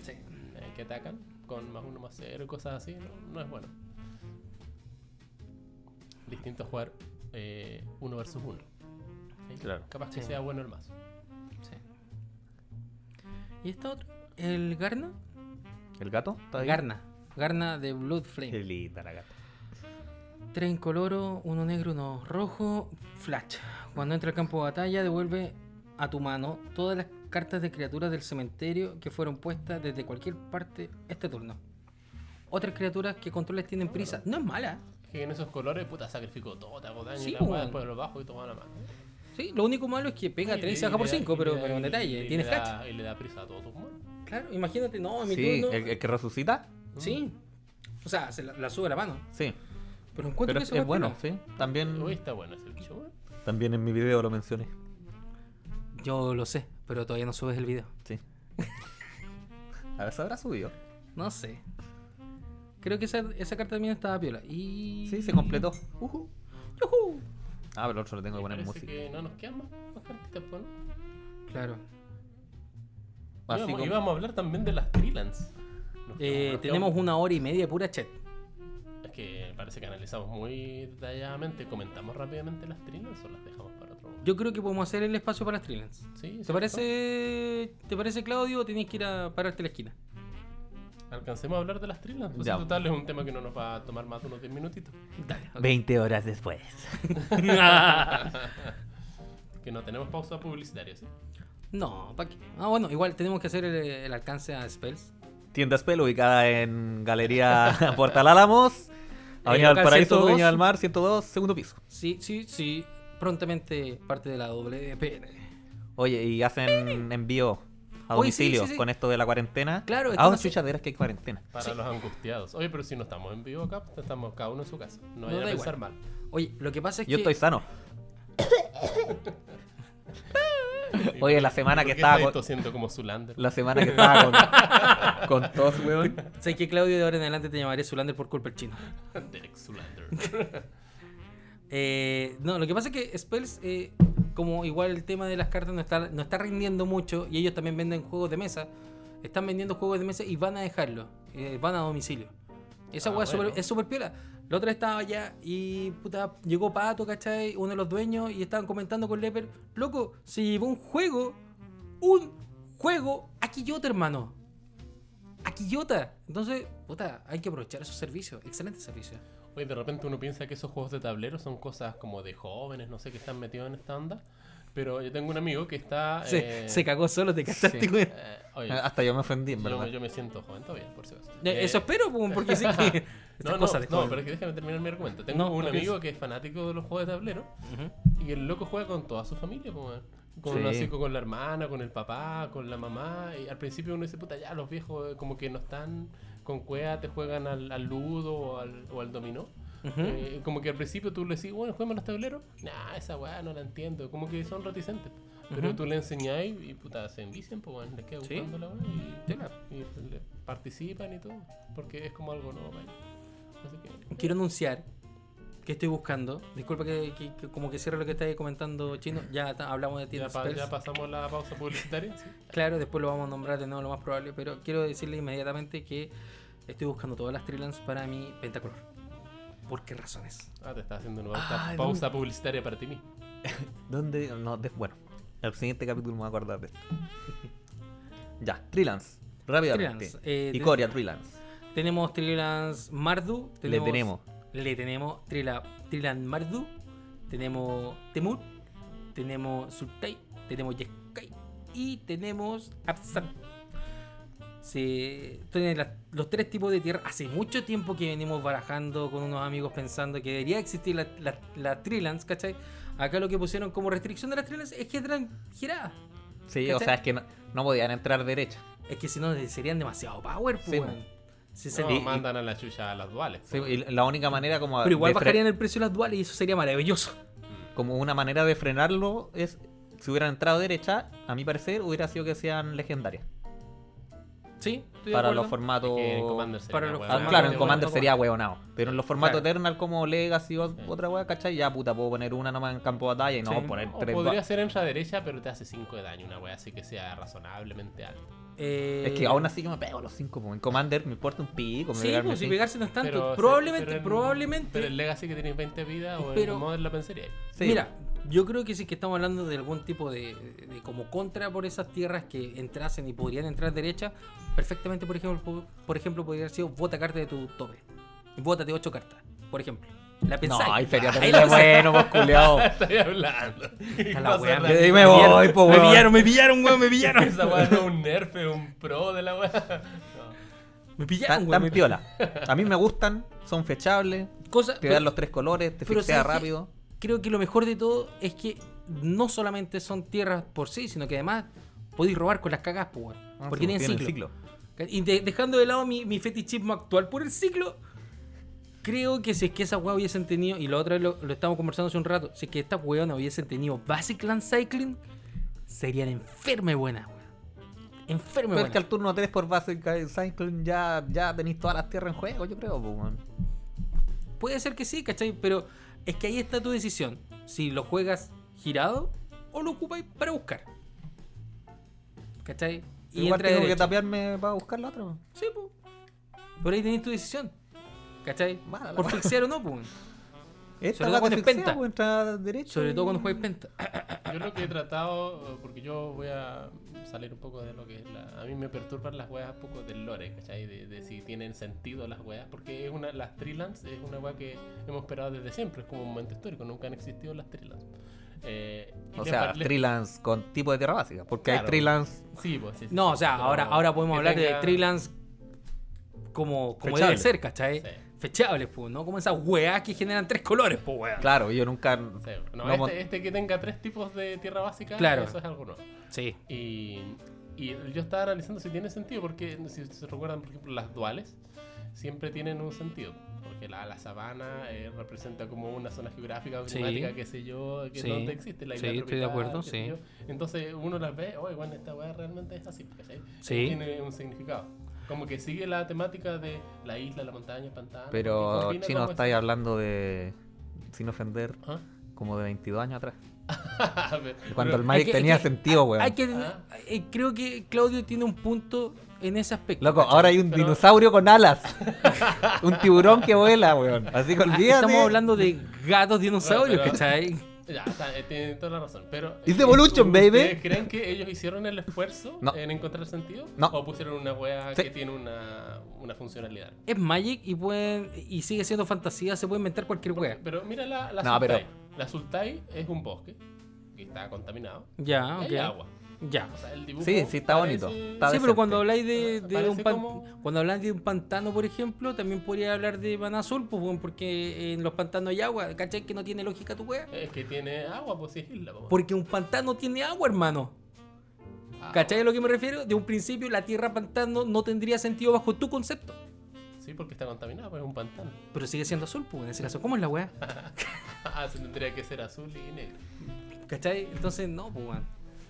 S1: Sí.
S2: eh, que atacan con más uno, más cero y cosas así, no, no es bueno. Distinto a jugar eh, uno versus uno. ¿sí?
S3: Claro.
S2: Capaz que
S1: Sí.
S2: sea bueno el mazo.
S1: Sí. ¿Y esta otra? ¿El Garna?
S3: ¿El gato? ¿Está ahí?
S1: Garna. Garna de Blood Flame.
S3: Qué linda la gata.
S1: Tres incoloro, uno negro, uno rojo. Flash. Cuando entra al campo de batalla, devuelve a tu mano todas las cartas de criaturas del cementerio que fueron puestas desde cualquier parte este turno. Otras criaturas que controles tienen prisa. No es mala.
S2: Es que en esos colores, puta, sacrifico todo, te hago daño
S1: Sí,
S2: y la weá,
S1: weón.
S2: después lo bajo y toma la mano.
S1: Sí, lo único malo es que pega 3 y se baja por 5, pero, pero en detalle. Tiene flash.
S2: Y le da prisa a todos tus monos.
S1: Claro, imagínate, no, en Ah, mi
S3: Sí,
S1: turno.
S3: el, el que resucita.
S1: Sí. O sea, se la, la sube a la mano.
S3: Sí.
S1: Pero encuentro
S3: Pero
S1: que
S3: es,
S1: esa
S3: es
S1: weá
S3: bueno,
S1: piola.
S3: sí.
S1: Mm.
S3: También,
S2: Uy, está bueno ese bicho, weón.
S3: también en mi video lo mencioné.
S1: Yo lo sé, pero todavía no subes el video.
S3: Sí.
S1: [LAUGHS]
S3: A ver, ¿se habrá subido?
S1: No sé. Creo que esa, esa carta también estaba piola. Y.
S3: Sí, se completó. Ujú.
S1: ¡Yujú!
S3: Ah, pero el otro lo tengo
S2: Me
S3: que poner
S2: parece
S3: música.
S2: que no nos quedan más, más cartitas, pues, ¿no?
S1: Claro.
S3: Así
S2: íbamos,
S3: como-
S2: íbamos a hablar también de las Trilans. Nos
S1: Eh,
S2: quedamos-
S1: tenemos una hora y media de pura chat.
S2: Es que parece que analizamos muy detalladamente, comentamos rápidamente las Trilans o las dejamos para otro momento.
S1: Yo creo que podemos hacer el espacio para las Trillands.
S2: Sí,
S1: ¿Te
S2: ¿cierto?
S1: parece, ¿Te parece, Claudio? o Tenías que ir a pararte a la esquina.
S2: Alcancemos a hablar de las Trilans. Pues
S3: Ya.
S2: en total es un tema que no nos va a tomar más de unos 10 minutitos.
S1: Dale. ok.
S3: 20 horas después.
S2: Que no tenemos pausa publicitaria, ¿sí?
S1: No, ¿para qué? Ah, bueno, igual tenemos que hacer el, el alcance a Spells.
S3: Tienda Spell ubicada en Galería [LAUGHS] Portal Álamos. Avenida del
S1: local
S3: Paraíso,
S1: 102.
S3: Viña del Mar, 102, segundo piso.
S1: Sí, sí, sí. Prontamente parte de la WPN.
S3: Oye, y hacen envío a
S1: Oye, sí,
S3: domicilio
S1: sí, sí.
S3: con esto de la cuarentena.
S1: Claro, están
S3: Ah,
S1: haciendo-
S3: chucha, de veras que hay cuarentena.
S2: Para los angustiados. Oye, pero si no estamos en vivo acá, pues estamos cada uno en su casa. No vayan
S1: da
S2: a
S1: igual.
S2: pensar mal.
S1: Oye, lo que pasa es
S3: Yo
S1: que. [LAUGHS]
S3: estoy sano. Oye, la semana
S2: ¿Por
S3: que
S2: qué
S3: estaba
S2: estáis
S3: con-
S2: tosiendo como Zulander?
S3: La semana que estaba
S2: [LAUGHS]
S3: con, con tos, weón.
S1: Sé que Claudio de ahora en adelante te llamaré Zulander por culpa del chino.
S2: Derek Zulander.
S1: Eh, no, lo que pasa es que Spells, eh, como igual el tema de las cartas no está, no está rindiendo mucho y ellos también venden juegos de mesa, están vendiendo juegos de mesa y van a dejarlo, eh, van a domicilio. Esa
S2: Ah,
S1: hueá
S2: bueno.
S1: es súper piola. La otra estaba allá y puta, llegó Pato, ¿cachai? Uno de los dueños y estaban comentando con Leper, loco, se llevó un juego, un juego a Quillota, hermano. A Quillota. Entonces, puta, hay que aprovechar esos servicios. Excelente servicio.
S2: Oye, de repente uno piensa que esos juegos de tablero son cosas como de jóvenes, no sé, que están metidos en esta onda. Pero yo tengo un amigo que está...
S1: Se,
S2: eh,
S1: se cagó solo, te cachaste,
S3: sí.
S1: güey.
S2: eh, oye,
S3: Hasta yo me ofendí, Ah, en
S2: yo,
S3: verdad.
S2: yo me siento joven todavía, por si acaso.
S1: Eh,
S2: Eh,
S1: Eso espero, po, porque sí
S2: [LAUGHS]
S1: que. Estas
S2: No, no,
S1: cosas de
S2: no,
S1: joven.
S2: pero es que déjame terminar mi argumento. Tengo
S1: No,
S2: un
S1: no
S2: amigo que es fanático de los juegos de tablero y el loco juega con toda su familia, po, weón. con,
S3: Sí.
S2: así, con la hermana, con el papá, con la mamá. Y al principio uno dice, puta, ya los viejos eh, como que no están con cueva, te juegan al, al ludo o al, o al dominó.
S3: Mm.
S1: Ujú.
S2: Eh, como que al principio tú le decís, bueno, juegan los tableros. Nah, esa weá no la entiendo. Como que son reticentes. Pero
S1: Ujú.
S2: tú le enseñás y, y, puta, se envician, pues bueno, les queda
S1: Sí.
S2: gustando la weá y,
S1: Sí, claro.
S2: y le- participan y todo. Porque es como algo nuevo para ellos. Así que,
S1: Quiero anunciar que estoy buscando. Disculpa que, que- que como que cierro lo que estáis comentando, chino. Ya ta- hablamos de
S2: ya,
S1: tiendas.
S2: pa-
S1: Spells.
S2: ya pasamos la pausa publicitaria. sí.
S1: Claro, después lo vamos a nombrar de nuevo, lo más probable. Pero quiero decirle inmediatamente que estoy buscando todas las Trilans para mi pentacolor. ¿Por qué razones?
S2: Ah, te estás haciendo una pausa,
S3: Ah,
S2: pausa publicitaria para ti mismo.
S3: ¿Dónde? No, de- bueno, el siguiente capítulo me voy a acordar de esto. [LAUGHS] ya, Trilance. Rápidamente.
S1: Trilance, eh,
S3: y
S1: de-
S3: Coria, Trilance.
S1: Tenemos Trilans Mardu.
S3: Le tenemos.
S1: Le tenemos Trila, Trilan Mardu. Tenemos Temur. Tenemos Sultai. Tenemos Yeskai. Y tenemos Absan. Se, tienen la- los tres tipos de tierra. Hace mucho tiempo que venimos barajando con unos amigos pensando que debería existir la, la, la Trilans, ¿cachai? Acá lo que pusieron como restricción de las Trilans es que eran giradas.
S3: Sí, o
S1: ¿Cachai?
S3: sea, es que no, no podían entrar derecha.
S1: Es que si no serían demasiado power, pues,
S3: Sí,
S1: weón.
S3: man.
S1: Si se-
S2: No,
S3: Y-
S2: mandan a la chucha a las duales.
S3: Sí, y la única manera como,
S1: Pero igual
S3: de fre-
S1: bajarían el precio de las duales y eso sería maravilloso.
S3: como una manera de frenarlo es si hubieran entrado derecha, a mi parecer hubiera sido que sean legendarias.
S1: Sí, estoy de
S3: Para
S1: acuerdo.
S3: los formatos.
S2: Que en Commander sería
S1: Para
S2: una
S1: los-
S3: Ah,
S2: hueá
S1: Commander,
S3: claro, en
S1: bueno,
S3: Commander
S1: bueno.
S3: sería hueonado. Pero en los formatos
S1: Claro.
S3: Eternal como Legacy o otra hueá, ¿cachai? Ya puta, puedo poner una nomás en campo de batalla y no
S1: Sí.
S3: vamos a poner
S2: O
S3: tres
S2: podría
S3: ba-
S2: ser entra derecha, pero te hace 5 de daño, una wea así que sea razonablemente alta.
S1: Eh,
S3: Es que aún así yo me pego los cinco. po. En Commander me importa un pico. me
S1: Sí,
S3: pegarme
S1: pues si
S3: cinco.
S1: pegarse no es tanto.
S2: Pero-
S1: probablemente,
S2: pero en-
S1: probablemente.
S2: Pero el Legacy que tienes 20 vidas o
S1: Pero-
S2: el Modern la pensaría.
S3: Sí.
S1: Mira, yo creo que sí que estamos hablando de algún tipo de, de como contra por esas tierras que entrasen y podrían entrar derecha. Perfectamente, por ejemplo, po- por ejemplo podría haber sido vota carta de tu tope. Vótate ocho cartas, por ejemplo. La
S3: No,
S1: pensáis.
S3: ahí sería
S1: Ahí la
S3: terrible bueno, pues
S1: [LAUGHS]
S2: [LAUGHS]
S3: culiao.
S2: Estoy hablando.
S1: Está la wea,
S3: Yo ahí me voy, po,
S1: Me
S3: weón.
S1: pillaron, me pillaron, weón, me pillaron.
S2: Esa wea no es un nerf, es un pro de la wea.
S1: Me
S3: Tan,
S1: pillaron,
S3: tan
S1: weón. me-
S3: piola. A mí me gustan, son fechables,
S1: Cosa,
S3: te dan los tres colores, te
S1: pero
S3: fixea
S1: ¿sabes qué?
S3: rápido.
S1: creo que lo mejor de todo es que no solamente son tierras por sí, sino que además podéis robar con las cagas, po, weón.
S3: Ah,
S1: porque
S3: sí,
S1: tienen,
S3: tienen
S1: ciclo.
S3: ciclo.
S1: Y de- dejando de lado mi, mi fetichismo actual por el ciclo, creo que si es que esas weas hubiesen tenido, y la otra vez lo, lo estábamos conversando hace un rato, si es que estas weonas hubiesen tenido Basic Land Cycling, serían enferme buenas, weón. Enferme
S3: Pero es
S1: buenas.
S3: que al turno 3 por base en Cyclone ya, ya tenéis todas las tierras en juego, yo creo, pues, weón.
S1: Puede ser que sí, ¿cachai? Pero es que ahí está tu decisión. Si lo juegas girado o lo ocupáis para buscar. ¿Cachai? Y
S3: Igual
S1: entra
S3: tengo que
S1: derecho.
S3: tapearme para buscar la otra. weón.
S1: Sí, po. Por ahí tenés tu decisión. ¿Cachai?
S3: Mala la
S1: Por
S3: wea.
S1: fixear o no, po.
S3: Esta
S1: todo
S3: weá
S1: cuando
S3: te
S1: es
S3: fixea,
S1: penta.
S3: pues, entra derecho.
S1: Sobre
S3: y-
S1: todo cuando juegas
S3: [LAUGHS]
S1: penta.
S2: Yo lo que he tratado, eh, porque yo voy a salir un poco de lo que es la... A mí me perturban las weas un poco del lore, ¿cachai? De, de si tienen sentido las weas, porque es una, las Trilans es una wea que hemos esperado desde siempre, es como un momento histórico, nunca han existido las Trilans. Eh, y
S3: O
S2: me
S3: sea,
S2: parece-
S3: Trilance con tipo de tierra básica. Porque hay
S2: Claro.
S3: Trilance.
S2: Sí, pues sí, sí,
S1: No, o sea,
S2: pero
S1: ahora, ahora podemos
S2: que
S1: hablar de
S2: tenga-
S1: Trilans como, como
S3: Fechable.
S1: debe ser, ¿cachai?
S2: Sí.
S1: Fechables, po. No como esas weas que generan tres colores, po, weón.
S3: Claro, yo nunca.
S2: Sí, no,
S3: no mon-
S2: este, este que tenga tres tipos de tierra básica,
S1: Claro.
S2: eso es algo nuevo.
S1: Sí.
S2: Y, y yo estaba analizando si tiene sentido, porque si se recuerdan, por ejemplo, las duales siempre tienen un sentido. Porque la, la sabana eh, representa como una zona geográfica o
S1: Sí.
S2: climática, qué sé yo, que
S1: Sí.
S2: donde existe la
S1: Sí,
S2: isla
S1: estoy de
S2: tropical,
S1: acuerdo,
S2: qué sé
S1: sí.
S2: yo. Entonces uno las ve, oye, bueno, esta weá realmente es así, ¿cachai?
S1: Sí.
S2: Tiene un significado. Como que sigue la temática de la isla, la montaña, el pantano. que
S3: Pero
S2: combina
S3: chino,
S2: como [LAUGHS]
S3: estáis hablando de. Sin ofender,
S2: eso.
S3: como de 22 años atrás.
S2: Ajá. Ah, Pero-
S3: Cuando el
S1: Hay
S3: Magic
S1: que-
S3: tenía
S1: hay que-
S3: sentido, weón.
S1: Hay que,
S2: Ah.
S1: eh, creo que Claudio tiene un punto en ese aspecto. Ah,
S3: Loco,
S1: ¿cachai?
S3: ahora hay un
S2: Pero-
S3: dinosaurio con alas. [LAUGHS] un tiburón que vuela, weón. Así que
S1: Ah,
S3: olvídate.
S1: Estamos hablando de gatos dinosaurios,
S2: Pero-
S1: ¿cachai?
S2: Ya, está, eh, tienen toda la razón. Pero.
S3: It's
S2: eh,
S3: evolution,
S2: ¿ustedes
S3: baby.
S2: ¿Creen que ellos hicieron el esfuerzo
S3: No.
S2: en encontrar sentido?
S3: No.
S2: ¿O pusieron una wea
S3: Sí.
S2: que tiene una, una funcionalidad?
S1: Es Magic y pueden y sigue siendo fantasía, se puede inventar cualquier wea.
S2: Pero mira la, la
S3: No, pero-
S2: Sultai. La Sultai es un bosque que está contaminado.
S1: Ya,
S2: y
S1: ok.
S2: hay agua.
S1: Ya.
S2: O sea, el dibujo
S3: Ah, Sí, sí, está
S2: parece-
S3: bonito. Está-
S1: sí,
S3: decente.
S1: pero cuando habláis de, de
S2: Parece
S1: un pan-
S2: como-
S1: cuando habláis de un pantano, por ejemplo, también podría hablar de Banazul, pues, weón, porque en los pantanos hay agua, ¿cachai? Que no tiene lógica tu wea.
S2: Es que tiene agua, pues sí es isla. po.
S1: Porque un pantano tiene agua, hermano.
S2: Ah,
S1: ¿Cachai a lo que me refiero? De un principio, la tierra pantano no tendría sentido bajo tu concepto.
S2: Sí, porque está contaminado, pues es un pantano. [LAUGHS]
S1: Pero sigue siendo azul, pues, en ese caso, ¿cómo es la wea?
S2: Ah, se tendría que ser azul y negro.
S1: ¿Cachai? Entonces, no, pues, weón.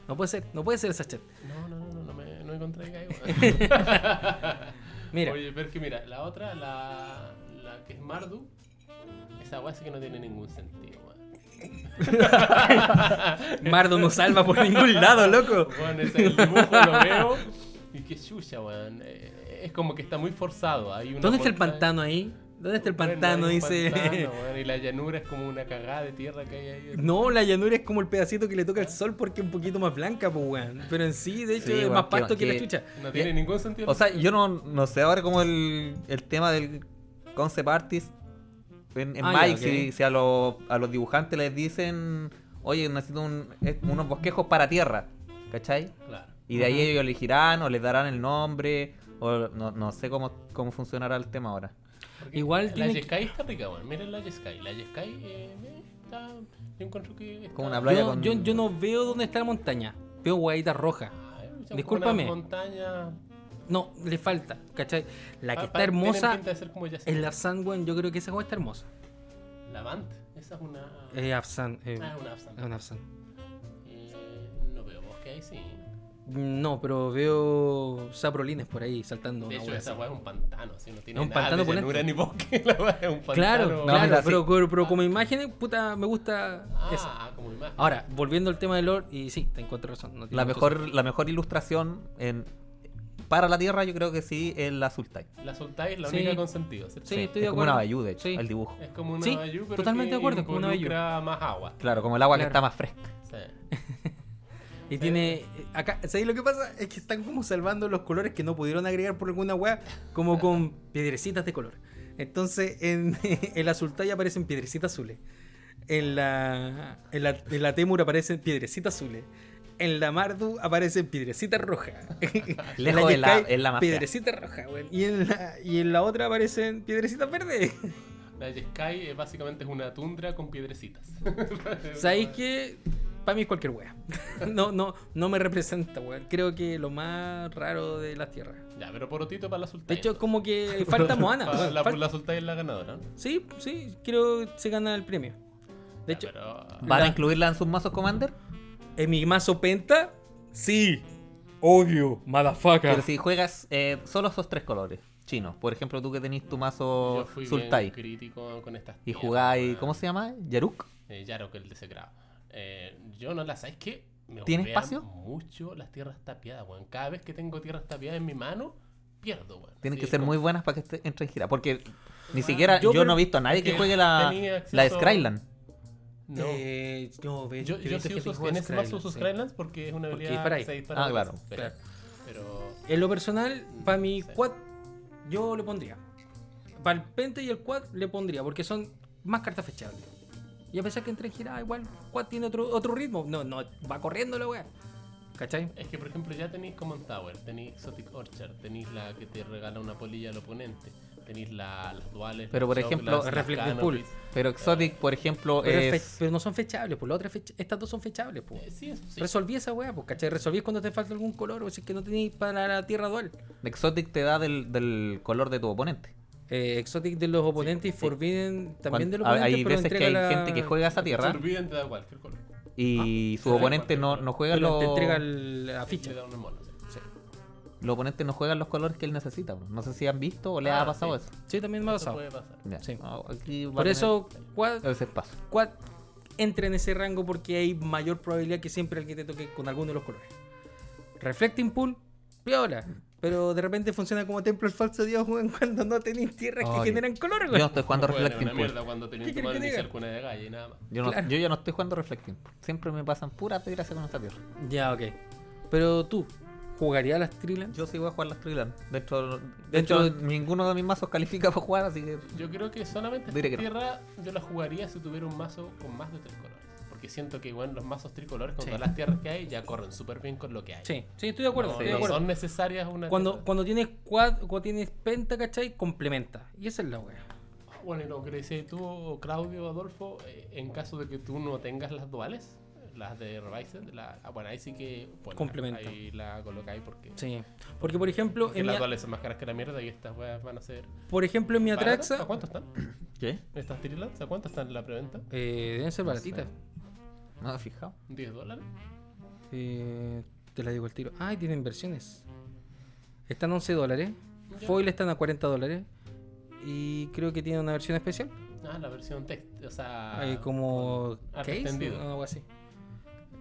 S1: No puede ser, no puede ser esa chat.
S2: No, no, no, no, no me, no me contraiga
S3: [LAUGHS]
S1: Mira.
S2: Oye, pero es que mira, la otra, la, la que es Mardu, esa weá sí que no tiene ningún sentido, weón.
S1: Mardo no salva por ningún lado,
S2: [LAUGHS]
S1: loco. [LAUGHS]
S2: Weón, ese- el dibujo lo veo y qué chucha, weón. Eh, Es como que está muy forzado. Hay una
S1: ¿Dónde está el
S2: montaña-
S1: pantano ahí? ¿Dónde está el
S2: Bueno,
S1: pantano?
S2: hay un
S1: Dice. [LAUGHS]
S2: pantano, weón, y la llanura es como una cagada de tierra que hay ahí.
S1: No, la llanura es como el pedacito que le toca el sol porque es un poquito más blanca, pues, weón. Pero en sí, de hecho,
S3: Sí,
S1: es
S3: weón,
S1: más
S3: qué-
S1: pasto que la
S3: qué-
S1: chucha.
S2: No tiene ningún sentido.
S3: O sea, yo no, no sé ahora cómo el, el tema del concept artist en, en
S1: Ah, ya,
S3: Magic, si,
S1: ok.
S3: si a, los, a los dibujantes les dicen, oye, necesito un- eh, unos bosquejos para tierra, ¿cachai?
S2: claro.
S3: Y de ahí
S1: Ajá.
S3: ellos elegirán o les darán el nombre, o no, no sé cómo, cómo funcionará el tema ahora.
S2: Porque
S1: Igual
S2: la
S1: tiene que-
S2: Yeskai está rica, weón. Miren la Yeskai. La Yeskai eh, está. Yo encuentro que. Está...
S3: Como una playa
S1: Yo,
S3: con...
S1: yo, yo no veo dónde está la montaña. Veo guaitas rojas.
S2: Ah, son como
S1: Discúlpame.
S2: unas montañas-
S1: No, le falta, ¿cachai? La que está
S2: pa- pa- Ah, tienen
S1: hermosa
S2: pinta de ser como Yeskai.
S1: es la Absan, weón. Yo creo que esa weón está hermosa.
S2: La Vant. Esa es una.
S1: Eh, Absan. eh,
S2: Ah, es una Absam.
S1: es una Absan.
S2: Eh, no veo bosque ahí, sí.
S1: No, pero veo saprolines por ahí saltando.
S2: De
S1: una
S2: hecho,
S1: wea
S2: esa
S1: así.
S2: weá es un pantano, así, no tiene
S1: Es un
S2: nada
S1: pantano
S2: de
S1: opulento.
S2: llanura ni bosque, [LAUGHS] la weá es un pantano.
S1: Claro,
S3: No,
S1: claro,
S3: mira, sí.
S1: pero, pero- pero como imágenes, puta, me gusta
S2: Ah,
S1: esa.
S2: como imagen.
S1: Ahora, volviendo al tema del Lord, y sí, te encuentro razón. no tiene
S3: La
S1: mucho
S3: mejor, la mejor ilustración en, para la tierra yo creo que sí es la Sultai.
S2: La soltáis, la
S1: Sí.
S2: única con sentido, ¿cierto?
S1: Sí, estoy de
S3: es como una
S1: acuerdo.
S3: bayú, de hecho,
S1: Sí.
S3: el dibujo.
S2: Es como una
S1: Sí,
S2: bayou, pero
S1: totalmente
S2: que
S1: de acuerdo, es como una bayou.
S2: involucra más agua.
S3: Claro, como el agua
S1: Claro.
S3: que está más fresca.
S2: Sí.
S1: [LAUGHS] Y tiene. eh, Acá, ¿sabéis lo que pasa? Es que están como salvando los colores que no pudieron agregar por alguna weá, como
S3: [LAUGHS]
S1: con piedrecitas de color. Entonces, en [LAUGHS] el azultay aparecen piedrecitas azules. En la, en la. en la Temur aparecen piedrecitas azules. En la Mardu aparecen piedrecitas rojas. [LAUGHS]
S3: Lejos
S1: en
S3: es la- es la más fea.
S1: Piedrecitas rojas, weón. Y en la, y en la otra aparecen piedrecitas verdes.
S2: La Yeskai eh, básicamente es una tundra con piedrecitas. [LAUGHS]
S1: ¿Sabéis Pues que para mí es cualquier wea? [LAUGHS] No, no, no me representa, weón. Creo que lo más raro de las tierras.
S2: Ya, pero porotito para la soltáis.
S1: De hecho, como que falta Moana.
S2: Pa-
S1: weón.
S2: la,
S1: Fal-
S2: la soltáis es la ganadora, ¿no?
S1: Sí, sí, creo que se gana el premio. De
S2: Ya,
S1: hecho,
S2: pero-
S3: ¿Van
S1: La-
S3: a incluirla en sus mazos Commander?
S1: en mi mazo penta, sí. Obvio,
S3: Pero
S1: madafaca.
S3: si juegas eh, solo esos tres colores chinos, por ejemplo, tú que tenés tu mazo
S2: yo fui bien
S3: Sultai
S2: crítico con estas
S3: y
S2: tierras,
S3: jugáis,
S2: weón.
S3: ¿cómo se llama? ¿Yaruk?
S2: Eh, Yarok, el desegrado. Eh, yo no la sabes que me
S3: ¿Tiene
S2: huevean
S3: espacio?
S2: mucho las tierras tapiadas, weón. Cada vez que tengo tierras tapiadas en mi mano, pierdo, weón.
S3: Tienen
S2: Sí,
S3: que ser
S2: como-
S3: muy buenas para que este- entre en gira, porque ni siquiera
S1: Yo
S3: yo,
S1: per-
S3: no he visto a nadie que
S2: porque
S3: juegue la,
S2: tenía acceso-
S3: la Skyland.
S2: No.
S1: Eh, no, ve-
S2: yo
S1: he
S2: yo
S1: visto
S2: sí
S1: gente
S2: uso
S1: que juega
S2: en ese
S1: Skyrim,
S2: mazo uso
S1: sí.
S2: Skylands porque es una
S1: Porque
S2: habilidad
S1: dispara
S2: que
S1: ahí.
S2: se dispara.
S3: Ah,
S2: dos
S3: claro.
S2: veces, Pero, pero
S1: En lo personal, para mi
S2: Mm, Sí.
S1: quad, yo le pondría. Para el pente y el quad le pondría, porque son más cartas fechables. Y a pesar que entre en gira, igual, quad tiene otro, otro ritmo. No, no, va corriendo la weá. ¿Cachai?
S2: es que por ejemplo ya tenéis Common Tower, tenéis Exotic Orchard, tenéis la que te regala una polilla al oponente, tenéis la, las duales,
S3: Pero, por
S2: las
S3: ejemplo,
S2: Shocklands, las
S1: Reflecting
S2: Canopies.
S1: Pool.
S3: Pero Exotic, por ejemplo,
S1: Pero, es fe-
S3: es...
S1: pero no son fechables, pues las otras fecha- estas dos son fechables, pues.
S2: Eh, sí, eso sí.
S1: Resolví esa weá, pues, ¿cachai? Resolví cuando te falta algún color, o si es que no tenéis para la tierra dual.
S3: Exotic te da del, del color de tu oponente.
S1: Eh, exotic de los oponentes y Forbidden también de los
S3: Cuando- hay-
S1: oponentes. pero
S3: hay veces que hay
S1: entrega la- Ah.
S3: gente que juega esa tierra
S2: Turbident te da cualquier color.
S3: y su
S2: sí,
S3: oponente no, no juega
S1: pero
S3: los...
S1: te entrega la ficha.
S2: Te da un mono, sí.
S3: Los oponentes no juegan los colores que él necesita. bro. No sé si han visto o les
S2: Ah,
S3: ha pasado
S2: sí.
S3: eso.
S1: Sí, también me ha
S2: Eso
S1: pasado.
S2: puede pasar.
S3: Ya.
S1: Sí.
S3: Ah, aquí va a
S1: Por
S3: tener
S1: eso, quad,
S3: ese espacio.
S1: quad entra en ese rango porque hay mayor probabilidad que siempre alguien te toque con alguno de los colores. Reflecting Pool, piola. Pero de repente funciona como templo al falso dios, weón, [LAUGHS] cuando no tenéis tierras que
S3: Ay.
S1: generan color,
S3: Yo no
S1: weón.
S2: [LAUGHS]
S3: estoy jugando
S2: Bueno,
S3: Reflecting
S2: una
S3: Pool.
S2: mierda cuando tenía
S1: ¿Qué
S2: tu
S1: querés que
S2: mano
S1: diga?
S2: inicial cuna de galla y nada más.
S3: Yo, no-
S1: Claro.
S3: yo ya no estoy jugando Reflecting. Siempre me pasan puras desgracias con esta tierra.
S1: Ya, ok. Pero tú, ¿jugarías las Trilan?
S3: Yo sí voy a jugar las Trilan. Dentro,
S1: Dentro
S3: dentro
S1: de-
S3: ninguno de mis mazos califica para jugar, así que.
S2: Yo creo que solamente
S3: Diré
S2: esta
S3: que no.
S2: tierra yo la jugaría si tuviera un mazo con más de tres colores. Porque siento que bueno, los mazos tricolores con
S1: Sí.
S2: todas las tierras que hay ya corren súper bien con lo que hay.
S1: Sí, sí, estoy de acuerdo.
S2: no,
S1: estoy de
S2: no
S1: acuerdo.
S2: son necesarias una
S1: Cuando,
S2: tierra.
S1: cuando tienes quad, cuando tienes penta, ¿cachai? Complementa. Y esa es la wea.
S2: Bueno, y lo que le decías tú, Claudio, Adolfo, eh, en caso de que tú no tengas las duales, las de Revised, la, ah, bueno, ahí sí que bueno,
S1: Complementa.
S2: Ahí la colocáis porque,
S1: Sí. Porque, por ejemplo,
S2: porque
S1: en mi,
S2: las duales son más caras que la mierda y estas weas van a ser...
S1: por ejemplo, en mi
S2: ¿Baratas?
S1: Atraxa,
S2: ¿A cuánto están?
S3: ¿Qué?
S2: ¿Estas Trilands? ¿A cuánto están en la preventa?
S1: eh, deben ser baratitas.
S3: No me he fijado.
S2: ¿10 dólares?
S1: Eh, te la digo al tiro. Ay, tienen versiones. Están 11 dólares. Foil están a 40 dólares. Y creo que tiene una versión especial.
S2: Ah, la versión text, o sea...
S1: eh, como
S2: Ah, con arte
S1: case
S2: extendido.
S1: o algo así.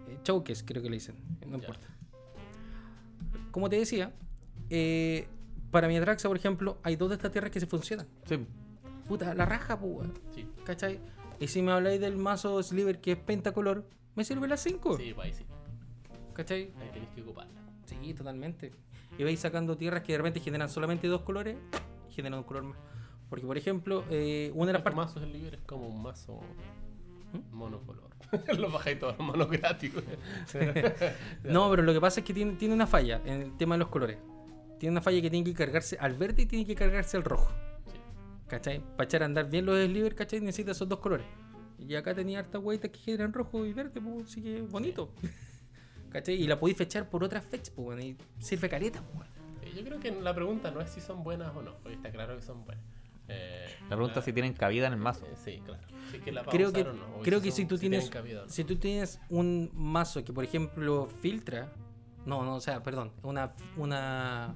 S1: Eh, showcase, creo que le dicen. No
S2: Ya.
S1: importa. Como te decía, eh, para mi Atraxa, por ejemplo, hay dos de estas tierras que se funcionan.
S3: Sí.
S1: puta, la raja, pues, weón.
S2: Sí,
S1: ¿Cachai? Y si me habláis del mazo Sliver que es pentacolor, me sirve la 5.
S2: sí, pues ahí sí.
S1: ¿Cachai?
S2: Ahí tenéis que ocuparla.
S1: Sí, totalmente. Y vais sacando tierras que de repente generan solamente dos colores, generan un color más. Porque, por ejemplo, eh, una de las
S2: Los
S1: partes.
S2: mazos del Liber Este es como un mazo
S1: ¿Mm?
S2: monocolor. [LAUGHS] Los bajáis todos los manos gratis, güey. [LAUGHS]
S1: No, pero lo que pasa es que tiene, tiene una falla en el tema de los colores. Tiene una falla que tiene que cargarse al verde y tiene que cargarse al rojo.
S2: Sí.
S1: ¿Cachai? Para echar a andar bien los slivers, ¿cachai? Necesita esos dos colores. Y acá tenía hartas hueitas que generan rojo y verde, pues, así que bonito. [LAUGHS] ¿Cachai? Y la podéis fechar por otras fechas, pues, bueno, y sirve caleta, pues. bueno.
S2: Eh, Yo creo que la pregunta no es si son buenas o no, porque está claro que son buenas. Eh,
S3: La pregunta es si tienen cabida en el mazo.
S2: eh, sí, claro. Si es que la
S1: Creo que,
S2: pausaron o no, o
S1: creo que
S2: son-
S1: si tú
S2: tienen
S1: tienes
S2: cabida o no.
S1: si tú tienes un mazo que, por ejemplo, filtra, no, no, o sea, perdón, una una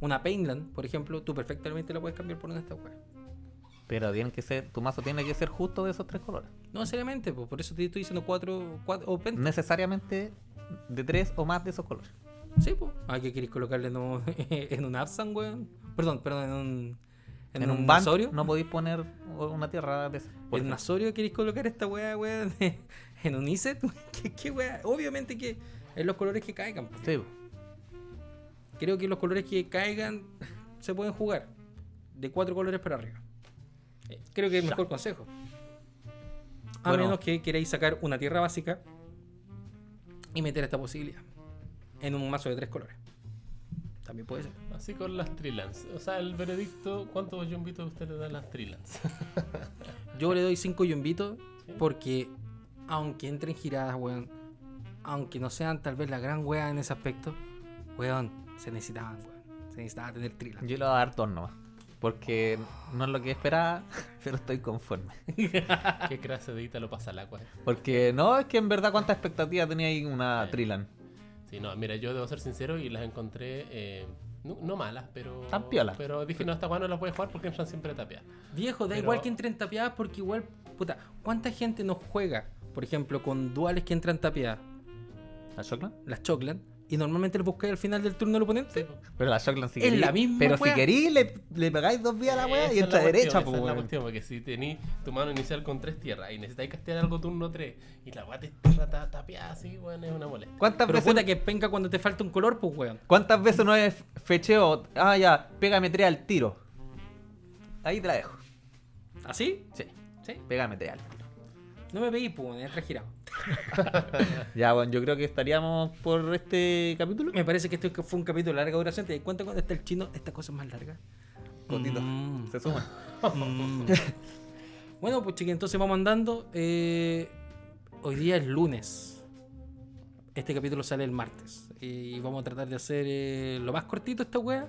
S1: una Painland, por ejemplo, tú perfectamente la puedes cambiar por una de estas weas.
S3: Pero tienen que ser, tu mazo tiene que ser justo de esos tres colores.
S1: No necesariamente, pues, por eso te estoy diciendo cuatro, cuatro o penta.
S3: Necesariamente de tres o más de esos colores.
S1: Sí, pues. Ah, que queréis colocarle en un, [LAUGHS] en un Absan, weón. Perdón, perdón, en un.
S3: En,
S1: En,
S3: un,
S1: un
S3: ban
S1: Asorio.
S3: no podéis poner una tierra a veces.
S1: en un Asorio queréis colocar esta weá, weón. [LAUGHS] En un Iset, [LAUGHS] weón. ¿Qué, qué weá? Obviamente que es los colores que caigan. pues.
S3: Sí, po.
S1: Creo que los colores que caigan se pueden jugar. De cuatro colores para arriba. Eh, Creo que es el mejor consejo. A
S3: Bueno.
S1: menos que queráis sacar una tierra básica y meter esta posibilidad en un mazo de tres colores. También puede ser.
S2: Así con las Trilans. O sea, el veredicto, ¿cuántos yumbitos usted le da a las Trilans?
S1: Yo le doy 5 yumbitos
S2: Sí.
S1: porque aunque entren giradas, weón, aunque no sean tal vez la gran wea en ese aspecto, weón, se necesitaban, weón. Se necesitaba tener trila.
S3: Yo le voy a dar dos nomás. Porque no es lo que esperaba, [LAUGHS] pero estoy conforme.
S2: [LAUGHS] Qué clase de Ítalo pasa al agua. eh.
S3: Porque no, es que en verdad cuánta expectativa tenía ahí una Trilan.
S2: Sí, no, mira, yo debo ser sincero y las encontré eh, no, no malas, pero.
S3: Tan piola.
S2: Pero dije, no, esta cuando no las voy a jugar porque entran siempre tapiadas.
S1: Viejo, da
S2: Pero-
S1: igual que entren tapiadas porque igual, puta, ¿cuánta gente nos juega, por ejemplo, con duales que entran tapiadas?
S3: ¿La Shockland?
S1: Las choclan y normalmente los buscáis al final del turno del
S2: Sí,
S1: oponente.
S2: po.
S3: Pero la Shockland si
S1: Es la misma
S3: Pero
S1: wea.
S3: si querís, le, le pegáis dos vías a la wea
S2: Esa
S3: y
S2: es
S3: entra
S2: cuestión,
S3: derecha,
S2: esa
S3: po,
S2: es la
S3: weón.
S2: cuestión, porque si tení tu mano inicial con tres tierras y necesitáis castear algo turno 3 y la guate tierra ta- tapiada así, weón, es una molestia.
S3: ¿Cuántas
S1: Pero
S3: veces,
S1: puta que penca cuando te falta un color, pues weón.
S3: ¿Cuántas veces no es fecheo? Ah, ya, pégame tres al tiro. Ahí te la dejo.
S1: ¿Así?
S3: Sí,
S1: ¿Sí?
S3: pégame tres al tiro.
S1: No me pedí, pues, weón, entra girado.
S3: Ya, bueno, yo creo que estaríamos por este capítulo.
S1: Me parece que esto fue un capítulo de larga duración. ¿Te das cuenta cuando está el chino? Esta cosa es más larga.
S3: Cortito.
S1: Mm. [LAUGHS]
S3: Se suman.
S1: Mm. bueno, pues chiqui, entonces vamos andando. Eh, hoy día es lunes. Este capítulo sale el martes. Y vamos a tratar de hacer eh, lo más cortito esta wea.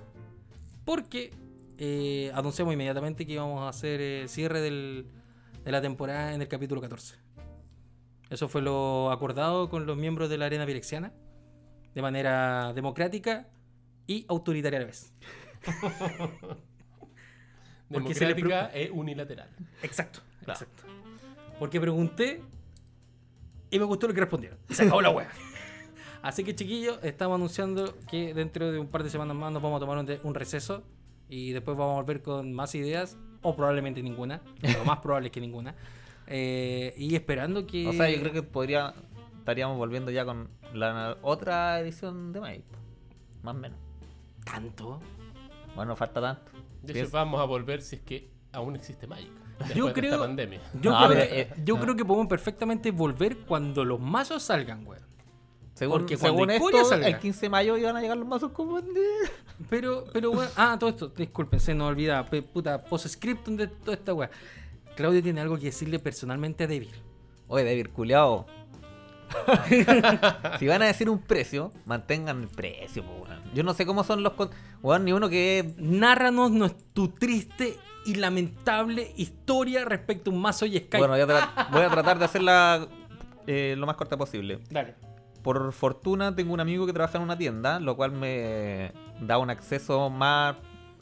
S1: Porque eh, anunciamos inmediatamente que íbamos a hacer el cierre del- de la temporada en el capítulo 14. Eso fue lo acordado con los miembros de la Arena Virexiana. De manera democrática y autoritaria a la vez. Porque se le
S2: Democrática es unilateral.
S1: Exacto, exacto. Porque pregunté y me gustó lo que respondieron. Y se acabó la wea. [LAUGHS] Así que, chiquillos, estamos anunciando que dentro de un par de semanas más nos vamos a tomar un, de- un receso y después vamos a volver con más ideas, o probablemente ninguna, lo más probable es que ninguna. Eh, y esperando que.
S3: O sea, yo creo que podría, estaríamos volviendo ya con la otra edición de Magic. po. Más o menos.
S1: Tanto.
S3: Bueno, falta tanto.
S2: De
S3: Sí,
S2: hecho,
S3: es-
S2: vamos a volver si es que aún existe Magic. Después
S1: Yo
S2: de esta
S1: creo-
S2: pandemia.
S1: Yo,
S3: No,
S1: creo,
S3: pero, eh,
S1: yo creo que podemos perfectamente volver cuando los mazos salgan, weón.
S3: Según,
S1: Porque cuando
S3: según
S1: Icoria
S3: esto,
S1: salga.
S3: el 15 de mayo iban a llegar los mazos como...
S1: Pero, pero, weón. Ah, todo esto, disculpen, se nos olvidaba. pe- puta, postscriptum de toda esta weá. Claudio tiene algo que decirle personalmente a David.
S3: Oye, David, culiao. [LAUGHS] si van a decir un precio, mantengan el precio, po, weón. Yo no sé cómo son los... con- Weón, ni uno que...
S1: Nárranos nos- tu triste y lamentable historia respecto a un mazo y Skype.
S3: Bueno, voy a, tra- voy a tratar de hacerla eh, lo más corta posible.
S1: Dale.
S3: Por fortuna tengo un amigo que trabaja en una tienda, lo cual me da un acceso más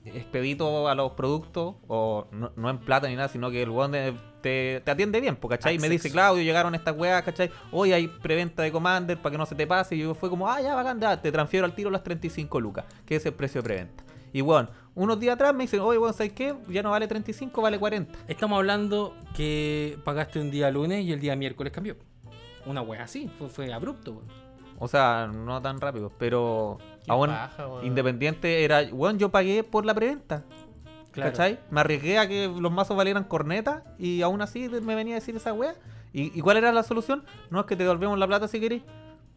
S3: expedito a los productos, o no, no en plata ni nada, sino que el weón de- te, te atiende bien, po, ¿cachai? Y me dice,
S1: Acceso.
S3: Claudio, llegaron estas weas, ¿cachai? Hoy hay preventa de Commander para que no se te pase, y yo fue como, ah, ya, bacán, ya, te transfiero al tiro las 35 lucas, que es el precio de preventa. Y weón, unos días atrás me dicen, oye weón, ¿sabes qué? Ya no vale 35, vale 40.
S1: Estamos hablando que pagaste un día lunes y el día miércoles cambió. Una wea así, fue, fue abrupto. weón.
S3: O sea, no tan rápido, pero
S2: Qué
S3: aún
S2: paja, weón.
S3: independiente era, weón, yo pagué por la preventa.
S1: Claro.
S3: ¿Cachai? Me arriesgué a que los mazos valieran corneta y aún así me venía a decir esa wea. ¿Y, y cuál era la solución? No es que te devolvemos la plata si querés.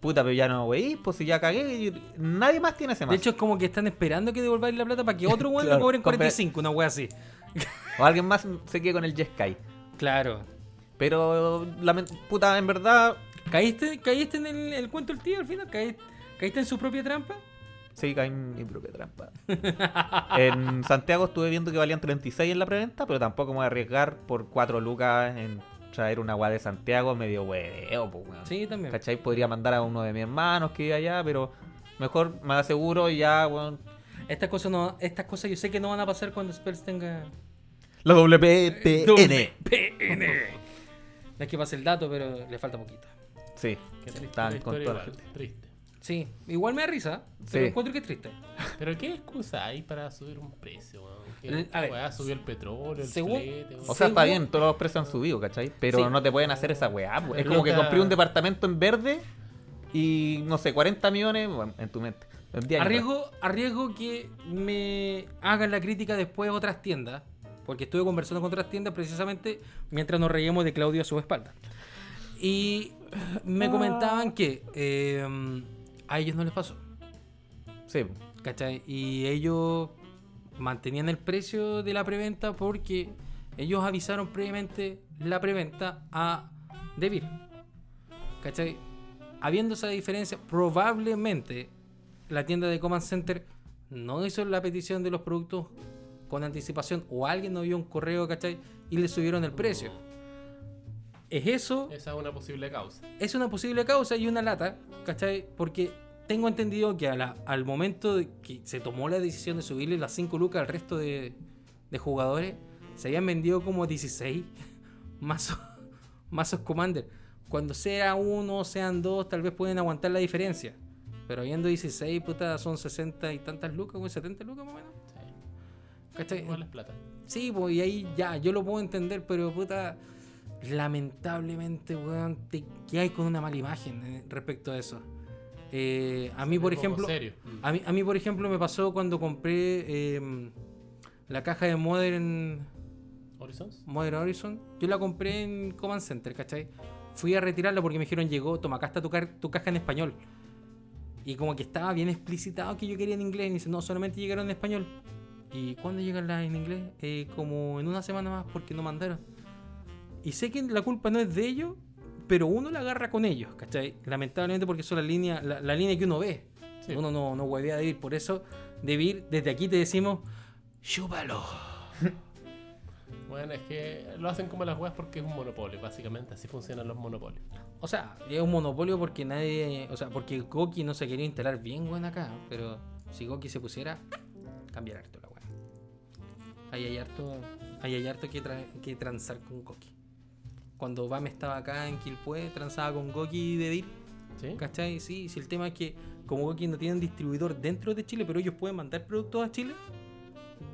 S3: Puta, pero ya no, wey, pues si ya cagué, y- nadie más tiene ese mazo.
S1: De hecho, es como que están esperando que devolváis la plata para que otro weón
S3: [LAUGHS] Claro,
S1: le cobren
S3: compre-
S1: 45, una wea así.
S3: O alguien más se quede con el Jeskai.
S1: Claro.
S3: Pero, lament- puta, en verdad,
S1: ¿Caíste, caíste en el, el cuento del tío al final? ¿Caí- ¿Caíste en su propia trampa?
S3: sí caí en mi propia trampa. [LAUGHS] en Santiago estuve viendo que valían 36 en la preventa, pero tampoco me voy a arriesgar por 4 lucas en traer una weá de Santiago medio hueveo, pues weón.
S1: Sí, también.
S3: ¿Cachai? Podría mandar a uno de mis hermanos que vive allá, pero mejor me aseguro y ya, weón.
S1: Estas cosas no, estas cosas yo sé que no van a pasar cuando Spells tenga
S3: La WPN.
S1: PN. No es que pase el dato, pero le falta poquito.
S3: Sí,
S2: Qué triste
S3: Estaban
S2: la
S3: con
S2: historia,
S3: toda la
S2: igual, Triste.
S1: Sí, igual me da risa, pero
S3: Sí.
S1: encuentro que es triste.
S2: Pero ¿qué excusa hay para subir un precio? weón?
S1: El-
S2: ¿Qué
S1: a ver,
S2: weá, subió el petróleo, el
S1: según-
S2: flete, weón?
S3: O sea, está
S1: Según-
S3: bien, todos los precios han subido, ¿cachai? Pero
S1: Sí.
S3: no te pueden hacer esa weá. po. Es
S2: Pero
S3: como que
S2: loca-
S3: compré un departamento en verde y, no sé, 40 millones bueno, en tu mente. En 10 años.
S1: Arriesgo, arriesgo que me hagan la crítica después otras tiendas, porque estuve conversando con otras tiendas precisamente mientras nos reíamos de Claudio a su espalda. Y me comentaban que eh, a ellos no les pasó.
S3: pues. Sí, po.
S1: ¿Cachai? Y ellos mantenían el precio de la preventa porque ellos avisaron previamente la preventa a Debir. ¿Cachai? Habiendo esa diferencia, probablemente la tienda de Command Center no hizo la petición de los productos con anticipación o alguien no vio un correo, ¿cachai? Y le subieron el precio. ¿Es eso?
S2: Esa es una posible causa.
S1: es una posible causa y una lata, ¿cachai? Porque tengo entendido que a la- al momento de que se tomó la decisión de subirle las 5 lucas al resto de, de jugadores, se habían vendido como 16 [LAUGHS] mazos, mazos Commander. Cuando sea uno, sean dos, tal vez pueden aguantar la diferencia. Pero habiendo 16, puta, son 60 y tantas lucas, güey, 70 lucas más o menos.
S2: Sí.
S1: ¿Cachai?
S2: Igual es plata.
S1: Sí, pues, y ahí ya, yo lo puedo entender, pero puta, lamentablemente, weón, te hay con una mala imagen eh, respecto a eso. Eh, a mí, por
S2: Es poco
S1: ejemplo, ah,
S2: Serio.
S1: a mí, a mí, por ejemplo, me pasó cuando compré eh, la caja de Modern,
S2: ¿Mm? ¿Horizons?
S1: Modern Horizon. Yo la compré en Command Center, ¿cachai? Fui a retirarla porque me dijeron, llegó, toma, acá está tu, car- tu caja en español. Y como que estaba bien explicitado que yo quería en inglés. Y me dice, no, solamente llegaron en español. ¿Y cuándo llegan las en inglés? Eh, como en una semana más porque no mandaron. Y sé que la culpa no es de ellos, pero uno la agarra con ellos, ¿cachai? Lamentablemente porque son la línea, la, la línea que uno ve.
S2: Sí.
S1: Uno no, no huevea de ir. Por eso, de ir, desde aquí te decimos, chúpalo.
S2: Bueno, es que lo hacen como las weas porque es un monopolio, básicamente. Así funcionan los monopolios.
S1: O sea, es un monopolio porque nadie. O sea, porque Goki no se quería instalar bien, weón, acá. Pero si Goki se pusiera, cambiar harto la weón. Ahí hay harto, ahí hay harto que, tra- que transar con Goki. Cuando Bam estaba acá en Quilpue, transaba con Goki y Devir.
S2: ¿Sí?
S1: ¿Cachai? Sí, si el tema es que como Goki no tiene un distribuidor dentro de Chile, pero ellos pueden mandar productos a Chile,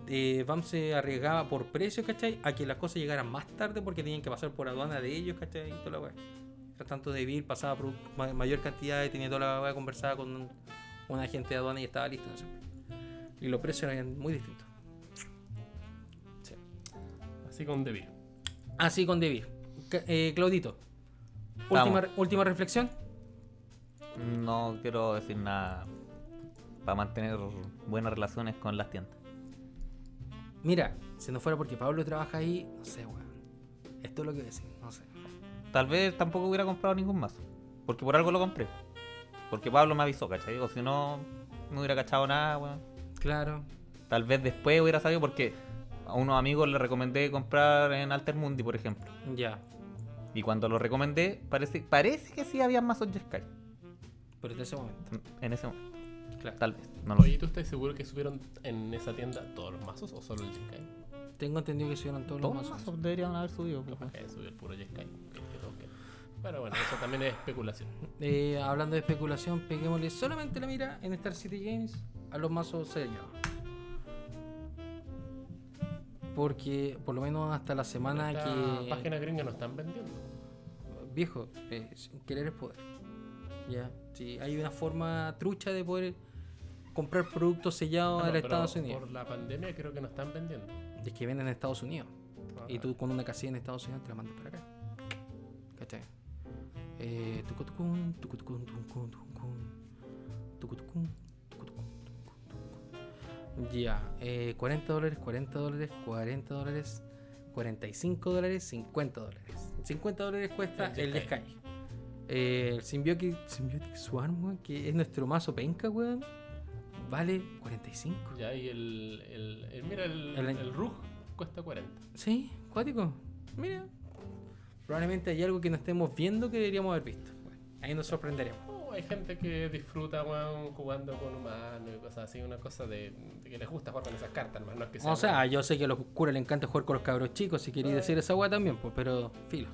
S1: eh, BAM se arriesgaba por precio, ¿cachai? A que las cosas llegaran más tarde porque tenían que pasar por aduana de ellos, ¿cachai? Y toda la weá. Mientras tanto, De Vir pasaba produ- ma- mayor cantidad y tenía toda la weá conversada con un, un agente de aduana y estaba listo. no sé. Y los precios eran muy distintos.
S2: Así con Devir.
S1: Así con Devir. eh, Claudito, última, última reflexión.
S3: no quiero decir nada para mantener buenas relaciones con las tiendas.
S1: Mira, si no fuera porque Pablo trabaja ahí, no sé, weón. Esto es lo que voy a decir, no sé.
S3: Tal vez tampoco hubiera comprado ningún mazo, porque por algo lo compré. Porque Pablo me avisó, ¿cachai? O si no, no hubiera cachado nada, weón.
S1: Claro.
S3: Tal vez después hubiera sabido porque a unos amigos les recomendé comprar en Altermundi, por ejemplo.
S1: Ya.
S3: Y cuando lo recomendé, parece, parece que sí había mazos Jeskai
S1: Pero en ese momento.
S3: en ese momento.
S1: Claro.
S3: Tal vez, no lo
S2: Oye,
S3: sé.
S2: ¿y ¿tú estás seguro que subieron en esa tienda todos los mazos o solo el Jeskai?
S1: Tengo entendido que subieron todos los
S3: Todos los
S1: mazos.
S3: mazos deberían haber subido. pues,
S2: Capaz
S3: weón.
S2: que subió el puro Jeskai. que- que todos quedan. Pero bueno, eso también es especulación.
S1: Eh, hablando de especulación, peguémosle solamente la mira en Star City Games a los mazos serios. porque por lo menos hasta la semana
S2: Estas
S1: que...
S2: páginas gringas no están vendiendo.
S1: Viejo, eh, querer es poder. Ya, sí, hay una forma trucha de poder comprar productos sellados
S2: Ah, no,
S1: de
S2: pero
S1: Estados Unidos.
S2: Por la pandemia creo que no están vendiendo.
S1: Es que venden en Estados Unidos.
S2: Ah,
S1: Y tú con una casilla en Estados Unidos te la mandas para acá. ¿Cachai? Eh, tucutucún, tucutucún, tucutucún, tucutucún, tucutucún, tucutucún, tucutucún. Ya, eh, 40 dólares, 40 dólares, 40 dólares, 45 dólares, 50 dólares. 50 dólares cuesta
S2: El
S1: el de
S2: Jeskai.
S1: Sky. Eh, el Symbiotic, Symbiotic Swarm, weón, que es nuestro mazo penca, weón, vale 45.
S2: Ya, y el, el, el- mira, el, el,
S1: El-
S2: RUG cuesta 40.
S1: Sí, cuático. Mira. Probablemente hay algo que no estemos viendo que deberíamos haber visto. Bueno, ahí nos sorprenderemos.
S2: Oh, hay gente que disfruta weón, jugando con humanos y cosas así, una cosa de, de que les gusta jugar con esas cartas, hermano. No es que sea
S1: O sea, yo sé que a los curas les encanta jugar con los cabros chicos, si queréis decir esa weá también, pues, pero filo.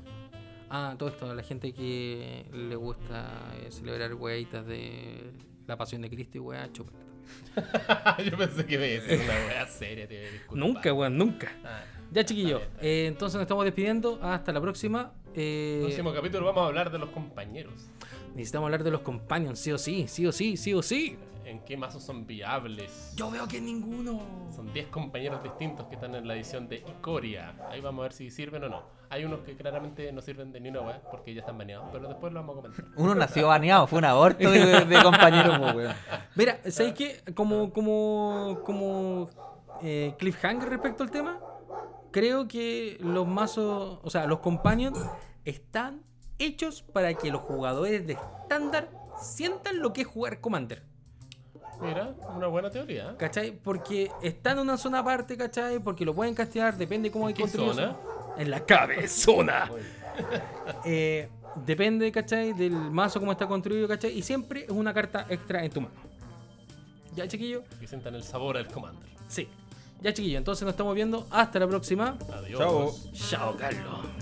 S1: Ah, todo esto, a la gente que le gusta eh, celebrar weitas de la pasión de Cristo y weá, chúpenla también.
S2: [LAUGHS] yo pensé que me iba a decir una wea seria, te disculpa.
S1: Nunca, weón, nunca.
S2: Ah,
S1: Ya, chiquillo,
S2: Está bien, está
S1: eh, entonces nos estamos despidiendo. Hasta la próxima. Eh,
S2: próximo capítulo vamos a hablar de los compañeros.
S1: necesitamos hablar de los companions, sí o sí, sí o sí, sí o sí.
S2: ¿En qué mazos son viables?
S1: Yo veo que ninguno.
S2: Son 10 compañeros distintos que están en la edición de Icoria. Ahí vamos a ver si sirven o no. Hay unos que claramente no sirven de ni una wea porque ya están baneados, pero después lo vamos a comentar.
S3: Uno nació baneado, fue un aborto de, [LAUGHS] de compañero, po, weón.
S1: Mira,
S2: Ah.
S1: ¿sabes qué? Como, como, como eh, cliffhanger respecto al tema, creo que los mazos, o sea, los companions están hechos para que los jugadores de estándar sientan lo que es jugar Commander.
S2: Mira, una buena teoría. ¿eh?
S1: ¿Cachai? Porque están en una zona aparte, ¿cachai? Porque lo pueden castear, depende cómo hay
S2: ¿Qué
S1: contenido.
S2: zona?
S1: En la cabezona. Eh, depende, ¿cachai? Del mazo cómo está construido, ¿cachai? Y siempre es una carta extra en tu mano. Ya, chiquillo.
S2: Que sientan el sabor al commander.
S1: Sí. Ya chiquillo, entonces nos estamos viendo. Hasta la próxima.
S2: Adiós.
S3: Chao.
S1: Chao, Carlos.